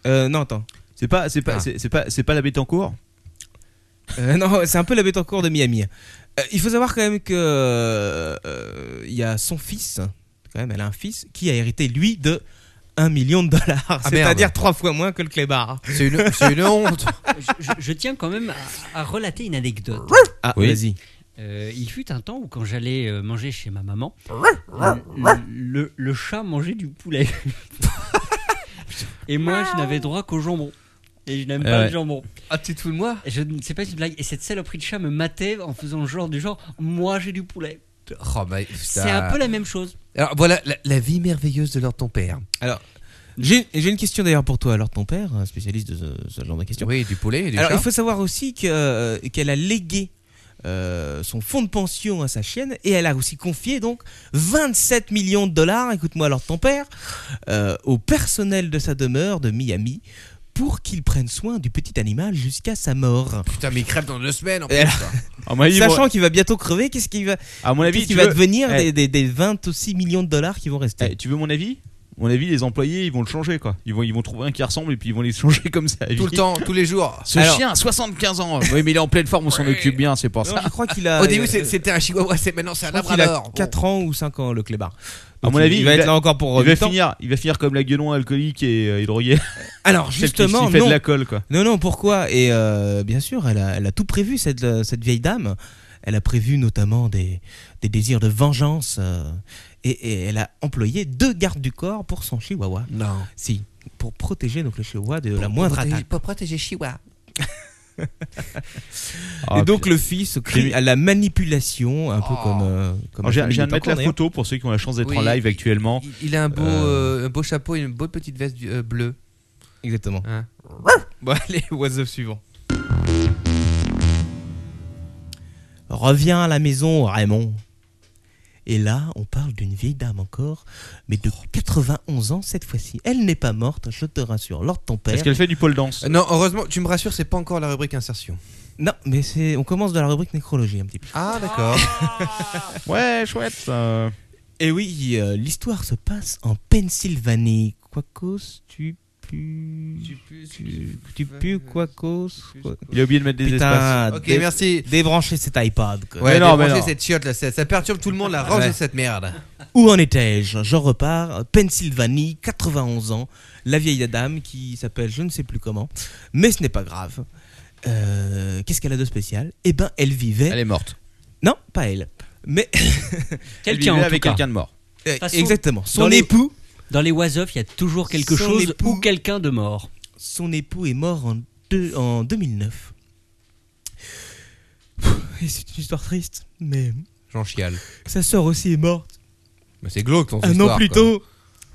Euh, non, attends.
C'est pas, c'est pas,
Ah.
c'est c'est pas, c'est pas la bête en cours.
Euh, non, c'est un peu la bête en cours de Miami. Euh, il faut savoir quand même que euh, euh, il y a son fils, quand même, elle a un fils qui a hérité lui de 1 million de dollars, c'est-à-dire
merde.
trois fois moins que le clébard.
C'est une, c'est une
*laughs*
honte.
Je, je- je tiens quand même à- à relater une anecdote.
Ah,
Oui.
vas-y.
Euh, il fut un temps où quand j'allais euh, manger chez ma maman, le, le- le chat mangeait
*laughs*
du poulet. et moi, je n'avais droit qu'au jambon. Et je n'aime pas
Ouais.
le jambon.
Ah, tu te fous de moi
Et Je ne sais pas si c'est une blague. Et cette saloperie de chat me matait en faisant le genre du genre Moi j'ai du poulet.
Oh, bah,
C'est un peu la même chose.
Alors voilà la, la vie merveilleuse de leur ton père.
J'ai j'ai une question d'ailleurs pour toi, alors ton père, un spécialiste de ce, ce genre de questions.
Oui, du poulet et du
Alors,
chat.
il faut savoir aussi que, euh, qu'elle a légué euh, son fonds de pension à sa chienne et elle a aussi confié donc 27 millions de dollars, écoute-moi alors ton père, euh, au personnel de sa demeure de Miami pour qu'il prenne soin du petit animal jusqu'à sa mort.
Putain, mais il crève dans deux semaines. En
Et
plus, quoi.
À mon avis,
Sachant qu'il va bientôt crever, qu'est-ce qui va,
bon, à Ah mon avis,
qu'est-ce qui
tu
va
veux-
devenir
eh.
des, des- des 26 millions de dollars qui vont rester
eh, tu veux mon avis Mon avis, les employés, ils vont le changer quoi. Ils vont, ils vont trouver un qui ressemble et puis ils vont les changer *laughs* comme ça.
Tout le temps, tous les jours.
Ce
Alors-
chien, 75 ans. Oui, mais il est en pleine forme, on s'en occupe bien, c'est pour
Non,
ça.
je crois qu'il a.
Au début,
euh,
c'est- c'était un chihuahua, c'est maintenant c'est un
je crois qu'il a
labrador.
4 ans ou 5 ans le clébard.
À
Donc,
mon
il-
avis,
il va
il
être
a-
là encore pour
Il va,
8 ans.
finir, il va finir comme la gueulon alcoolique et euh, il aurait
Alors
celle qui
justement,
sifflait
non,
de la colle quoi.
Non, non, pourquoi Et euh, bien sûr, elle a, elle a tout prévu, cette, euh, cette vieille dame. Elle a prévu notamment des, des désirs de vengeance. euh, et, et elle a employé deux gardes du corps pour son chihuahua.
Non.
Si, pour protéger donc, le chihuahua de la moindre
protéger-
attaque.
Pour protéger Chihuahua.
Ah,
et donc le fils crie à la manipulation, un peu
Oh.
comme... euh, comme
Alors,
la
j'ai
famille
j'ai à
de
mettre
Tancourt,
la photo pour ceux qui ont la chance d'être
Oui.
en live actuellement.
Il, il a un beau,
Euh.
euh, un beau chapeau et une beau petite veste du- euh, bleue.
d'ailleurs. Exactement.
Hein.
Bon, *laughs* allez, what's up suivant. Reviens à la maison, Raymond. Et là, on parle d'une vieille dame encore, mais de 91 ans cette fois-ci. Elle n'est pas morte, je te rassure. Lors de ton père.
Est-ce qu'elle fait du pole dance
Euh, Non, heureusement, tu me rassures, c'est pas encore la rubrique insertion.
Non, mais c'est. On commence dans la rubrique nécrologie un petit peu.
Ah, d'accord.
Ouais, chouette. euh. ça.
Et oui, euh, l'histoire se passe en Pennsylvanie. Quacos, tu pues. Tu, tu pues, quacos. quoi-
Il a oublié de mettre des espaces.
Putain,
ok,
dé-
merci.
débrancher cet iPad. quoi.
Ouais,
Mais non, mais
débrancher
non.
cette chiotte là, ça, ça perturbe tout le monde, la range
Ouais.
de cette merde.
Où en étais-je Je repars, Pennsylvanie, 91 ans, la vieille dame qui s'appelle je ne sais plus comment, mais ce n'est pas grave. Euh, Qu'est-ce qu'elle a de spécial Eh ben, elle vivait.
Elle est morte.
Non, pas elle. Mais
Elle
Quelqu'un en
vivait
tout
avec
cas.
quelqu'un de mort.
Euh,
façon,
exactement.
dans
Son
les-
époux,
Dans les was-of, il y a toujours quelque
Son
chose
époux.
ou quelqu'un de mort.
son époux est mort en, deux- en 2009. Et c'est une histoire triste, mais
J'en chiale.
sa sœur aussi est morte
Mais c'est glauque ton
un
histoire,
an plus
quoi.
tôt.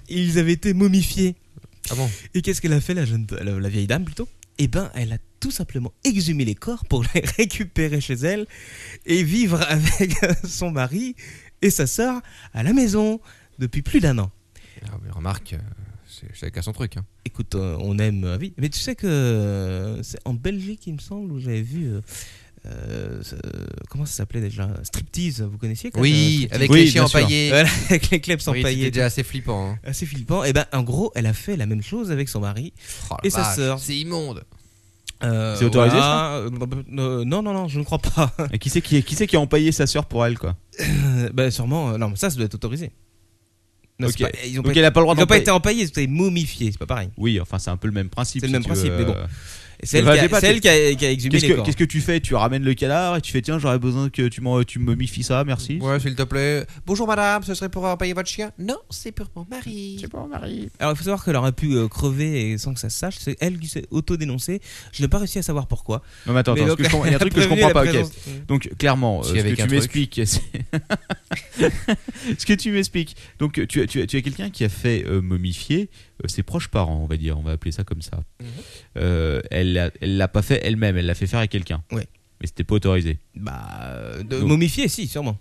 Ils avaient été momifiés.
Ah bon
Et qu'est-ce qu'elle a fait, la, jeune, la, la vieille dame plutôt Eh ben, elle a tout simplement exhumé les corps pour les *laughs* récupérer chez elle et vivre avec *laughs* son mari et sa sœur à la maison depuis plus d'un an.
Ah, mais remarque, euh, c'est chacun son truc. Hein.
Écoute, euh, on aime, euh, oui. Mais tu sais que euh, c'est en Belgique, il me semble, où j'avais vu. euh, euh, ce- comment ça s'appelait déjà Striptease, vous connaissiez quand
Oui,
même,
avec
Oui,
les chiens
bien sûr.
euh,
empaillés.
*laughs* voilà, avec les clubs
Oui,
empaillés,
C'était déjà assez flippant. hein.
assez flippant. Et ben, en gros, elle a fait la même chose avec son mari
Oh, la
Et sa
vache,
sœur.
C'est immonde.
Euh,
C'est autorisé,
voilà. Euh, Non, non, non, je ne crois pas. *laughs*
Et qui c'est qui, qui, c'est qui a empaillé sa sœur pour elle, quoi
Euh, bah, sûrement, euh, non, mais ça, ça doit être autorisé. Non, c'est
Ok.
pas- ils n'ont
Donc
pas,
elle a pas le droit
ils ont pas
d'empailler.
été empaillés, c'était momifié, c'est pas pareil.
Oui, enfin, c'est un peu le même principe.
C'est le
si
même
tu
principe,
veux,
mais bon.
euh,
Et C'est elle,
Bah,
qui
j'ai
a-
pas-
c'est elle qui a, qui a exhumé
Qu'est-ce
les
que,
corps.
qu'est-ce que tu fais Tu ramènes le cadavre et tu fais tiens, j'aurais besoin que tu, m'en- tu me momifies ça, merci.
Ouais, s'il te plaît. Bonjour madame, ce serait pour empailler votre chien Non, c'est pour mon mari.
Alors il faut savoir qu'elle aurait pu euh, crever et sans que ça se sache. C'est elle qui s'est auto-dénoncée. Je n'ai pas réussi à savoir pourquoi.
Non, mais attends,
Mais
attends,
donc,
parce que je comprends- il y a un
elle
truc que je
prévenu
comprends
*laughs* la
pas, ok.
présence-
Donc clairement,
Si,
euh, ce,
avec
que
un
tu
truc.
m'expliques, *laughs* c'est ce que tu m'expliques. Donc euh, tu as, tu as, tu as quelqu'un qui a fait euh, momifier euh, ses proches parents, on va dire, on va appeler ça comme ça.
Mm-hmm.
Euh, elle l'a- elle l'a pas fait elle-même, elle l'a fait faire à quelqu'un.
Ouais.
Mais c'était pas autorisé.
Bah, euh, de
Mm. Donc-
momifier, si, sûrement.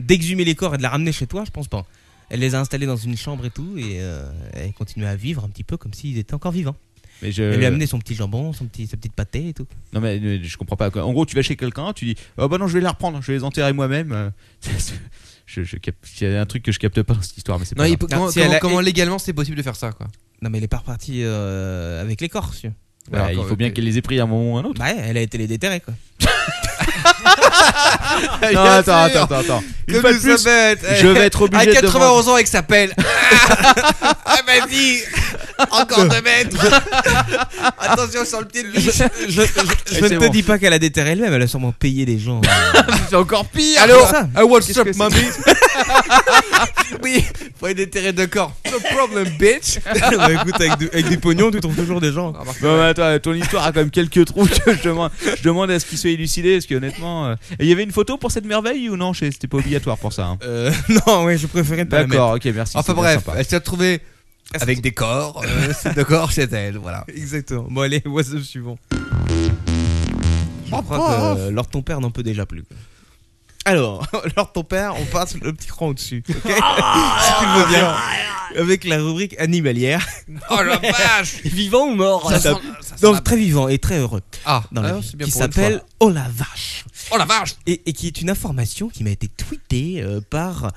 D'exhumer les corps et de la ramener chez toi, je pense pas. Elle les a installés dans une chambre et tout, et euh, elle continuait à vivre un petit peu comme s'ils étaient encore vivants.
Mais je
Elle lui a amené son petit jambon, son petit, sa petite pâtée et tout.
non mais euh, je comprends pas. quoi. En gros, tu vas chez quelqu'un, tu dis "Ah bah non, je vais les reprendre, je vais les enterrer moi-même." Euh, *laughs* Je, je cap- il y a un truc que je capte pas dans cette histoire, mais c'est
Non,
pas
il
grave.
peut-
Non,
comment,
si elle
comment-
a-
comment légalement c'est possible de faire ça quoi
Non, mais elle est pas repartie euh, avec les corps, monsieur.
Voilà,
Alors,
il faut bien
quand-
qu'elle les ait pris à un moment ou
*laughs*
à un autre.
Bah, ouais, elle a été les déterrer, quoi.
Non, attends, attends, attends, attends. Une fois de
nous
plus,
sommes bêtes, eh.
je vais être obligé
À
de
91 ans avec sa *laughs* pelle. ah vas-y Encore 2 mètres *laughs* Attention sur le pied de biche
*laughs* Je ne
c'est
te
bon.
dis pas qu'elle a déterré elle-même, elle a sûrement payé les *laughs* gens. Euh,
C'est encore pire
Allô
Allô
Ça.
I what's
Qu'est-ce
up
que
mamie *laughs* Oui, faut les déterrer de corps. No problem bitch
bah, écoute, avec du, avec du pognon, tu trouves toujours des gens.
Non, mais bah, attends, ton histoire a quand même quelques trous que je demande, je demande à ce qu'il soit élucidé, parce que honnêtement. euh, et Il y avait une photo pour cette merveille ou non chez- C'était pas obligatoire pour ça. hein.
Euh, *laughs* non, ouais, je préférais ne pas la mettre.
D'accord, ok, merci.
Enfin
c'est bien
bref, Euh,
sympa.
elle s'est retrouvée avec des corps. *laughs* euh, C'est de corps chez elle, voilà.
Exactement. Bon, allez, what's up suivant. Je crois que euh, Lord ton père n'en peut déjà plus. Alors, *laughs* Lord ton père, on passe le petit cran au-dessus. ok *laughs* si tu le veux bien. Avec la rubrique animalière.
Oh la vache
Vivant ou mort
Ça sent- ça sent la-
Donc, très vivant et très heureux.
Ah,
Dans la
ah,
vie,
c'est bien
qui
pour une
s'appelle
fois.
Oh la vache.
Oh la vache
et, et qui est une information qui m'a été tweetée euh, par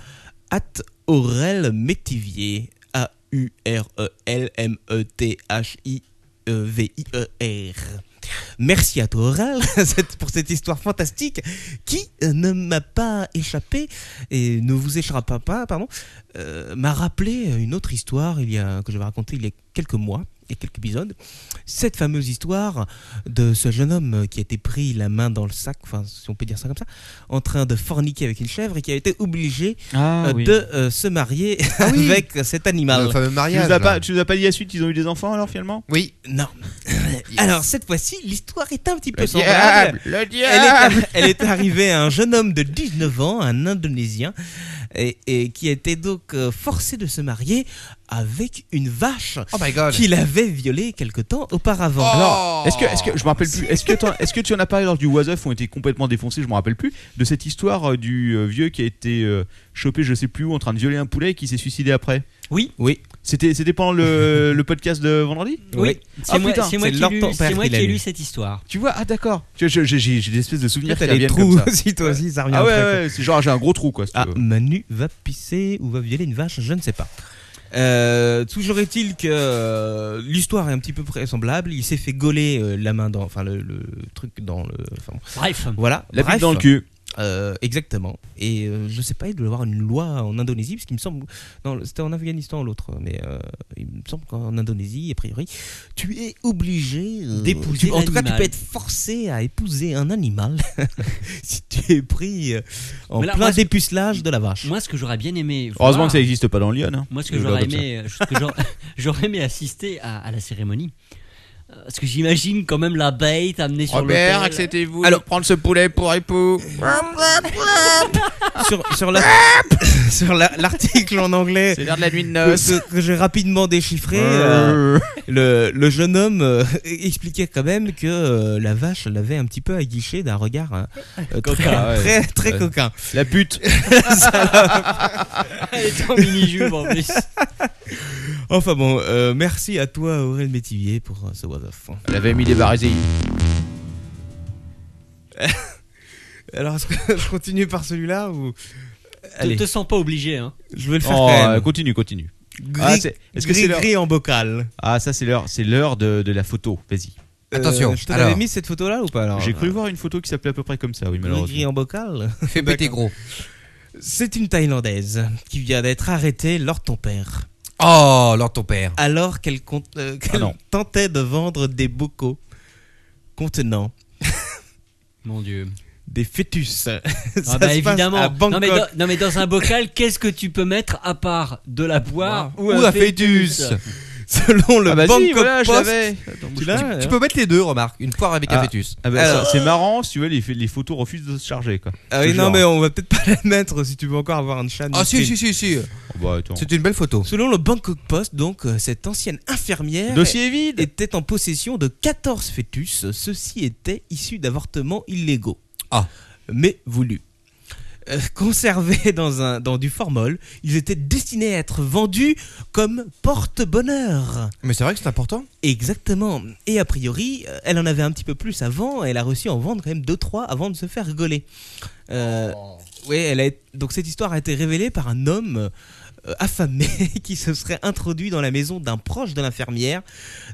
at Aurel Métivier A U R E L M E T H I euh, V I E R. Merci à toi Aurel *laughs* cette- pour cette histoire fantastique qui euh, ne m'a pas échappé et ne vous échappera pas pardon euh, m'a rappelé une autre histoire il y a que j'avais racontée il y a quelques mois et quelques épisodes cette fameuse histoire de ce jeune homme euh, qui a été pris la main dans le sac enfin si on peut dire ça comme ça en train de forniquer avec une chèvre et qui a été obligé
Ah,
euh,
oui. Ah
de euh, se marier
oui.
*laughs* avec cet animal.
Le fameux
Tu
mariage.
nous, as
là.
pas, tu nous as pas dit la suite, ils ont eu des enfants alors finalement
Oui.
Non. Alors cette fois-ci, l'histoire est un petit peu
Le
semblable.
diable Le
Elle est,
diable
elle est arrivée à un jeune homme de 19 ans, un Indonésien, et, et qui était donc euh, forcé de se marier avec une vache
Oh my god.
qu'il avait violée quelque temps
Oh.
auparavant.
Oh. Alors, est-ce que, est-ce que, je me rappelle plus, est-ce que, t'en- est-ce que tu en as parlé lors du Was Off, où on était complètement défoncé, je me rappelle plus, de cette histoire euh, du euh, vieux qui a été euh, chopé, je sais plus où, en train de violer un poulet et qui s'est suicidé après
Oui.
Oui.
C'était, c'était pendant le, le podcast de vendredi
Oui,
Ah,
c'est moi,
putain,
c'est moi
c'est
qui
leur
ai lu-
ton père
c'est moi
qui l'a
qui ai
lu.
lu cette histoire.
Tu vois, ah d'accord. Tu vois, je- je- j'ai, j'ai des espèces de souvenirs qui
T'as des
reviennent
trous
comme
*laughs*
ça.
aussi, toi aussi, ça revient
Ah ouais,
après, quoi.
ouais, c'est genre j'ai un gros trou quoi. si tu
Ah,
veux.
Manu va pisser ou va violer une vache, je ne sais pas. Euh, toujours est-il que euh, l'histoire est un petit peu vraisemblable. Il s'est fait gauler euh, la main dans, enfin le, le truc dans le, enfin, bon.
Bref.
voilà.
La bite
Bref.
dans le cul.
Euh, exactement. Et euh, je sais pas, il doit y avoir une loi en Indonésie, parce qu'il me semble. Non, c'était en Afghanistan l'autre, mais euh, il me semble qu'en Indonésie, a priori, tu es obligé. euh,
D'épouser
tu- En tout cas, tu
l'animal.
peux être forcé à épouser un animal *laughs* si tu es pris euh, en
Mais là,
plein
moi, je-
dépucelage de la vache.
Moi, ce que j'aurais bien aimé. voir-
Heureusement que ça n'existe pas dans Lyon. hein.
Moi, ce que
Je
j'aurais
vois comme ça.
aimé, euh, ce que j'aurais- *laughs* j'aurais aimé assister à, à la cérémonie. Euh, Parce que j'imagine quand même la bête amenée sur l'autel.
acceptez-vous Alors, prendre ce poulet pour époux
sur, sur la- *laughs* sur la- l'article en anglais
l'heure de la nuit de
*laughs*
que, que- que j'ai rapidement déchiffré, euh, le, le jeune homme euh, *laughs* expliquait quand même que euh, la vache l'avait un petit peu aguichée d'un regard hein, euh, très,
Coquin, ouais.
très, très
Ouais.
coquin.
La pute.
Elle était en mini-jupe en plus.
Enfin bon, euh, merci à toi Aurélien Métivier pour euh, ce was off.
Elle avait mis des barésilles.
Alors est-ce que *laughs* je continue par celui-là ou
Te,
Allez,
te sens pas obligé. Hein.
je vais le faire *laughs*
Oh,
quand même.
continue, continue.
Gris,
Ah, c'est- est-ce que c'est
gris-
leur-
gris en bocal.
Ah ça c'est l'heure, c'est l'heure de, de la photo. Vas-y.
Attention,
Euh, je te
alors.
l'avais mis cette photo là ou pas alors
J'ai cru voir une photo qui s'appelait à peu près comme ça, oui
Ah, Gris, gris
malheureusement.
en bocal.
Fais péter gros.
C'est une Thaïlandaise qui vient d'être arrêtée lors de ton père,
Oh, Lord ton père.
alors qu'elle con- euh, qu'elle
Ah non.
tentait de vendre des bocaux contenant
Mon Dieu.
des fœtus. *laughs*
Ah
Ça
bah
se passe
évidemment.
à
Non mais,
Bangkok.
dans, non, mais dans un bocal, qu'est-ce que tu peux mettre à part de la boire
Ou un fœtus.
Selon le
Ah bah si,
Bangkok
voilà, je
Post.
l'avais.
Tu l'as, hein
Tu peux mettre les deux, remarque. Une poire avec un
Ah.
fœtus.
Ah bah,
Alors-
ça, c'est marrant, si tu veux, les, les photos refusent de se charger quoi.
Ah
Je
oui,
te
non,
jure.
mais on va peut-être pas *laughs* la mettre si tu veux encore avoir un chat.
Ah si, si, si, si.
Oh, bah, attends.
C'est une belle photo.
Selon le Bangkok Post, donc, euh, cette ancienne infirmière
Dossier vide.
était en possession de 14 fœtus. Ceux-ci étaient issus d'avortements illégaux.
Ah.
Mais voulus. Euh, conservés dans, un, dans du formol, ils étaient destinés à être vendus comme porte-bonheur.
Mais c'est vrai que c'est important.
Exactement. Et a priori, euh, elle en avait un petit peu plus avant. Elle a réussi à en vendre quand même 2-3 avant de se faire rigoler. Euh,
Oh.
ouais, elle a, donc cette histoire a été révélée par un homme euh, affamé *laughs* qui se serait introduit dans la maison d'un proche de l'infirmière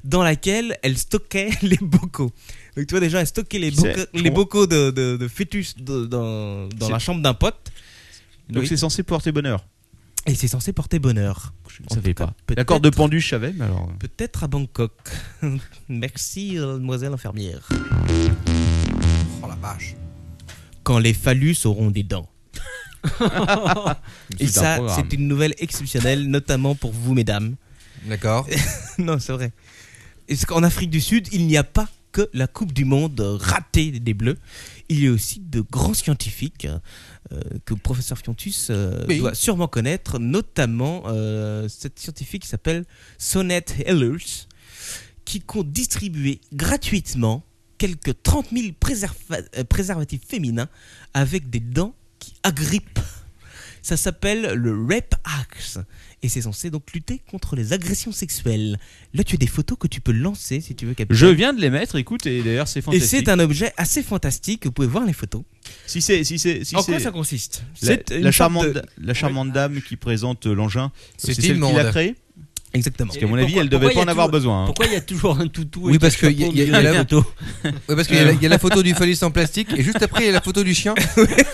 dans laquelle elle stockait *laughs* les bocaux. Donc tu vois déjà, elle stockait les,
Qui c'est
bocaux-
Je
les
comprends.
bocaux de, de- de fœtus de- dans, dans
C'est-
la chambre d'un pote.
Donc
Oui.
c'est censé porter bonheur.
Et c'est censé porter bonheur.
Je
En
ne
tout
savais
cas,
pas.
Oh, peut-être-
L'accord de pendu, je savais, mais alors. euh.
Peut-être à Bangkok. *laughs* Merci, euh, mademoiselle infirmière.
Oh la vache.
quand les phallus auront
*laughs*
des dents. Et
C'est un
ça,
programme.
c'est une nouvelle exceptionnelle, notamment pour vous, mesdames.
D'accord.
*laughs* non, c'est vrai. Parce qu'en Afrique du Sud, il n'y a pas que la Coupe du Monde ratée des Bleus. Il y a aussi de grands scientifiques euh, que le professeur Fiontus euh,
Oui.
doit sûrement connaître, notamment euh, cette scientifique qui s'appelle Sonette Ehlers, qui compte distribuer gratuitement quelques 30 000 préserva- euh, préservatifs féminins avec des dents qui agrippent. Ça s'appelle le Rape Axe et c'est censé donc lutter contre les agressions sexuelles. Là, tu as des photos que tu peux lancer si tu veux. Capitaine.
Je viens de les mettre, écoute, et d'ailleurs c'est
Et
fantastique.
c'est un objet assez fantastique. Vous pouvez voir les photos.
Si c'est, si c'est, si
en
c'est.
quoi ça consiste
La,
C'est
la
une sorte
charmante,
de-
la charmante dame qui présente euh, l'engin,
C'est
c'est celle qui
immonde.
l'a créé.
Exactement.
Parce qu'à
Et
mon avis,
pourquoi-
elle devait
pourquoi
pas
il y
en
a
avoir
tout-
besoin. hein.
Pourquoi il y a toujours un toutou
Oui,
et
parce
quelque
que y a-
chose
y a- y
autour
a
du
la-
gâteau
Oui, parce qu'il y, a la- il y a la photo du phallus en plastique et juste après il y a la photo du chien.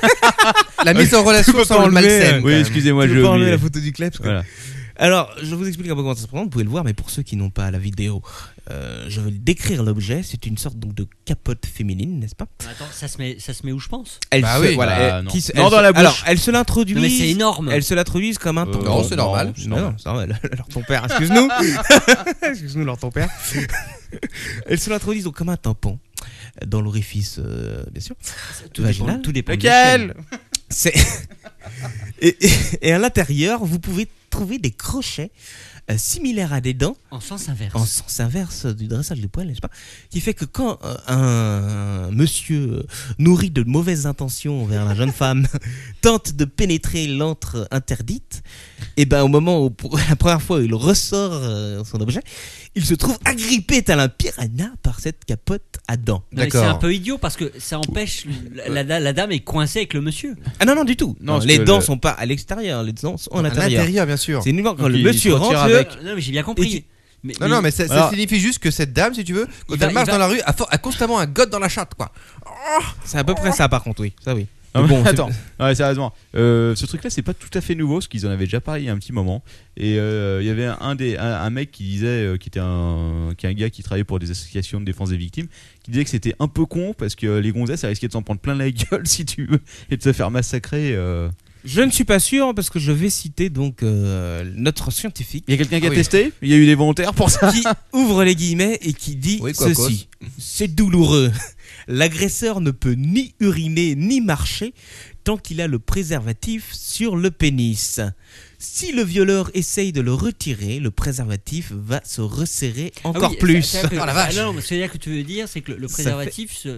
*laughs* la mise en relation
pas
semble
enlever,
malsaine.
Oui, excusez-moi,
Tu
je
veux pas enlever
oublié.
la photo du clip
Voilà.
Alors, euh, je vous explique un peu comment ça se présente. Vous pouvez le voir, mais pour ceux qui n'ont pas la vidéo, euh, je vais décrire l'objet. C'est une sorte donc de capote féminine, n'est-ce pas
Attends, ça se met, ça se met où je pense
Elle
Bah
se,
oui.
voilà,
Bah,
elle-
non.
qui se-
Non,
elle
dans
se-
la bouche.
Alors, elle se l'introduit.
Non mais c'est énorme.
Elle se l'introduise comme un
Euh,
tampon.
Non, c'est normal.
Non, non, ça va, elle- *laughs* alors ton père, excuse-nous. excuse-nous, alors ton père. Elles se l'introduisent donc comme un tampon dans l'orifice, euh, bien sûr.
tout, dépend,
vaginal.
tout dépend. de
Lequel
l'échelle.
C'est *laughs* Et, et- et à l'intérieur, vous pouvez trouver des crochets euh, similaires à des dents
En sens inverse.
en sens inverse du dressage des poils, n'est-ce pas Qui fait que quand euh, un, un monsieur euh, nourri de mauvaises intentions envers la jeune femme *laughs* tente de pénétrer l'antre interdite, et ben au moment où pour la première fois il ressort euh, son objet, il se trouve agrippé tel un piranha par cette capote à dents.
Non, mais C'est un
D'accord.
peu idiot parce que ça empêche la, la- la dame est coincée avec le monsieur.
Ah non non du tout.
Non,
Non,
parce
les
que
dents
le-
sont pas à l'extérieur, les dents sont en
à
intérieur.
l'intérieur, bien sûr.
C'est uniquement quand
Donc,
le
il-
monsieur
il se retire
rentre.
avec.
Non, mais j'ai bien compris.
Euh, Et tu-
Mais, Ah
Non, non, mais ça, ça
Alors-
signifie juste que cette dame, si tu veux, quand
Il va-
elle marche
il va-
dans la rue, a, fo- a constamment un god dans la chatte, quoi.
C'est à peu près ça par contre, oui. Ça oui.
Non,
Mais
mais
bon, c'est-
attends, Ah *laughs* Ouais, sérieusement, euh, ce truc-là, c'est pas tout à fait nouveau, parce qu'ils en avaient déjà parlé il y a un petit moment. Et euh, il y avait un, un des, un, un mec qui disait, euh, qui était un, qui est un gars qui travaillait pour des associations de défense des victimes, qui disait que c'était un peu con, parce que les gonzesses, ça risquait de s'en prendre plein la gueule, *laughs* si tu veux, et de se faire massacrer. euh.
Je ne suis pas sûr parce que je vais citer donc euh, notre scientifique
Il y a quelqu'un qui a
Oui.
testé Il y a eu des volontaires pour *laughs* ça
*laughs*
qui ouvre les guillemets et qui dit
Oui, quoi,
ceci. C'est douloureux. L'agresseur ne peut ni uriner ni marcher tant qu'il a le préservatif sur le pénis. Si le violeur essaye de le retirer, le préservatif va se resserrer
Ah
encore
oui,
plus.
ça- ça-
Ah, la vache.
Non, mais c'est-à-dire que tu veux dire, c'est que le, le
Ça fait-
préservatif se,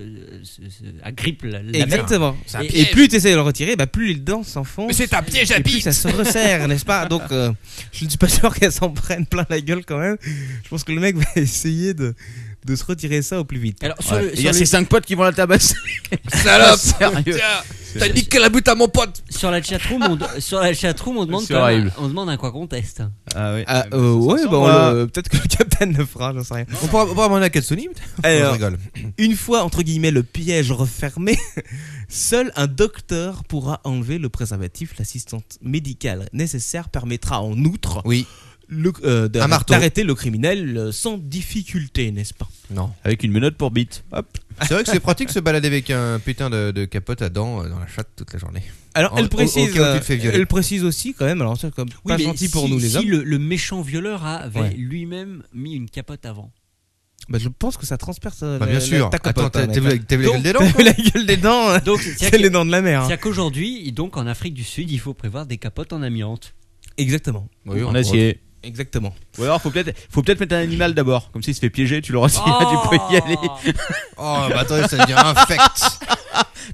se- se- agrippe la, la merde.
Exactement.
un
Et- Et
piège.
plus tu essaies de le retirer, bah, plus les dents s'enfoncent.
un piège
Et puis ça se resserre, n'est-ce pas Donc euh, je ne suis pas *laughs* sûr qu'elle s'en prenne plein la gueule quand même. Je pense que le mec va *laughs* essayer de, de se retirer ça au plus vite.
Alors, sur
Ouais.
le-
Et
sur
Il y a
le-
ces 5 potes qui vont la *laughs* tabasser.
Salope
Ah,
Sérieux.
Tiens, T'as dit que la butte à mon pote
Sur la chatroom, on, sur la chatroom, on demande
C'est
quand même-
horrible.
on demande un quoi conteste.
Ah ouais.
Ah, euh, ouais,
Ça
bah, on
va.
le- peut-être que le capitaine le fera, j'en
*laughs*
sais rien.
On pourra, on pourra demander à Katsuni Je
Alors,
rigole.
une fois entre guillemets le piège refermé, *laughs* seul un docteur pourra enlever le préservatif. L'assistante médicale nécessaire permettra en outre
Oui.
le- euh, d'arr-
Un marteau.
d'arrêter le criminel euh, sans difficulté, n'est-ce pas
Non.
Avec une menotte pour bite. Hop.
C'est vrai que c'est pratique de se balader avec un putain de, de capote à dents euh, dans la chatte toute la journée.
Alors
En-
elle
au-
précise,
au cas où tu
euh,
te fais violer.
elle précise aussi quand même. Alors c'est comme
Oui,
pas
mais
gentil
si-
pour nous les
si
hommes.
le, le méchant violeur avait
Ouais.
lui-même mis une capote avant.
Bah, je pense que ça transperce. euh,
Bah, bien sûr.
Ta
Attends,
capote,
t'as
mec.
t'as vu la- t'as vu la gueule des dents
hein, *laughs* la gueule des dents. hein.
Donc, c'est-à-dire
C'est
que-
les dents de la mer. hein.
c'est-à-dire qu'aujourd'hui, donc en Afrique du Sud, il faut prévoir des capotes en amiante.
Exactement.
Oui,
En acier.
Exactement.
Ou alors, faut peut-être faut peut mettre un animal d'abord. Comme s'il se fait piéger, tu le retires, tu peux y aller.
Oh, bah attendez, ça devient infect.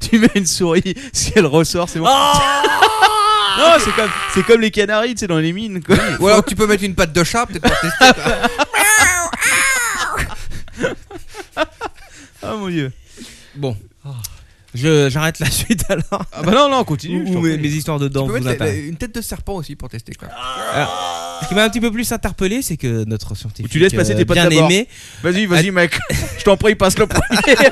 Tu mets une souris, *laughs* si elle ressort, c'est bon. *laughs* non, c'est comme, c'est comme les canaries, tu sais, dans les mines, quoi.
Ou alors tu peux mettre une patte de chat, peut-être pour tester. quoi.
*laughs* Ah mon dieu.
Bon. Je j'arrête la *laughs* suite alors.
Ah bah non, non,
Ou-
continue.
ou mes, mes histoires de dents
Tu peux
vous Ah,
mettre la- la-
intéressent.
une tête de serpent aussi pour tester. Quoi.
Ce qui m'a un petit peu plus interpellé, c'est que notre scientifique
tu laisses passer
euh,
tes potes
bien
d'abord.
aimé,
Vas-y, vas-y, mec. *laughs* Je t'en prie, passe le premier.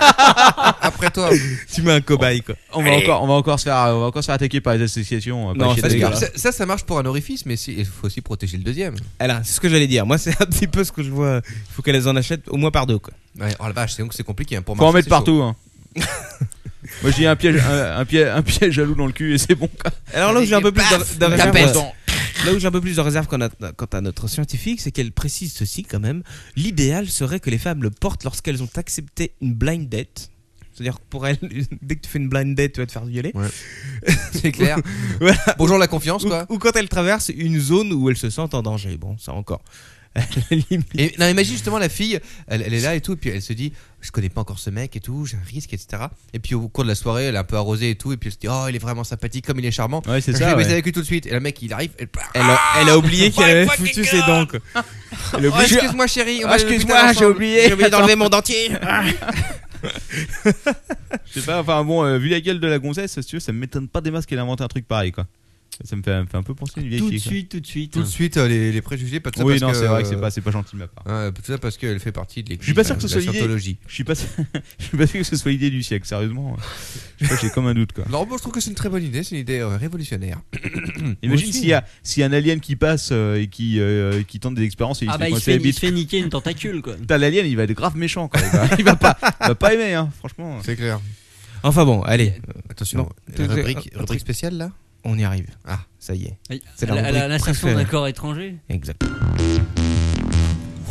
Après toi.
tu mets un cobaye quoi.
on va encore, on va encore se faire, on va encore se faire attaquer par les associations. on va pas
Non,
chier
Parce
des
que
gars.
ça, ça, ça marche pour un orifice, mais si- il faut aussi protéger le deuxième.
Alors c'est ce que j'allais dire. Moi c'est un petit peu ce que je vois. Il faut qu'elles en achètent au moins par deux quoi.
Ouais, oh la vache, c'est donc c'est compliqué hein, pour
Faut en
marcher,
mettre
c'est
partout. hein. Moi j'ai un piège, un, un piège, un piège jaloux dans le cul et c'est bon. quoi.
Alors là où j'ai un peu plus de, de
Capes.
réserve, euh, là où j'ai un peu plus de réserve quant à, quant à notre scientifique, c'est qu'elle précise ceci quand même. L'idéal serait que les femmes le portent lorsqu'elles ont accepté une blind date. C'est-à-dire que pour elles, *laughs* dès que tu fais une blind date, tu vas te faire violer. *laughs*
chaud. C'est clair.
Voilà.
Bonjour la confiance,
Ou,
quoi.
ou quand elles traversent une zone où elles se sentent en danger. Bon, ça encore. *laughs* À la limite.
Et, non, imagine justement la fille, elle, elle est là et tout, et puis elle se dit, je connais pas encore ce mec et tout, j'ai un risque, etc. Et puis au cours de la soirée, elle est un peu arrosée et tout, et puis elle se dit, oh, il est vraiment sympathique, comme il est charmant.
Ouais, c'est
je
ça,
vais baiser
ouais.
avec lui tout de suite. Et le mec, il arrive, elle Ah,
elle, a, elle a oublié qu'elle avait foutu ses dents. quoi. Elle
*laughs* Oh,
a oublié-
excuse-moi chérie, on va
Ah,
aller à l'hôpital
excuse-moi, j'ai
ensemble.
oublié. J'ai oublié d'enlever mon dentier.
Je sais pas. Enfin bon, euh, vu la gueule de la gonzesse, si tu veux, ça m'étonne pas des masques qu'elle a inventé un truc pareil quoi. Ça me fait, me fait un peu penser à une vieille
Tout de
fille. quoi.
suite, tout de suite.
Tout de suite, euh, les, les préjugés, pas tout ça
Oui,
parce
non,
que,
c'est vrai que c'est
euh,
pas, c'est pas gentil de ma part.
ouais, tout ça parce qu'elle fait partie de l'église.
Je suis pas sûr
euh,
que ce
de la
soit l'idée.
Scientologie.
Je suis pas, *laughs* je suis pas sûr que ce soit l'idée du siècle, sérieusement. Je sais pas, j'ai comme un doute quoi.
Non, moi je trouve que c'est une très bonne idée, c'est une idée euh, révolutionnaire.
Imagine s'il y a, s'il y a un alien qui passe euh, et qui, euh, qui tente des expériences et il
Ah
se
bah
fait
il
coincer
se fait,
la
il
bite.
se fait niquer une tentacule quoi.
Putain, l'alien il va être grave méchant quoi. Il va, *laughs* il va pas, il va pas aimer hein, franchement.
C'est clair.
Enfin bon, allez,
Euh, Attention,
Non.
la
Tout-
rubrique,
un truc-
rubrique spéciale là
on y arrive.
Ah.
ça y est. C'est la
La- la-
rubrique
L'insertion
préférée.
d'un corps étranger.
Exact.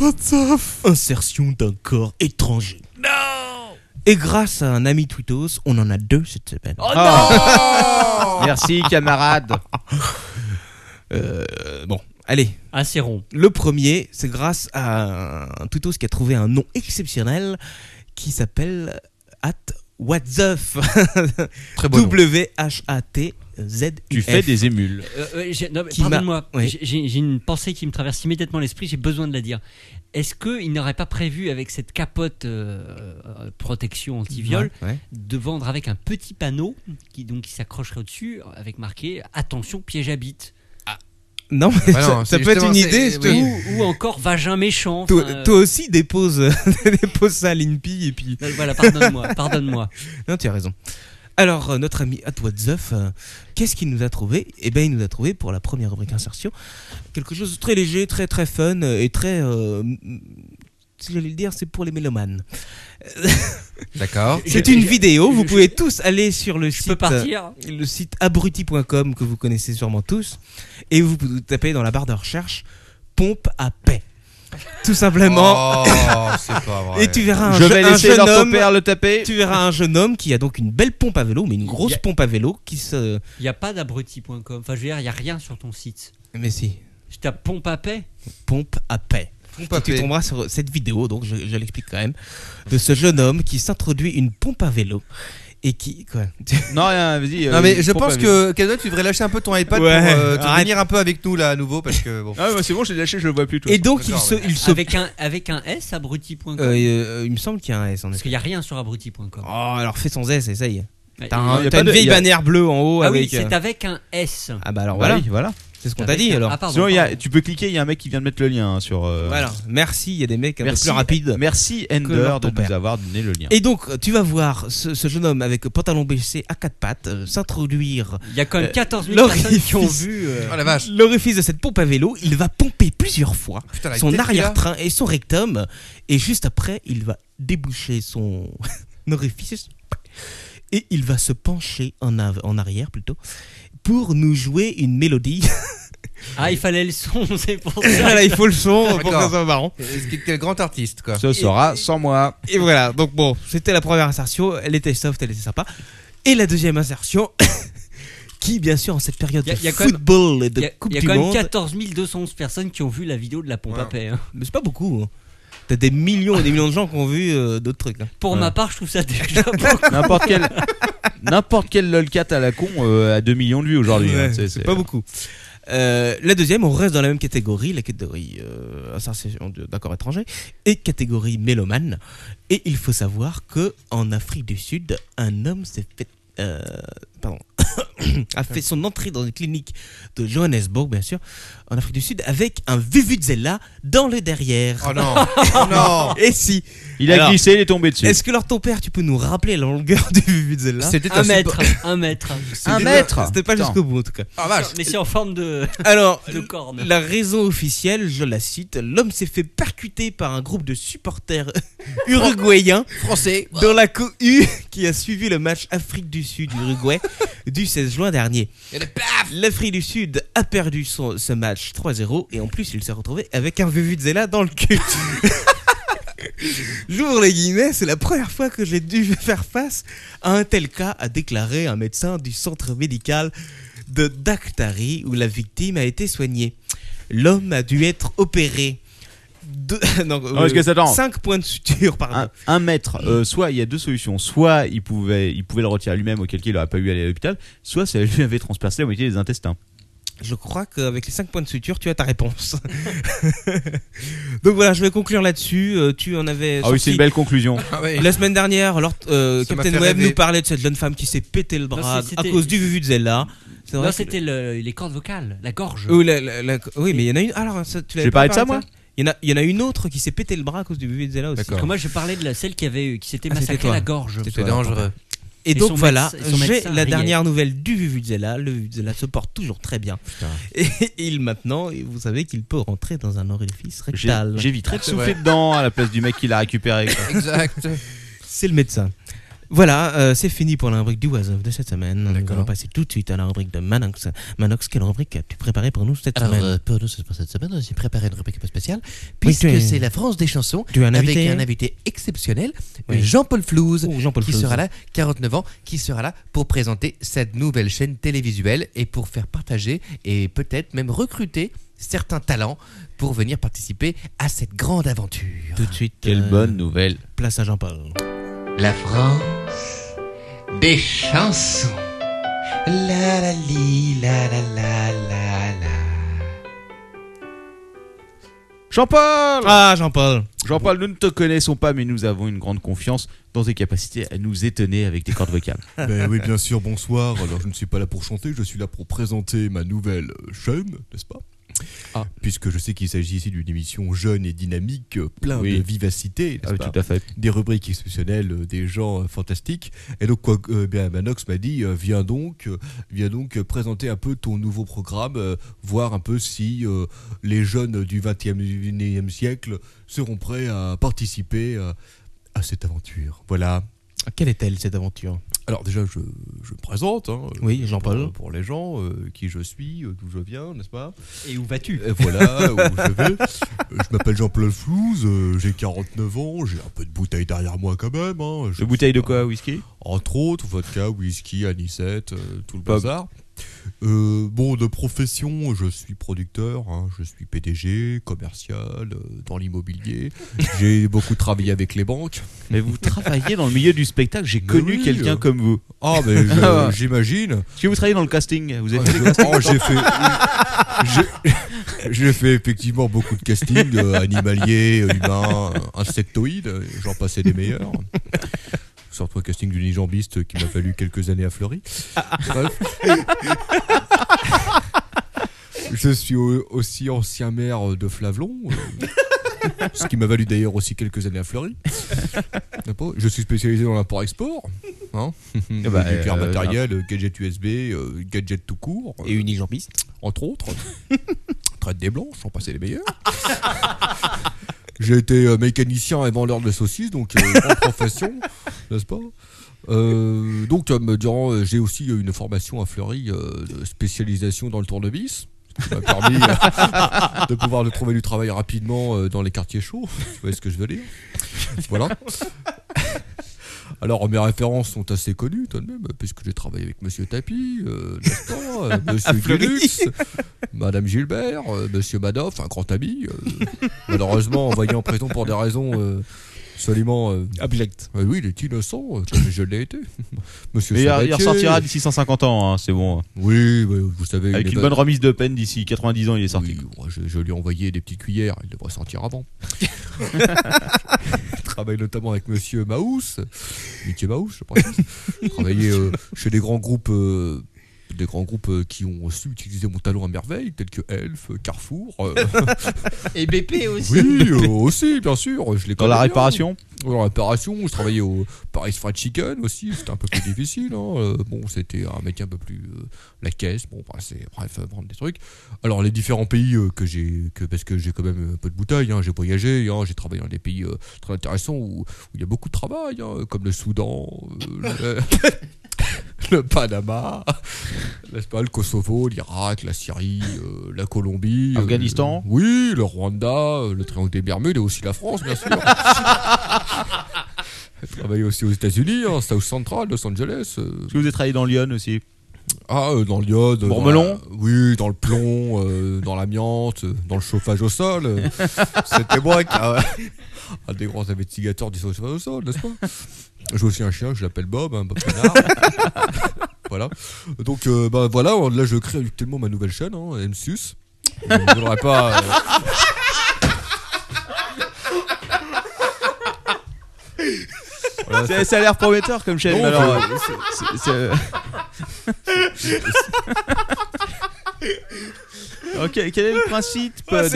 What's up Insertion d'un corps étranger. Non Et grâce à un ami Twitos, on en a deux cette semaine.
Oh
Ah.
non
Merci, camarade. Euh, bon, allez.
Assez rond.
Le premier, c'est grâce à un tweetos qui a trouvé un nom exceptionnel qui s'appelle at what the f- *laughs*
Très bon nom.
W-H-A-T-Z.
Tu fais des émules.
Euh, euh, j'ai- non, mais
Qui m'a-
Pardonne-moi,
Oui.
j'ai- j'ai j'ai une pensée qui me traverse immédiatement l'esprit, j'ai besoin de la dire. Est-ce qu'il n'aurait pas prévu, avec cette capote euh, euh, protection anti-viol, de vendre avec un petit panneau qui, donc, qui s'accrocherait au-dessus, avec marqué Attention, piège à bite
Non, mais
Bah
ça,
non,
ça
c'est
peut être une
justement,
idée.
c'est-
je te-
oui.
ou, ou encore Vagin méchant.
Toi,
enfin, euh,
toi aussi dépose, *laughs* dépose ça à l'INPI et puis.
non, Euh, Voilà,
*laughs*
pardonne-moi, pardonne-moi.
Non, tu as raison. Alors, euh, notre ami At What's Up, euh, qu'est-ce qu'il nous a trouvé Eh bien, il nous a trouvé pour la première rubrique insertion quelque chose de très léger, très très fun euh, et très. euh, m- m- si j'allais le dire, c'est pour les mélomanes.
D'accord.
C'est
Je-
une
je-
vidéo, vous
je-
pouvez tous aller sur le
Je
site.
peux partir
euh, Le site abruti.com que vous connaissez sûrement tous. Et vous pouvez taper dans la barre de recherche pompe à paix. Tout simplement.
Oh, c'est pas
*laughs*
vrai.
Et tu verras un,
Je
je-
vais
un
laisser
jeune
leur
homme.
père le taper.
Tu verras un jeune homme qui a donc une belle pompe à vélo, mais une
Y
grosse
a-
pompe à vélo qui se.
Il n'y a pas d'abruti.com. Enfin, je veux dire, il n'y a rien sur ton site.
Mais si,
Je tape pompe à paix.
pompe à paix.
Pompe à
tu
paix.
tomberas sur cette vidéo, donc je, je l'explique quand même, de ce jeune homme qui s'introduit une pompe à vélo et qui. Quoi
Non, rien, vas-y. euh,
Non mais je
faut
pense
pas-
que Kazo tu devrais lâcher un peu ton iPad
Ouais,
pour euh, te
arrête.
venir un peu avec nous là à nouveau parce que *laughs* bon.
Ah, bah, c'est bon, je l'ai lâché, je le vois plus. toi.
Et donc il
d'accord,
se.
mais-
Il, se-
Avec un, avec un S, abruti.com.
Euh, euh, il me semble qu'il y a un S en
Parce
effet.
qu'il n'y a rien sur abruti.com.
Oh, alors fais sans S, essaye.
Ouais,
Ah, T'as
et-
un-
y a
t'as
pas
une
de-
vieille
y a-
bannière bleue en haut
Ah oui,
avec. euh,
c'est avec un S.
Ah bah alors
Bah
voilà,
oui, voilà.
c'est ce qu'on t'a dit alors.
Ah, pardon,
Sinon, il y a,
pardon.
tu peux cliquer, il y a un mec qui vient de mettre le lien hein, sur. euh,
Voilà, merci, il y a des mecs un
Merci,
peu plus rapides.
Merci Ender
leur
de
ton
nous
père.
avoir donné le lien.
Et donc, euh, tu vas voir ce, ce jeune homme avec pantalon baissé à quatre pattes euh, s'introduire
Il y a quand même
Euh,
14 000 personnes qui ont
l'orifice.
vu. euh,
Oh la vache.
l'orifice de cette pompe à vélo. Il va pomper plusieurs fois
Putain, la
son
tête qu'il a.
arrière-train et son rectum. Et juste après, il va déboucher son *laughs* orifice. Et il va se pencher en, av- en arrière plutôt pour nous jouer une
*laughs*
mélodie.
Ah, il fallait le son, *laughs* c'est
*laughs*
pour ça.
voilà, il faut le son pour que
D'accord.
ça soit marrant.
Est-ce que Quel grand artiste quoi.
Ce sera sans moi.
Et voilà, donc bon, c'était la première insertion, elle était soft, elle était sympa. Et la deuxième insertion, *coughs* qui bien sûr en cette période
Y a-
de
y a quand même-
football et de
Il y a,
Coupe
il y a
du
quand même
Monde,
14 211 personnes qui ont vu la vidéo de la pompe à
Ouais.
paix. hein.
mais c'est pas beaucoup. hein. T'as des millions et des millions de gens qui ont vu euh, d'autres trucs. hein.
Pour
Ouais.
ma part, je trouve ça
*laughs*
déjà beaucoup.
N'importe quel. N'importe quel lolcat à la con euh, à 2 millions de vues aujourd'hui. hein,
Ouais,
tu sais,
c'est pas beaucoup. Euh, la deuxième, on reste dans la même catégorie, la catégorie euh, insertion de- d'accord étranger et catégorie mélomane. Et il faut savoir que en Afrique du Sud, un homme s'est fait, euh, pardon, *coughs* a fait son entrée dans une clinique de Johannesburg, bien sûr, en Afrique du Sud, avec un vuvuzela dans le derrière.
Oh *laughs* non. Oh non.
Et si
Il a
Alors,
glissé, il est tombé dessus.
Est-ce que leur ton père, tu peux nous rappeler la longueur du vuvuzela
C'était
Un
un
mètre, un mètre.
Un
C'était-
mètre
C'était pas
Attends.
jusqu'au bout en tout cas.
Ah vache.
Mais c'est en forme de,
*laughs*
Alors,
de corne.
La raison officielle, je la cite, l'homme s'est fait percuter par un groupe de supporters *laughs* uruguayens
Français.
dans la cohue qui a suivi le match Afrique
*laughs*
du Sud-Uruguay du 16 juin dernier.
Et le
L'Afrique du Sud a perdu son, ce match 3-0 et en plus il s'est retrouvé avec un Vuvuzela dans le cul.
*laughs*
J'ouvre les guillemets, c'est la première fois que j'ai dû faire face à un tel cas, a déclaré un médecin du centre médical de Daktari où la victime a été soignée. L'homme a dû être opéré. Deux- *laughs* non,
parce Ah, que ça Ah, attend.
5 points de suture, pardon.
un, un mètre, euh, soit il y a deux solutions. Soit il pouvait, il pouvait le retirer lui-même, auquel cas il n'aurait pas eu à aller à l'hôpital. Soit ça lui avait transpercé la moitié des intestins.
Je crois qu'avec les 5 points de suture, tu as ta réponse. *laughs* Donc voilà, je vais conclure là-dessus. Euh, tu en avais.
Ah oui,
sorti
c'est une belle conclusion.
*laughs* Ah ouais.
La semaine dernière, alors, euh,
Ça m'a
Captain
fait
Web
rêver.
nous parlait de cette jeune femme qui s'est pété le bras
c'est-
à
c'était-
cause du Vuvuzela. C'est vrai
Non,
que-
c'était le- les cordes vocales, la gorge.
Oui, la- la- la- oui, mais il y en a une. Ah, Alors, ça, tu l'avais
J'ai
pas
parlé de ça, moi
il y, en a, il y en a une autre qui s'est pété le bras à cause du Vuvuzela aussi.
D'accord.
Parce que moi, je parlais de la, celle qui, avait, qui s'était
Ah, c'était
massacrée
toi.
la gorge.
C'était dangereux.
Et
Et
donc
son
voilà,
médecin- et son
j'ai
médecin
la
riait.
dernière nouvelle du Vuvuzela. Le Vuvuzela se porte toujours très bien. Et il maintenant, et vous savez qu'il peut rentrer dans un orifice
J'ai-
rectal.
J'éviterais de
C'est
*laughs*
souffler dedans à la place du mec qui l'a récupéré. quoi.
Exact.
C'est le médecin. Voilà, euh, c'est fini pour la rubrique du Was of de cette semaine. Nous
D'accord.
allons passer tout de suite à la rubrique de Manox. Manox, quelle rubrique as-tu préparée pour nous cette
Alors,
semaine
euh, pour nous, pour cette semaine, j'ai préparé une rubrique un peu spéciale, puisque
tu es-
c'est la France des chansons,
Tu as un
avec
invité
un invité exceptionnel,
Oui.
Jean-Paul Flouze,
Oh, Jean-Paul
qui
Flouze.
sera là, 49 ans, qui sera là pour présenter cette nouvelle chaîne télévisuelle et pour faire partager et peut-être même recruter certains talents pour venir participer à cette grande aventure.
Tout de suite.
Quelle
euh,
bonne nouvelle.
Place à Jean-Paul.
La France des chansons. La la li, la la la la la.
Jean-Paul
Ah, Jean-Paul
Jean-Paul, nous ne te connaissons pas, mais nous avons une grande confiance dans tes capacités à nous étonner avec tes cordes vocales.
Ben oui, bien sûr, bonsoir. Alors, je ne suis pas là pour chanter, je suis là pour présenter ma nouvelle euh, chaîne, n'est-ce pas
Ah.
Puisque je sais qu'il s'agit ici d'une émission jeune et dynamique, euh, plein
Oui.
de vivacité, n'est-ce
Ah oui,
pas
tout à fait.
des rubriques exceptionnelles, euh, des gens euh, fantastiques. Et donc, quoi, euh, bien, Manox m'a dit, euh, viens donc, euh, viens donc euh, présenter un peu ton nouveau programme, euh, voir un peu si euh, les jeunes du 20e, du 21e siècle seront prêts à participer euh, à cette aventure. Voilà.
Quelle est-elle cette aventure
Alors déjà, je, je me présente. hein,
Oui,
euh,
Jean-Paul.
Pour, pour les gens, euh, qui je suis, euh, d'où je viens, n'est-ce pas
Et où vas-tu
Et Voilà, *laughs* où je vais. Euh, Je m'appelle Jean-Paul Flouze, euh, j'ai 49 ans, j'ai un peu de bouteille derrière moi quand même. Hein, je
Une bouteille de quoi Whisky
entre autres, vodka, whisky, anisette, euh, tout le
Bob.
bazar. Euh, bon, de profession, je suis producteur, hein, je suis PDG, commercial, euh, dans l'immobilier. J'ai beaucoup travaillé avec les banques.
Mais *laughs* vous travaillez dans le milieu du spectacle, j'ai
Mais
connu
oui,
quelqu'un
euh.
comme vous.
Ah,
*laughs*
mais je-
Ah ouais.
j'imagine.
Parce que vous travaillez dans le casting, vous êtes
Ah, je- *laughs* oh, j'ai fait. j'ai- J'ai fait effectivement beaucoup de castings euh, animaliers, euh, humains, euh, insectoïdes, euh, j'en passais des meilleurs. Surtout un casting du nijambiste euh, qui m'a fallu quelques années à Fleury. Bref. Je suis au- aussi ancien maire de Flavelon, euh, ce qui m'a valu d'ailleurs aussi quelques années à Fleury. D'accord Je suis spécialisé dans l'import-export, hein,
bah,
nucléaire
euh,
matériel, euh, gadget USB, euh, gadget tout court. euh,
Et une piste
entre autres. Traite des blanches, j'en passais les meilleurs. J'ai été euh, mécanicien et vendeur de saucisses, donc euh, grande profession, n'est-ce pas Euh, donc, euh, durant, euh, j'ai aussi eu une formation à Fleury euh, de spécialisation dans le tournevis, ce qui m'a permis euh, de pouvoir de trouver du travail rapidement euh, dans les quartiers chauds. *laughs* Vous voyez ce que je veux dire Voilà. Alors, mes références sont assez connues tout de même, puisque j'ai travaillé avec Monsieur Tapi, euh,
*laughs*
n'est-ce pas, euh, Monsieur Gulux, Madame Gilbert, euh, Monsieur Madoff, un grand ami, euh, malheureusement envoyé en prison pour des raisons euh, absolument. euh,
Abject.
euh, oui, il est innocent, euh, comme je l'ai été. *laughs* Monsieur
Mais il il
Sabatier.
ressortira d'ici 150 ans, hein, c'est bon.
Oui, bah, vous savez. il
Avec
est
une
pas-
bonne remise de peine d'ici 90 ans, il est sorti.
Oui, ouais, je, je lui ai envoyé des petites cuillères, il devrait
*laughs*
sortir avant. je travaille notamment avec monsieur Maus, Mickey Maus, je pense. Je travaillais euh, chez des grands groupes. euh, des grands groupes euh, qui ont su utiliser mon talent à merveille, tels que Elf, euh, Carrefour. euh,
*laughs* Et BP aussi.
oui, euh, aussi, bien sûr. Je les
Dans la
connais bien.
réparation
Dans la réparation, je travaillais au Paris Fried Chicken aussi, c'était un peu plus difficile. hein. Euh, bon, c'était un métier un peu plus. euh, la caisse, bon, bah, c'est. Bref, euh, prendre des trucs. Alors, les différents pays euh, que j'ai. que- Parce que j'ai quand même un peu de bouteille, hein, j'ai voyagé, hein, j'ai travaillé dans des pays euh, très intéressants où, où il y a beaucoup de travail, hein, comme le Soudan, euh, le, *laughs* le Panama, l'Espagne, le Kosovo, l'Irak, la Syrie, euh, la Colombie. euh,
Afghanistan.
oui, le Rwanda, euh, le Triangle des Bermudes et aussi la France, bien sûr. travaillé aussi aux États-Unis, hein, South Central, Los Angeles. euh,
Est-ce que vous avez travaillé dans Lyon aussi
ah, euh, dans l'iode. euh,
Bourmelon
dans la- Oui, dans le plomb, euh, dans l'amiante, euh, dans le chauffage au sol. euh. C'était moi qui. a- un des grands investigateurs du chauffage au sol, n'est-ce pas J'ai aussi un chien, je l'appelle Bob, hein, Bob Renard. *laughs* voilà. Donc, euh, bah, voilà, là, je crée actuellement ma nouvelle chaîne, hein, MSUS. Je ne voudrais pas. euh, Voilà,
Ça ça a l'air prometteur comme chaîne.
Non,
alors,
je-
euh, c'est- c'est- *laughs* c'est- Ok, quel est le principe
Ah,
de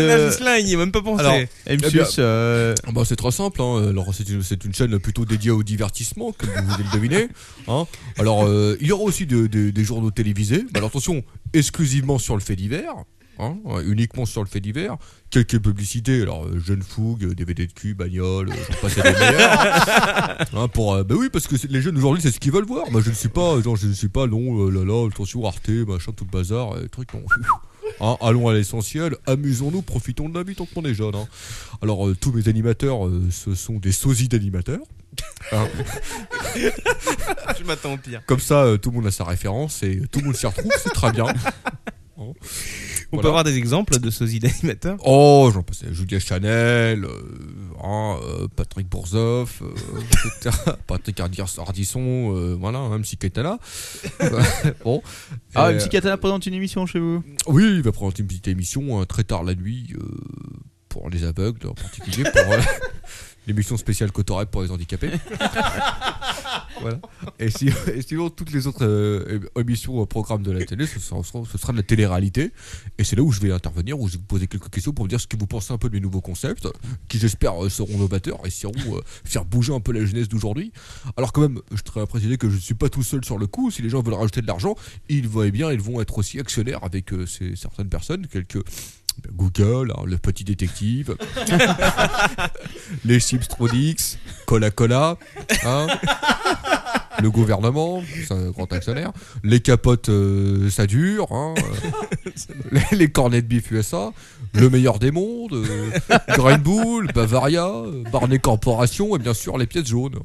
il n'y a même pas pensé.
Alors, Eh bien-
MSUS euh,
Ah bah, c'est très simple, hein. Alors, c'est, une, c'est une chaîne plutôt dédiée au divertissement, comme vous pouvez le deviner. hein. Bah, Alors euh, il y aura aussi de- de- des journaux télévisés, mais alors attention, exclusivement sur le fait divers. hein, ouais, uniquement sur le fait divers. Quelques publicités, alors euh, Jeune Fougue, euh, DVD de cul, bagnole, euh, j'en passe et des meilleurs. Hein, pour, euh, bah oui, parce que c'est- les jeunes aujourd'hui, c'est ce qu'ils veulent voir. Moi, je ne suis pas, genre, je ne suis pas, non, euh, là là, attention, Arte, machin, tout le bazar, euh, truc, non. Hein, allons à l'essentiel, amusons-nous, profitons de la vie tant qu'on est jeune. hein. Alors, euh, tous mes animateurs, euh, ce sont des
*laughs*
sosies d'animateurs. Hein.
Je m'attends au pire.
Comme ça, euh, tout le monde a sa référence et tout le monde s'y retrouve, c'est très bien. On
On peut avoir des exemples de sosies d'animateurs
Oh, j'en passais. Julia Chanel, euh, hein, euh, Patrick Bourzoff, euh, etc. Patrick Hardi- Hardisson, euh, voilà, hein, MC Katana. bon.
Ah,
Et,
MC Katana présente une émission chez vous
oui, il va présenter une petite émission hein, très tard la nuit euh, pour les aveugles, en particulier pour euh, *laughs* l'émission spéciale Cotorep pour les handicapés. voilà. Et, si- et sinon, toutes les autres euh, émissions au programme de la télé, ce sera, ce sera- ce sera de la télé-réalité. Et c'est là où je vais intervenir, où je vais vous poser quelques questions pour me dire ce que vous pensez un peu de mes nouveaux concepts, qui j'espère euh, seront novateurs et seront euh, faire bouger un peu la jeunesse d'aujourd'hui. Alors quand même, je voudrais préciser que je ne suis pas tout seul sur le coup. Si les gens veulent rajouter de l'argent, ils vont, eh bien, ils vont être aussi actionnaires avec euh, ces- certaines personnes, quelques ben, Google, hein, le petit détective, les chips Tronix, Cola Cola, hein, le gouvernement, c'est un grand actionnaire, les capotes euh, ça
*laughs*
dure, hein, euh, les, les cornets de bif USA, le meilleur des mondes, euh, Green Bull, Bavaria, euh, Barney Corporation et bien sûr les pièces jaunes.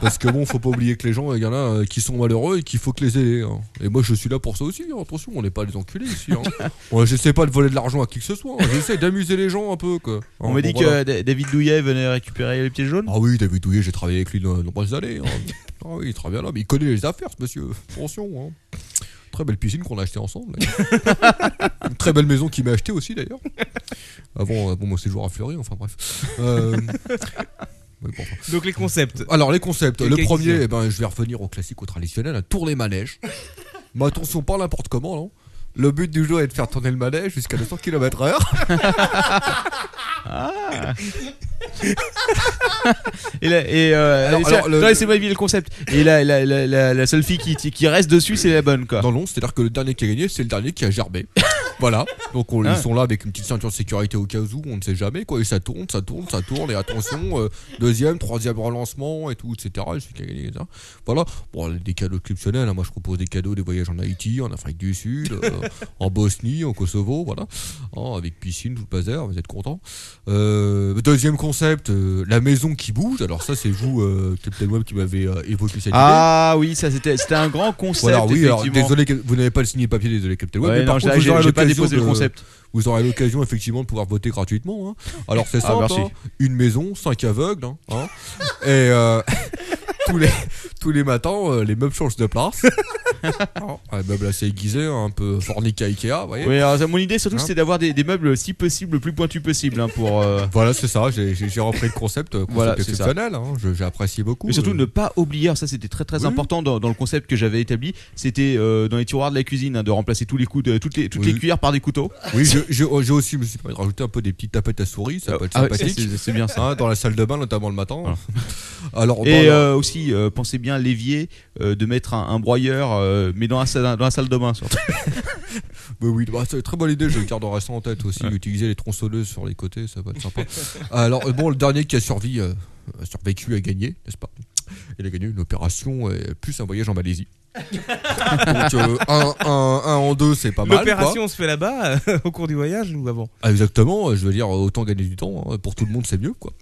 Parce que bon, faut pas oublier que les gens, il y en a euh, qui sont malheureux et qu'il faut que les aider. hein. Et moi, je suis là pour ça aussi. hein. Attention, on n'est pas les enculés
*laughs*
ici. Hein. Ouais, j'essaie pas de voler de l'argent à qui que ce soit. hein. J'essaie d'amuser les gens un peu. Quoi.
On
Hein,
m'a
bon,
dit que
voilà.
Da- David Douillet venait récupérer les pieds jaunes.
Ah oui, David Douillet, j'ai travaillé avec lui de nombreuses années.
*laughs*
hein. Ah oui, très bien là. Mais il connaît les affaires, ce monsieur. Attention. hein. Très belle piscine qu'on a achetée ensemble.
*laughs*
d'ailleurs. Une très belle maison qu'il m'a achetée aussi, d'ailleurs. Avant, euh, bon, mon séjour à Fleury, enfin bref. Euh, oui, bon, enfin.
Donc les concepts. *laughs*
Alors les concepts. Le
Quelqu'un qui
premier,
sait.
eh ben, je vais revenir au classique, au traditionnel, à tourner manège. Mais attention, pas n'importe comment, non Le but du jeu est de faire tourner le manège jusqu'à 200 km/h.
Et, la- et euh,
Oh.
allez,
Alors, alors,
ça-
le-
non, laissez-moi éviter le concept. Et la, la, la, la- la seule fille qui, qui reste dessus, c'est la bonne, quoi.
Dans l'on, c'est-à-dire que le dernier qui a gagné, c'est le dernier qui
*laughs*
a gerbé. voilà. Donc on-
Ah.
ils sont là avec une petite ceinture de sécurité au cas où, on ne sait jamais quoi. Et ça tourne, ça tourne, ça tourne.
*laughs*
Et attention, euh, deuxième, troisième relancement et tout, etc. Et celui qui a gagné, etc. Voilà. Bon, des cadeaux exceptionnels. hein. Moi, je propose des cadeaux, des voyages en Haïti, en Afrique
*laughs*
du Sud, euh, en Bosnie, en Kosovo, voilà. Hein, avec piscine, tout le bazar. Vous êtes contents. Euh, deuxième concept, euh, la maison qui bouge. Alors ça, c'est vous, euh, Captain Web, qui m'avez euh, évoqué cette idée.
Ah oui, ça c'était c'était un grand concept.
Voilà, oui, alors
effectivement.
désolé, que- vous n'avez pas le signé papier, désolé, Captain Web.
Ouais,
mais par
non,
contre,
j'ai-
vous aurez
j'ai pas
l'occasion
déposé le
de-
concept.
Vous aurez l'occasion, effectivement, de pouvoir voter gratuitement. hein. Alors, c'est
Ah,
simple
merci.
hein. une maison, cinq aveugles. hein, hein. Et euh, *laughs* tous, les, tous les matins, euh, les meubles changent de place.
*laughs*
Hein, Un meuble assez aiguisé, un peu fornique à Ikea, vous voyez.
Oui, alors, ça, mon idée surtout
Hein
c'était d'avoir des, des meubles si possible le plus pointus possible hein, pour. euh,
Voilà, c'est ça, j'ai j'ai- j'ai repris le concept, euh, concept
Voilà, c'est ça.
exceptionnel. hein. Je- J'ai apprécié beaucoup.
Mais surtout
euh,
ne pas oublier, alors ça c'était très très
Oui.
important dans, dans le concept que j'avais établi, c'était euh, dans les tiroirs de la cuisine hein, de remplacer tous les coups de, toutes les toutes
Oui.
les cuillères par des couteaux.
Oui, je- je- oh, j'ai aussi, je me suis permis de rajouter un peu des petites tapettes à souris, ça peut être
Ah ouais, ça,
sympathique.
c'est c'est bien ça.
Hein, dans la salle de bain, notamment le matin. Alors, bah, dans
Et
la-
euh, aussi euh, pensez bien à l'évier euh, de mettre un, un broyeur euh, mais dans la salle dans la salle de bain surtout.
bah oui, bah, c'est une très bonne idée, je le garderai ça en tête aussi. Utiliser les tronçonneuses sur les côtés, ça va être sympa. Alors, euh, bon, le dernier qui a survécu, a survécu a gagné, n'est-ce pas Il a gagné une opération et plus un voyage en Malaisie. Donc, euh, un, un- un en deux, c'est pas mal. quoi.
L'opération se fait là-bas euh, au cours du voyage ou avant
Ah, exactement, euh, je veux dire, autant gagner du temps, hein, pour tout le monde c'est mieux quoi.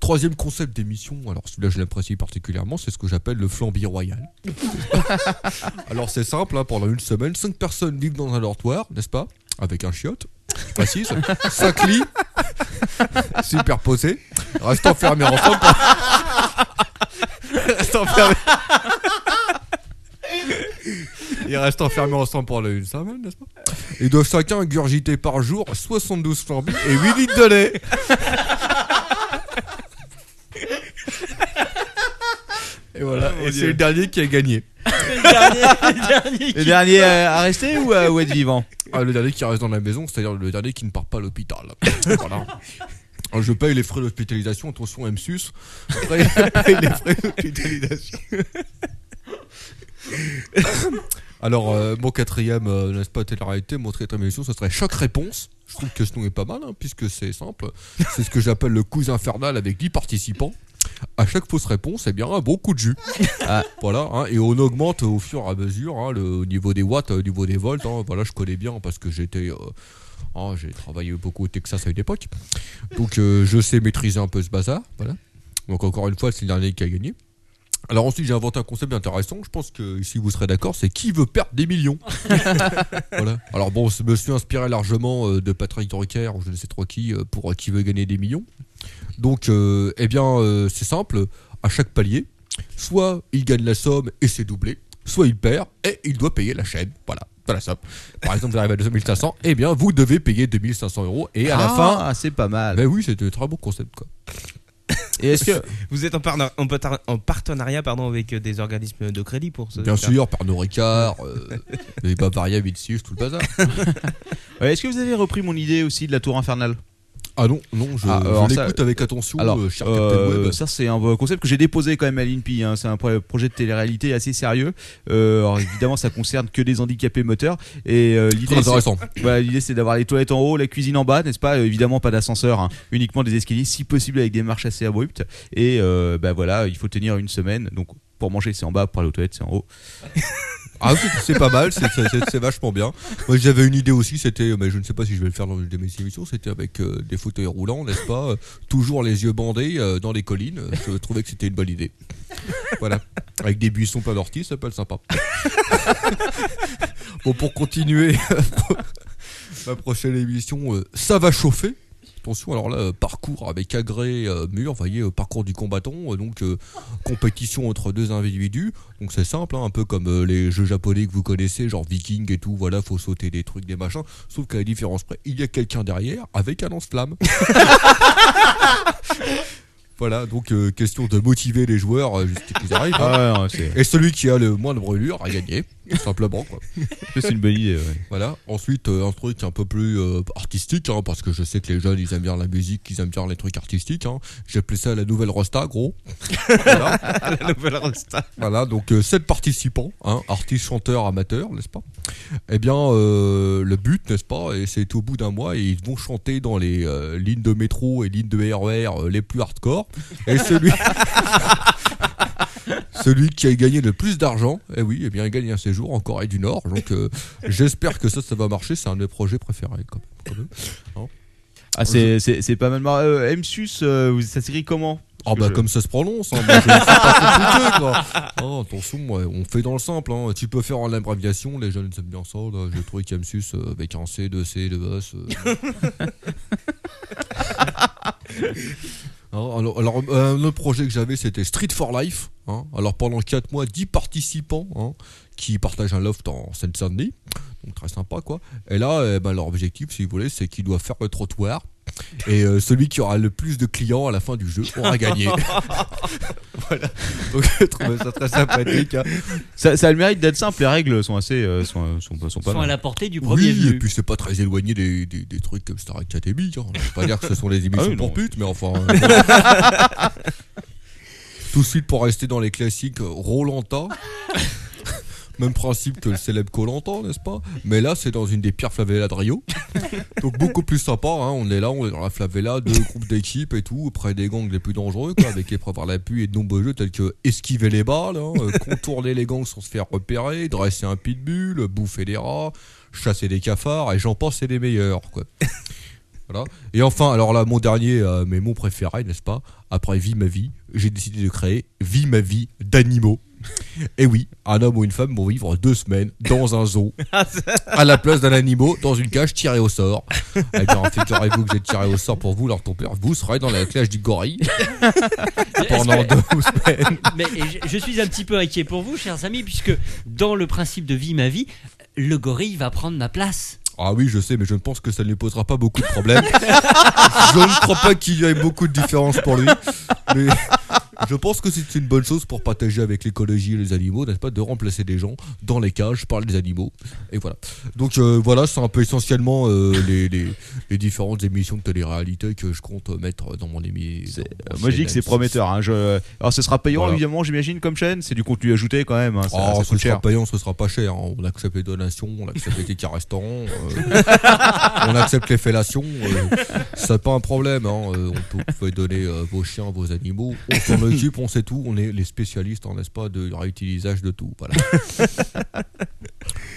Troisième concept d'émission, alors celui-là je l'apprécie particulièrement, c'est ce que j'appelle le flambi royal. alors c'est simple, hein, pendant une semaine, cinq personnes vivent dans un dortoir, n'est-ce pas Avec un chiotte, je *laughs* précise, 5 lits, superposés, restent enfermés *laughs* ensemble. pour- restent enfermés. Ils restent enfermés ensemble pendant une semaine, n'est-ce pas ils doivent chacun ingurgiter par jour 72 flambis et 8 litres de lait. Et voilà, et c'est le dernier qui a gagné.
Le dernier euh, à rester ou à, ou à être vivant
Ah, le dernier qui reste dans la maison, c'est-à-dire le dernier qui ne part pas à l'hôpital. *laughs* voilà. Alors, Je paye les frais d'hospitalisation, attention MSUS. Après, je paye les frais d'hospitalisation. *laughs* Alors, euh, mon quatrième, euh, n'est-ce pas, télé-réalité, mon quatrième émission, ce serait Choc Réponse. Je trouve que ce nom est pas mal, hein, puisque c'est simple. C'est ce que j'appelle le quiz infernal avec 10 participants. À chaque fausse réponse, eh bien, un bon coup de jus. Voilà, hein, et on augmente au fur et à mesure hein, le, au niveau des watts, euh, au niveau des volts. hein. voilà, je connais bien parce que j'étais. euh, oh, j'ai travaillé beaucoup au Texas à une époque. Donc, euh, je sais maîtriser un peu ce bazar. Voilà. Donc, encore une fois, c'est le dernier qui a gagné. Alors ensuite j'ai inventé un concept intéressant, je pense que si vous serez d'accord, c'est qui veut perdre des millions voilà. Alors bon, je me suis inspiré largement euh, de Patrick Drucker ou je ne sais trop qui euh, pour euh, qui veut gagner des millions. Donc euh, eh bien euh, c'est simple, à chaque palier, soit il gagne la somme et c'est doublé, soit il perd et il doit payer la chaîne. Voilà. Pas la somme. Par exemple, vous arrivez à 2500, eh bien vous devez payer 2500 euros et à la fin.
Ah, c'est pas mal.
Ben oui, c'était un très bon concept quoi.
Et est-ce *laughs* que
Vous êtes en, parna- en parta- en partenariat pardon, avec euh, des organismes de crédit pour ce.
Bien
faire.
sûr, Pernod Ricard, euh, *laughs* les Bavaria, Vitsius, tout le bazar.
Ouais, est-ce que vous avez repris mon idée aussi de la tour infernale
Ah non, non, je,
Ah,
je
alors ça-
l'écoute avec attention,
Alors,
euh, cher
euh,
Captain Web.
ça c'est un euh, concept que j'ai déposé quand même à l'INPI. hein. C'est un pro- projet de télé-réalité assez sérieux. Euh, alors évidemment, ça concerne que des handicapés moteurs. Et euh, l'idée,
Très
Oh,
c'est-
intéressant.
voilà, l'idée, c'est d'avoir les toilettes en haut, la cuisine en bas, n'est-ce pas Euh, Évidemment, pas d'ascenseur, hein. uniquement des escaliers, si possible avec des marches assez abruptes. Et euh, bah voilà, il faut tenir une semaine. Donc pour manger, c'est en bas. Pour aller aux toilettes, c'est en haut.
Ah, c'est- c'est pas mal, c'est- c'est c'est- c'est vachement bien. Moi, j'avais une idée aussi, c'était, mais je ne sais pas si je vais le faire dans une de mes émissions, c'était avec euh, des fauteuils roulants, *laughs* n'est-ce pas euh, Toujours les yeux bandés euh, dans les collines. euh, Je trouvais que c'était une bonne idée. Voilà. Avec des buissons plein d'orties, ça peut être sympa. bon, pour continuer ma prochaine émission, euh, ça va chauffer. Attention, alors là, euh, parcours avec agrès, euh, mur, vous voyez, euh, parcours du combattant, euh, donc euh, compétition entre deux individus. Donc c'est simple, hein, un peu comme euh, les jeux japonais que vous connaissez, genre viking et tout, voilà, faut sauter des trucs, des machins. Sauf qu'à la différence près, il y a quelqu'un derrière avec un lance-flamme. *laughs* voilà, donc euh, question de motiver les joueurs euh, jusqu'à ce qu'ils arrivent. hein.
Ah ouais, ouais, c'est-
Et celui qui a le moins de brûlure a gagné, tout simplement. Quoi.
c'est une bonne idée. ouais.
Voilà. Ensuite, euh, un truc un peu plus euh, artistique, hein, parce que je sais que les jeunes, ils aiment bien la musique, ils aiment bien les trucs artistiques. Hein. J'appelais ça la nouvelle Rosta, gros. voilà.
*laughs* La nouvelle Rosta.
Voilà, donc 7 participants, hein, artistes, chanteurs, amateurs, n'est-ce pas Eh bien, euh, le but, n'est-ce pas et C'est au bout d'un mois, et ils vont chanter dans les euh, lignes de métro et lignes de RER euh, les plus hardcore. Et celui... *laughs* Celui qui a gagné le plus d'argent, eh oui, eh bien, il gagne un séjour en Corée du Nord. Donc, euh, j'espère que ça, ça va marcher. C'est un de mes projets préférés, quand même. quand même.
Ah, c'est, c'est, c'est pas mal marrant. Euh, MSUS, euh, vous- ça s'écrit comment
Ah bah
Je-
comme ça se prononce, hein, moi, je ne sais pas compliqué, quoi. Ah, attention, ouais, on fait dans le simple. hein. Tu peux faire en abréviation, les jeunes ils aiment bien ça. Là. J'ai trouvé Camsus euh, avec un C, 2 C, 2 S. euh. Ah, alors, alors, euh, un autre projet que j'avais, c'était Street for Life. hein. Alors pendant 4 mois, 10 participants hein, qui partagent un loft en Seine-Saint-Denis. Donc très sympa quoi. Et là, eh ben, leur objectif, si vous voulez, c'est qu'ils doivent faire le trottoir. Et euh, celui qui aura le plus de clients à la fin du jeu aura gagné. voilà. Donc je trouvais ça très sympathique. hein.
Ça, ça a le mérite d'être simple, les règles sont assez. euh, sont, sont, sont, pas
Ils sont à
mal.
la portée du premier
Oui, et
venu.
puis c'est pas très éloigné des, des, des trucs comme Star Academy. Hein. Je vais pas dire que ce sont des émissions
Ah oui,
pour
non.
putes, mais enfin. euh,
*laughs*
bon. Tout de suite pour rester dans les classiques, euh, Rolanta. Même principe que le célèbre Colanta, n'est-ce pas Mais là, c'est dans une des pires favelas de Rio. Donc beaucoup plus sympa. hein. On est là, on est dans la favela, deux groupes d'équipes et tout, près des gangs les plus dangereux, quoi, avec épreuves à l'appui et de nombreux jeux tels que esquiver les balles, hein, euh, contourner les gangs sans se faire repérer, dresser un pitbull, bouffer des rats, chasser des cafards et j'en pense c'est les meilleurs, quoi. *laughs* Voilà. Et enfin, alors là, mon dernier, euh, mais mon préféré, n'est-ce pas Après Vie ma vie, j'ai décidé de créer Vie ma vie d'animaux. Et oui, un homme ou une femme vont vivre deux semaines dans un zoo à la place d'un animal dans une cage tirée au sort. Eh bien, figurez-vous que j'ai tiré au sort pour vous, leur ton père. Vous serez dans la cage du gorille
Est-ce que-
pendant deux semaines.
Mais et je, je suis un petit peu inquiet pour vous, chers amis, puisque dans le principe de vie ma vie, le gorille va prendre ma place.
Ah oui, je sais, mais je ne pense que ça ne lui posera pas beaucoup de
*laughs*
problèmes. je ne crois pas qu'il y ait beaucoup de différence pour lui. Mais Je pense que c'est une bonne chose pour partager avec l'écologie et les animaux, n'est-ce pas, de remplacer des gens dans les cages par les animaux. Et voilà. Donc euh, voilà, c'est un peu essentiellement euh, les, les, les différentes émissions de télé-réalité que je compte euh, mettre dans mon émission.
Moi je dis que c'est prometteur. hein, je- Alors ce sera payant
Voilà.
évidemment, j'imagine, comme chaîne. C'est du contenu ajouté quand même. hein, Ça,
Oh,
ça
ce
coûte
sera
cher.
payant, ce sera pas cher. hein. On accepte les donations, on accepte les tickets restaurants, euh, on accepte les fellations. euh, c'est pas un problème. hein. Euh, on peut, vous pouvez donner euh, vos chiens, vos animaux. On s'en occupe, on sait tout. On est les spécialistes, hein, n'est-ce pas, de réutilisage de tout. Voilà.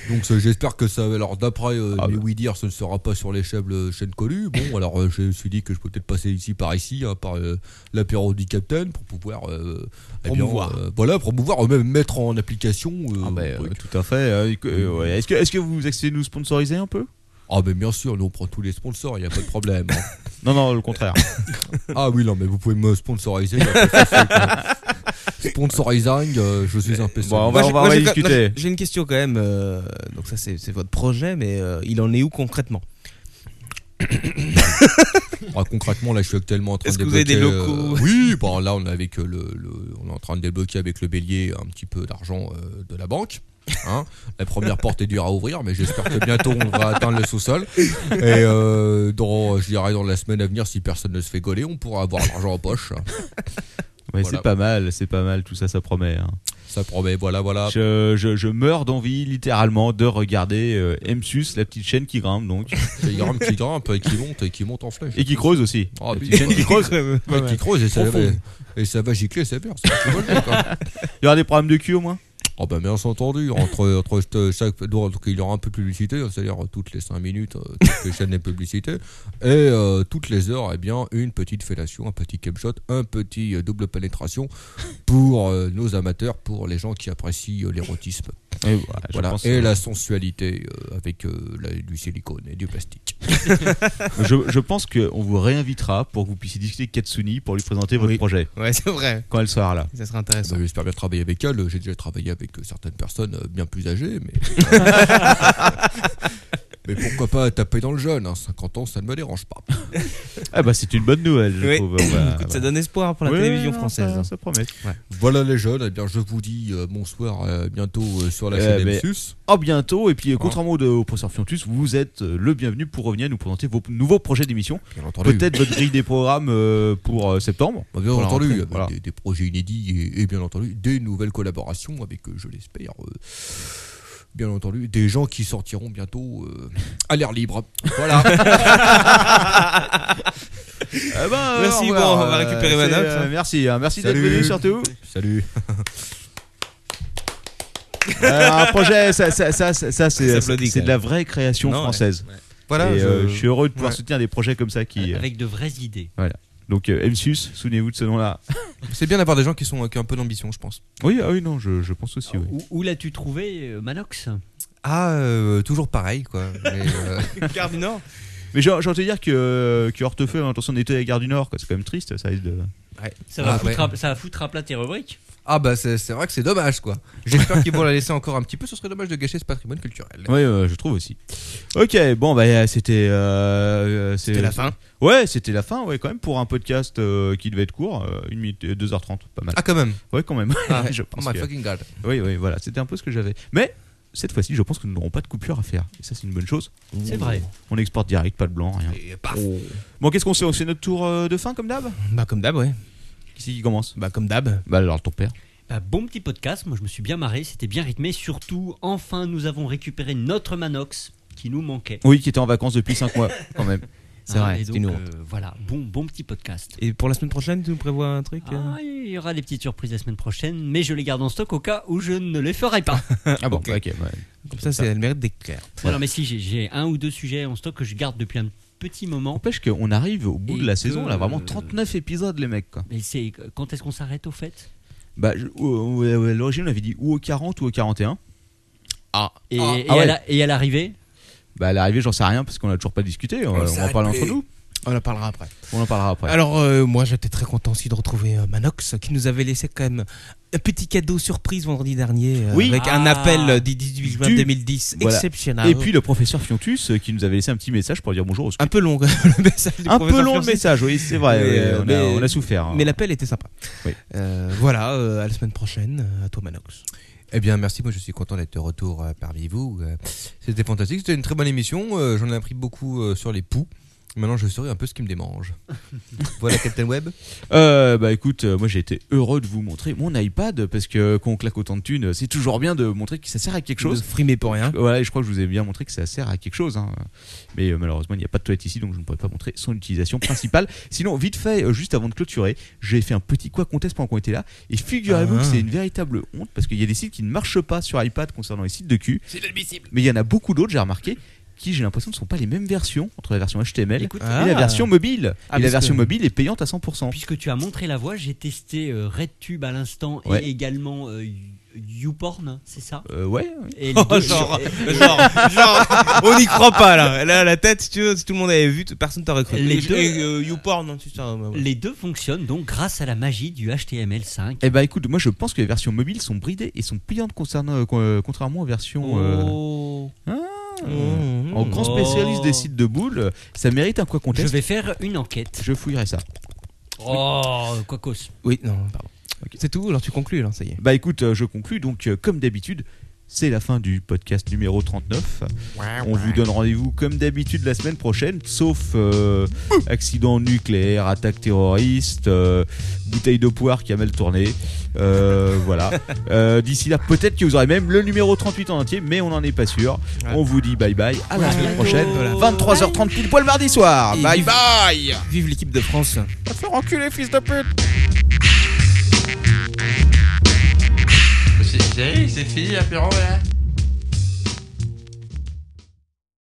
Donc euh, j'espère que ça. Alors d'après euh, mes oui-dire, ce ne sera pas sur les chaînes, chaînes connues. Bon, alors euh, je me suis dit que je peux peut-être passer ici par ici, hein, par euh, l'apéro du Capitaine, pour pouvoir euh, eh bien,
Promouvoir.
euh, voilà, promouvoir, euh, même mettre en application. euh,
Ah,
le truc.
Tout à fait. euh, éco- euh, ouais. Est-ce que, est-ce que vous acceptez de nous sponsoriser un peu
Ah mais bien sûr, nous on prend tous les sponsors, il n'y a pas de problème. hein. *laughs*
Non, non, le contraire.
ah oui, non, mais vous pouvez me sponsoriser. y a pas de
*laughs*
souci, quoi. Sponsorising, euh, je suis un PC.
Bon, on va-
Moi,
on
j'ai-
va- on
moi,
va
j'ai-
discuter.
J'ai une question quand même. euh, donc ça, c'est c'est votre projet, mais euh, il en est où concrètement
Ah, concrètement, là, je suis actuellement en train
Est-ce
de
que vous avez des
débloquer,
locaux
euh, Oui, bon, là, on est avec euh, le, le- on est en train de débloquer avec le bélier un petit peu d'argent euh, de la banque. hein. la première porte est dure à ouvrir, mais j'espère que bientôt on va atteindre le sous-sol. Et euh, dans, je dirais dans la semaine à venir, si personne ne se fait gauler, on pourra avoir l'argent en poche. hein.
Ouais,
Voilà.
C'est pas mal, c'est pas mal. Tout ça, ça promet. hein.
Ça promet, voilà, voilà.
Je, je- je meurs d'envie littéralement de regarder euh, MSUS, la petite chaîne qui grimpe donc
Il grimpe, qui grimpe, et qui monte, et qui monte en flèche.
et qui creuse aussi.
Ah,
la petite
putain.
chaîne qui creuse.
Ouais, qui creuse et ça, va,
Profond.
et ça va gicler ses peurs. ça, tu vois le truc,
*laughs*
hein.
Il y aura des problèmes de cul au moins.
Oh bah bien entendu, entre, entre cette- chaque, donc il y aura un peu de publicité, c'est-à-dire toutes les 5 minutes, euh, toutes les chaînes de publicité, et euh, toutes les heures, eh bien, une petite fellation, un petit capshot, un petit euh, double pénétration pour euh, nos amateurs, pour les gens qui apprécient euh, l'érotisme.
Et,
Voilà. Et *laughs* la sensualité euh, avec euh, la- du silicone et du plastique.
je, je pense qu'on vous réinvitera pour que vous puissiez discuter avec Katsuni pour lui présenter votre
Oui.
projet
Ouais, c'est vrai.
quand elle sera là.
Ça serait intéressant.
Bah, J'espère bien travailler avec elle, j'ai déjà travaillé avec euh, certaines personnes euh, bien plus âgées, mais... euh, Mais pourquoi pas taper dans le jeune, hein, 50 ans ça ne me dérange pas.
Ah bah c'est une bonne nouvelle, je
Oui.
trouve. On va-
*coughs* Écoute,
voilà.
ça donne espoir pour la
Ouais,
télévision
non,
française. hein.
Ça, ça promet.
Voilà les jeunes, eh bien je vous dis euh, bonsoir euh, bientôt euh, sur la
Eh
chaîne
ben,
M6.
À bientôt. Et puis, euh, contrairement au, au professeur Fiontus, vous êtes euh, le bienvenu pour revenir nous présenter vos p- nouveaux projets d'émission.
Ah
Bien entendu,
Peut-être votre grille des programmes euh, pour euh, septembre.
Bah, bien
pour la
entendu,
rentrée,
avec
voilà.
des, des projets inédits et, et bien entendu des nouvelles collaborations avec, euh, je l'espère, euh, bien entendu, des gens qui sortiront bientôt euh, à l'air libre. Voilà.
Eh ben, euh,
Merci,
au revoir,
bon, on va récupérer
c'est,
ma note,
euh,
hein.
merci, hein, merci d'être
Salut.
venu surtout.
Salut.
*laughs* Euh, un projet, ça, ça, ça, ça, ça, c'est euh,
S'applaudit,
c'est de
quand
la vraie création
Non, ouais.
française.
Voilà,
Et,
je-
euh, je... suis heureux de pouvoir
ouais.
soutenir des projets comme ça qui. euh,
Avec de vraies idées.
Donc euh, MSUS, souvenez-vous de ce nom-là.
c'est bien d'avoir des gens qui, sont, qui ont un peu d'ambition, je pense.
Oui, ah oui, non, je, je pense aussi. Oui.
Où, où l'as-tu trouvé, euh, Manox
Ah, euh, toujours pareil, quoi. Mais,
*laughs*
euh,
Gare du Nord
Mais j'ai j'ai entendu dire que, que Hortefeux a l'intention d'être à la gare du Nord. quoi. C'est quand même triste, ça risque de.
ça va,
Ah,
foutre
ouais.
à, ça va foutre à plat tes rubriques.
ah, bah, c'est c'est vrai que c'est dommage, quoi. J'espère qu'ils vont la laisser encore un petit peu, ce serait dommage de gâcher ce patrimoine culturel.
Oui, euh, je trouve aussi. Ok, bon, bah, euh, c'était. euh, euh, c'est-
C'était la fin.
Ouais, c'était la fin, ouais, quand même, pour un podcast euh, qui devait être court, euh, une minute, euh, 2h30, pas mal.
Ah, quand même.
Ouais, quand même.
Ah, ouais.
*laughs* je
oh
pense
my
que-
fucking god.
Oui, oui, voilà, c'était un peu ce que j'avais. Mais cette fois-ci, je pense que nous n'aurons pas de coupure à faire. Et ça, c'est une bonne chose.
C'est vrai.
On exporte direct, pas de blanc, rien. Oh.
Et paf.
Bon, qu'est-ce qu'on fait On fait notre tour euh, de fin, comme d'hab
Bah, comme d'hab, ouais.
Qui c'est qui commence
Bah, comme d'hab.
Bah, alors ton père.
Bah, bon petit podcast, moi je me suis bien marré, c'était bien rythmé. Surtout, enfin, nous avons récupéré notre Manox qui nous manquait.
Oui, qui était en vacances depuis 5 mois, quand même.
C'est
Hein,
vrai,
et
c'était
donc,
une
euh, voilà, bon, bon petit podcast.
Et pour la semaine prochaine, tu nous prévois un truc euh
Ah, il y aura des petites surprises la semaine prochaine, mais je les garde en stock au cas où je ne les ferai pas.
Ah bon, ok. ouais.
Comme ça, c'est le mérite d'éclair.
Non, mais si, j'ai- j'ai un ou deux sujets en stock que je garde depuis un petit moment.
N'empêche qu'on arrive au bout
Et
de la
que-
saison, on a vraiment 39 épisodes, les mecs, quoi.
Mais c'est quand est-ce qu'on s'arrête au fait
Bah, je- ou- ou- à l'origine, on avait dit ou au 40 ou au 41.
et,
Ah,
et
ah ouais.
à la- et à l'arrivée
Bah, à l'arrivée, j'en sais rien parce qu'on a toujours pas discuté. On, on en parle entre nous.
On en parlera après.
On en parlera après.
Alors, euh, moi, j'étais très content aussi de retrouver euh, Manox, qui nous avait laissé quand même un petit cadeau surprise vendredi dernier, euh,
Oui.
avec un
Ah.
appel du 18 juin
Du-
2010,
Voilà.
exceptionnel.
Et puis le professeur Fiontus euh, qui nous avait laissé un petit message pour dire bonjour au
Un peu long, Ah, *laughs* le message du
Un
professeur
peu long le
Furcy.
message, oui, c'est vrai.
*laughs* Mais,
oui,
euh,
on, a,
mais-
on a souffert. hein.
Mais l'appel était sympa.
Oui.
Euh, voilà, euh, à la semaine prochaine. euh, À toi, Manox.
Eh bien, merci. Moi, je suis content d'être de retour euh, parmi vous. Euh, C'était fantastique. C'était une très bonne émission. Euh, J'en ai appris beaucoup euh, sur les poux. Maintenant, je saurai un peu ce qui me
*laughs*
démange. voilà, Captain Web.
Euh, bah écoute, euh, moi j'ai été heureux de vous montrer mon iPad parce que euh, quand on claque autant de thunes, euh, c'est toujours bien de montrer que ça sert à quelque chose.
De frimer pour rien.
Je- Voilà, et je crois que je vous ai bien montré que ça sert à quelque chose. hein. Mais euh, malheureusement, il n'y a pas de toilette ici, donc je ne pourrais pas montrer son utilisation
*laughs*
principale. Sinon, vite fait, euh, juste avant de clôturer, j'ai fait un petit quoi contest pendant qu'on était là. Et figurez-vous
Ah.
que c'est une véritable honte parce qu'il y a des sites qui ne marchent pas sur iPad concernant les sites de cul.
C'est inadmissible.
Mais il y en a beaucoup d'autres, j'ai remarqué, qui j'ai l'impression ne sont pas les mêmes versions entre la version HTML
Écoute,
et
Ah.
la version mobile.
Ah,
et la
parce
version
que-
mobile est payante à 100%.
Puisque tu as montré la voie, j'ai testé euh, RedTube à l'instant
Ouais.
et également euh, You- YouPorn, c'est ça
Euh, ouais.
Et les
Oh,
deux-
genre,
et-
genre, genre, on n'y croit pas là. Là, la tête, si tu veux, si tout le monde avait vu, tout- personne t'aurait cru.
Les
Et-
deux-
et, euh, YouPorn, non, tu sais, euh, ouais.
*laughs* Les deux fonctionnent donc grâce à la magie du HTML5.
Eh bah écoute, moi je pense que les versions mobiles sont bridées et sont pliantes concernant, euh, con- euh, contrairement aux versions. euh,
Oh.
Ah.
Mm.
En grand spécialiste des sites de boules, ça mérite un quoi
Je
contest.
vais faire une enquête.
Je fouillerai ça.
Oh, Quacos.
Oui, non, pardon. C'est tout, alors tu conclus, là, ça y est.
Bah écoute, euh, je conclus donc euh, comme d'habitude. C'est la fin du podcast numéro 39. On vous donne rendez-vous comme d'habitude la semaine prochaine, sauf euh, accident nucléaire, attaque terroriste, euh, bouteille de poire qui a mal tourné. Euh, voilà. Euh, D'ici là, peut-être que vous aurez même le numéro 38 en entier, mais on n'en est pas sûr. On vous dit bye bye, à la semaine prochaine, 23h30 pile poil mardi soir.
Et
Bye
vive-
bye
Vive l'équipe de France.
C'est c'est- c'est fini l'apéro là